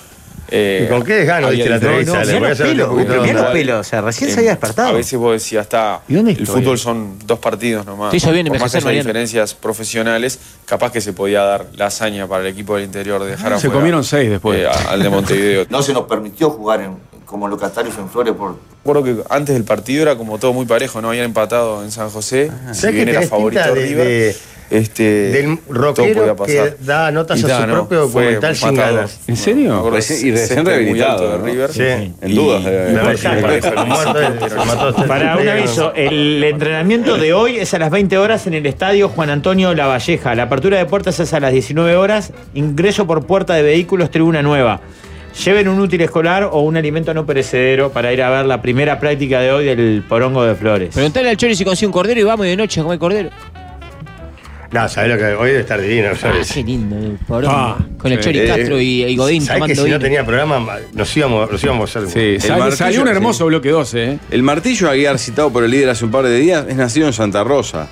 Speaker 12: eh,
Speaker 2: ¿Y con qué desgano
Speaker 12: había
Speaker 2: viste la
Speaker 12: diferencias.
Speaker 2: entrevista? Le voy a hacer un poquito de onda.
Speaker 12: Eh,
Speaker 7: Ah,
Speaker 12: A veces vos decías, está. el fútbol son dos partidos nomás.
Speaker 7: Te hizo bien
Speaker 12: Por más que
Speaker 7: envejecer,
Speaker 12: haya
Speaker 7: Mariano.
Speaker 12: diferencias profesionales, capaz que se podía dar la hazaña para el equipo del interior de dejar
Speaker 3: Ah, Se
Speaker 12: afuera,
Speaker 3: comieron seis después.
Speaker 12: eh, a- al de Montevideo.
Speaker 13: (laughs) No se nos permitió jugar en, como locatarios en Flores por
Speaker 12: Recuerdo que antes del partido era como todo muy parejo, no habían empatado en San José. Si
Speaker 2: ¿Sabés que
Speaker 12: bien era
Speaker 2: tenés
Speaker 12: favorito
Speaker 2: pinta de-
Speaker 12: River,
Speaker 2: de-
Speaker 12: este,
Speaker 2: del rockero que da notas
Speaker 12: Y
Speaker 2: a
Speaker 12: da,
Speaker 2: su
Speaker 12: ¿no?
Speaker 2: propio
Speaker 12: Fue
Speaker 2: documental sin
Speaker 12: matador.
Speaker 2: ganas.
Speaker 3: ¿En
Speaker 12: Me
Speaker 3: serio?
Speaker 12: acuerdo
Speaker 5: Recién-
Speaker 12: que
Speaker 5: Pues y recién
Speaker 12: césped muy
Speaker 5: rehabilitado,
Speaker 12: alto de
Speaker 5: ¿no?
Speaker 12: River.
Speaker 5: Sí. En
Speaker 12: Y-
Speaker 5: dudas, eh,
Speaker 12: y-
Speaker 2: La
Speaker 12: por
Speaker 2: vez que
Speaker 12: ejemplo,
Speaker 2: aparece
Speaker 12: eso,
Speaker 2: el muerto, el- el mató a-
Speaker 4: Para un aviso, el entrenamiento de hoy es a las 20 horas en el estadio Juan Antonio Lavalleja. La apertura de puertas es a las 19 horas. Ingreso por puerta de vehículos, tribuna nueva. Lleven un útil escolar o un alimento no perecedero para ir a ver la primera práctica de hoy del Porongo de Flores.
Speaker 7: Preguntale al Chori si consigue un cordero y vamos de noche a comer cordero.
Speaker 2: No, sabés lo que hoy debe estar divino, Flores.
Speaker 7: Ah, Qué lindo, el porongo. Con el Chori Castro y, y Godín
Speaker 2: Ah, Eh, ¿Sabés que
Speaker 7: tomando
Speaker 2: si no
Speaker 7: vino.
Speaker 2: tenía programa, nos íbamos, nos íbamos a hacer.
Speaker 5: Sí, sal- salió un hermoso
Speaker 3: bloque 12, ¿eh?
Speaker 5: El martillo Aguiar, citado por el líder hace un par de días, es nacido en Santa Rosa.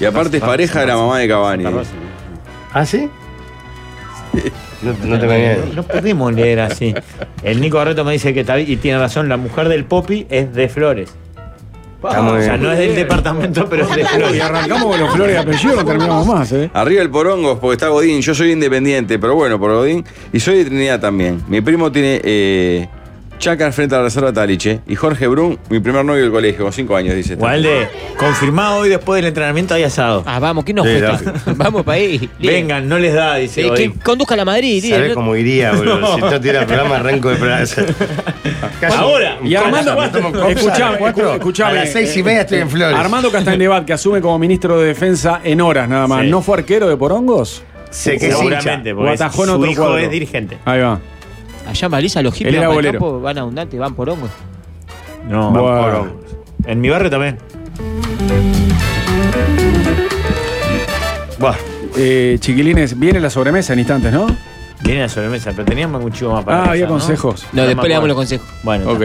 Speaker 5: Y aparte es pareja de la mamá de Cavani.
Speaker 2: ¿Ah, sí? No, no te
Speaker 4: No, no pudimos leer así. El Nico Barreto me dice que está bien, y tiene razón, la mujer del Popi es de Flores. Ah,
Speaker 5: Está muy
Speaker 4: o sea,
Speaker 5: bien.
Speaker 4: no es del departamento, pero es de Flores.
Speaker 3: Y arrancamos con los flores de apellido, no terminamos más, ¿eh?
Speaker 5: Arriba el Porongos, porque está Godín. Yo soy independiente, pero bueno, por Godín. Y soy de Trinidad también. Mi primo tiene eh, Chacar frente a la reserva Taliche. Y Jorge Brun, mi primer novio del colegio, con cinco años, dice. este.
Speaker 4: Walde, confirmado hoy después del entrenamiento hay asado.
Speaker 7: Ah, vamos, ¿qué nos
Speaker 5: Sí,
Speaker 7: cuesta? (laughs) Vamos para ahí.
Speaker 4: Vengan, no les da, dice.
Speaker 7: Eh, que
Speaker 4: hoy.
Speaker 7: conduzca la Madrid. líder,
Speaker 2: ¿Sabés
Speaker 7: ¿no?
Speaker 2: cómo iría, boludo? Si
Speaker 7: (laughs)
Speaker 2: no tuviera programa, arranco de programa.
Speaker 4: Ahora.
Speaker 3: Y Armando, escuchame, escu-
Speaker 2: escuchame.
Speaker 3: escuchame.
Speaker 2: A
Speaker 12: eh,
Speaker 2: las seis y media estoy en Flores.
Speaker 3: Armando Castañebat, que asume como ministro de Defensa en horas nada más,
Speaker 2: Sí.
Speaker 3: ¿no fue arquero de Porongos?
Speaker 2: Sé
Speaker 4: que es Seguramente, hincha. porque
Speaker 3: O atajó en
Speaker 4: su
Speaker 3: otro
Speaker 4: hijo
Speaker 3: cuadro.
Speaker 4: es dirigente.
Speaker 3: Ahí va.
Speaker 7: Allá en Baliza los
Speaker 3: Él
Speaker 7: hippies
Speaker 3: era
Speaker 7: van pa'l
Speaker 3: bolero.
Speaker 7: campo, van abundantes, van por hongo.
Speaker 4: No,
Speaker 3: Bueno.
Speaker 4: en mi barrio también.
Speaker 3: Eh, chiquilines, viene la sobremesa en instantes, ¿no?
Speaker 4: Viene la sobremesa, pero teníamos un chivo más para
Speaker 3: Ah,
Speaker 4: pensar,
Speaker 3: había consejos.
Speaker 4: No,
Speaker 3: No,
Speaker 4: me
Speaker 3: después le damos
Speaker 4: acuerdo.
Speaker 3: los consejos.
Speaker 4: Bueno,
Speaker 3: Ok.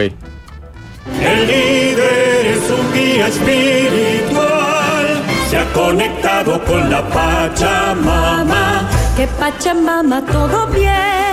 Speaker 14: El líder es un guía espiritual, se ha conectado con la Pachamama.
Speaker 10: Que Pachamama todo bien.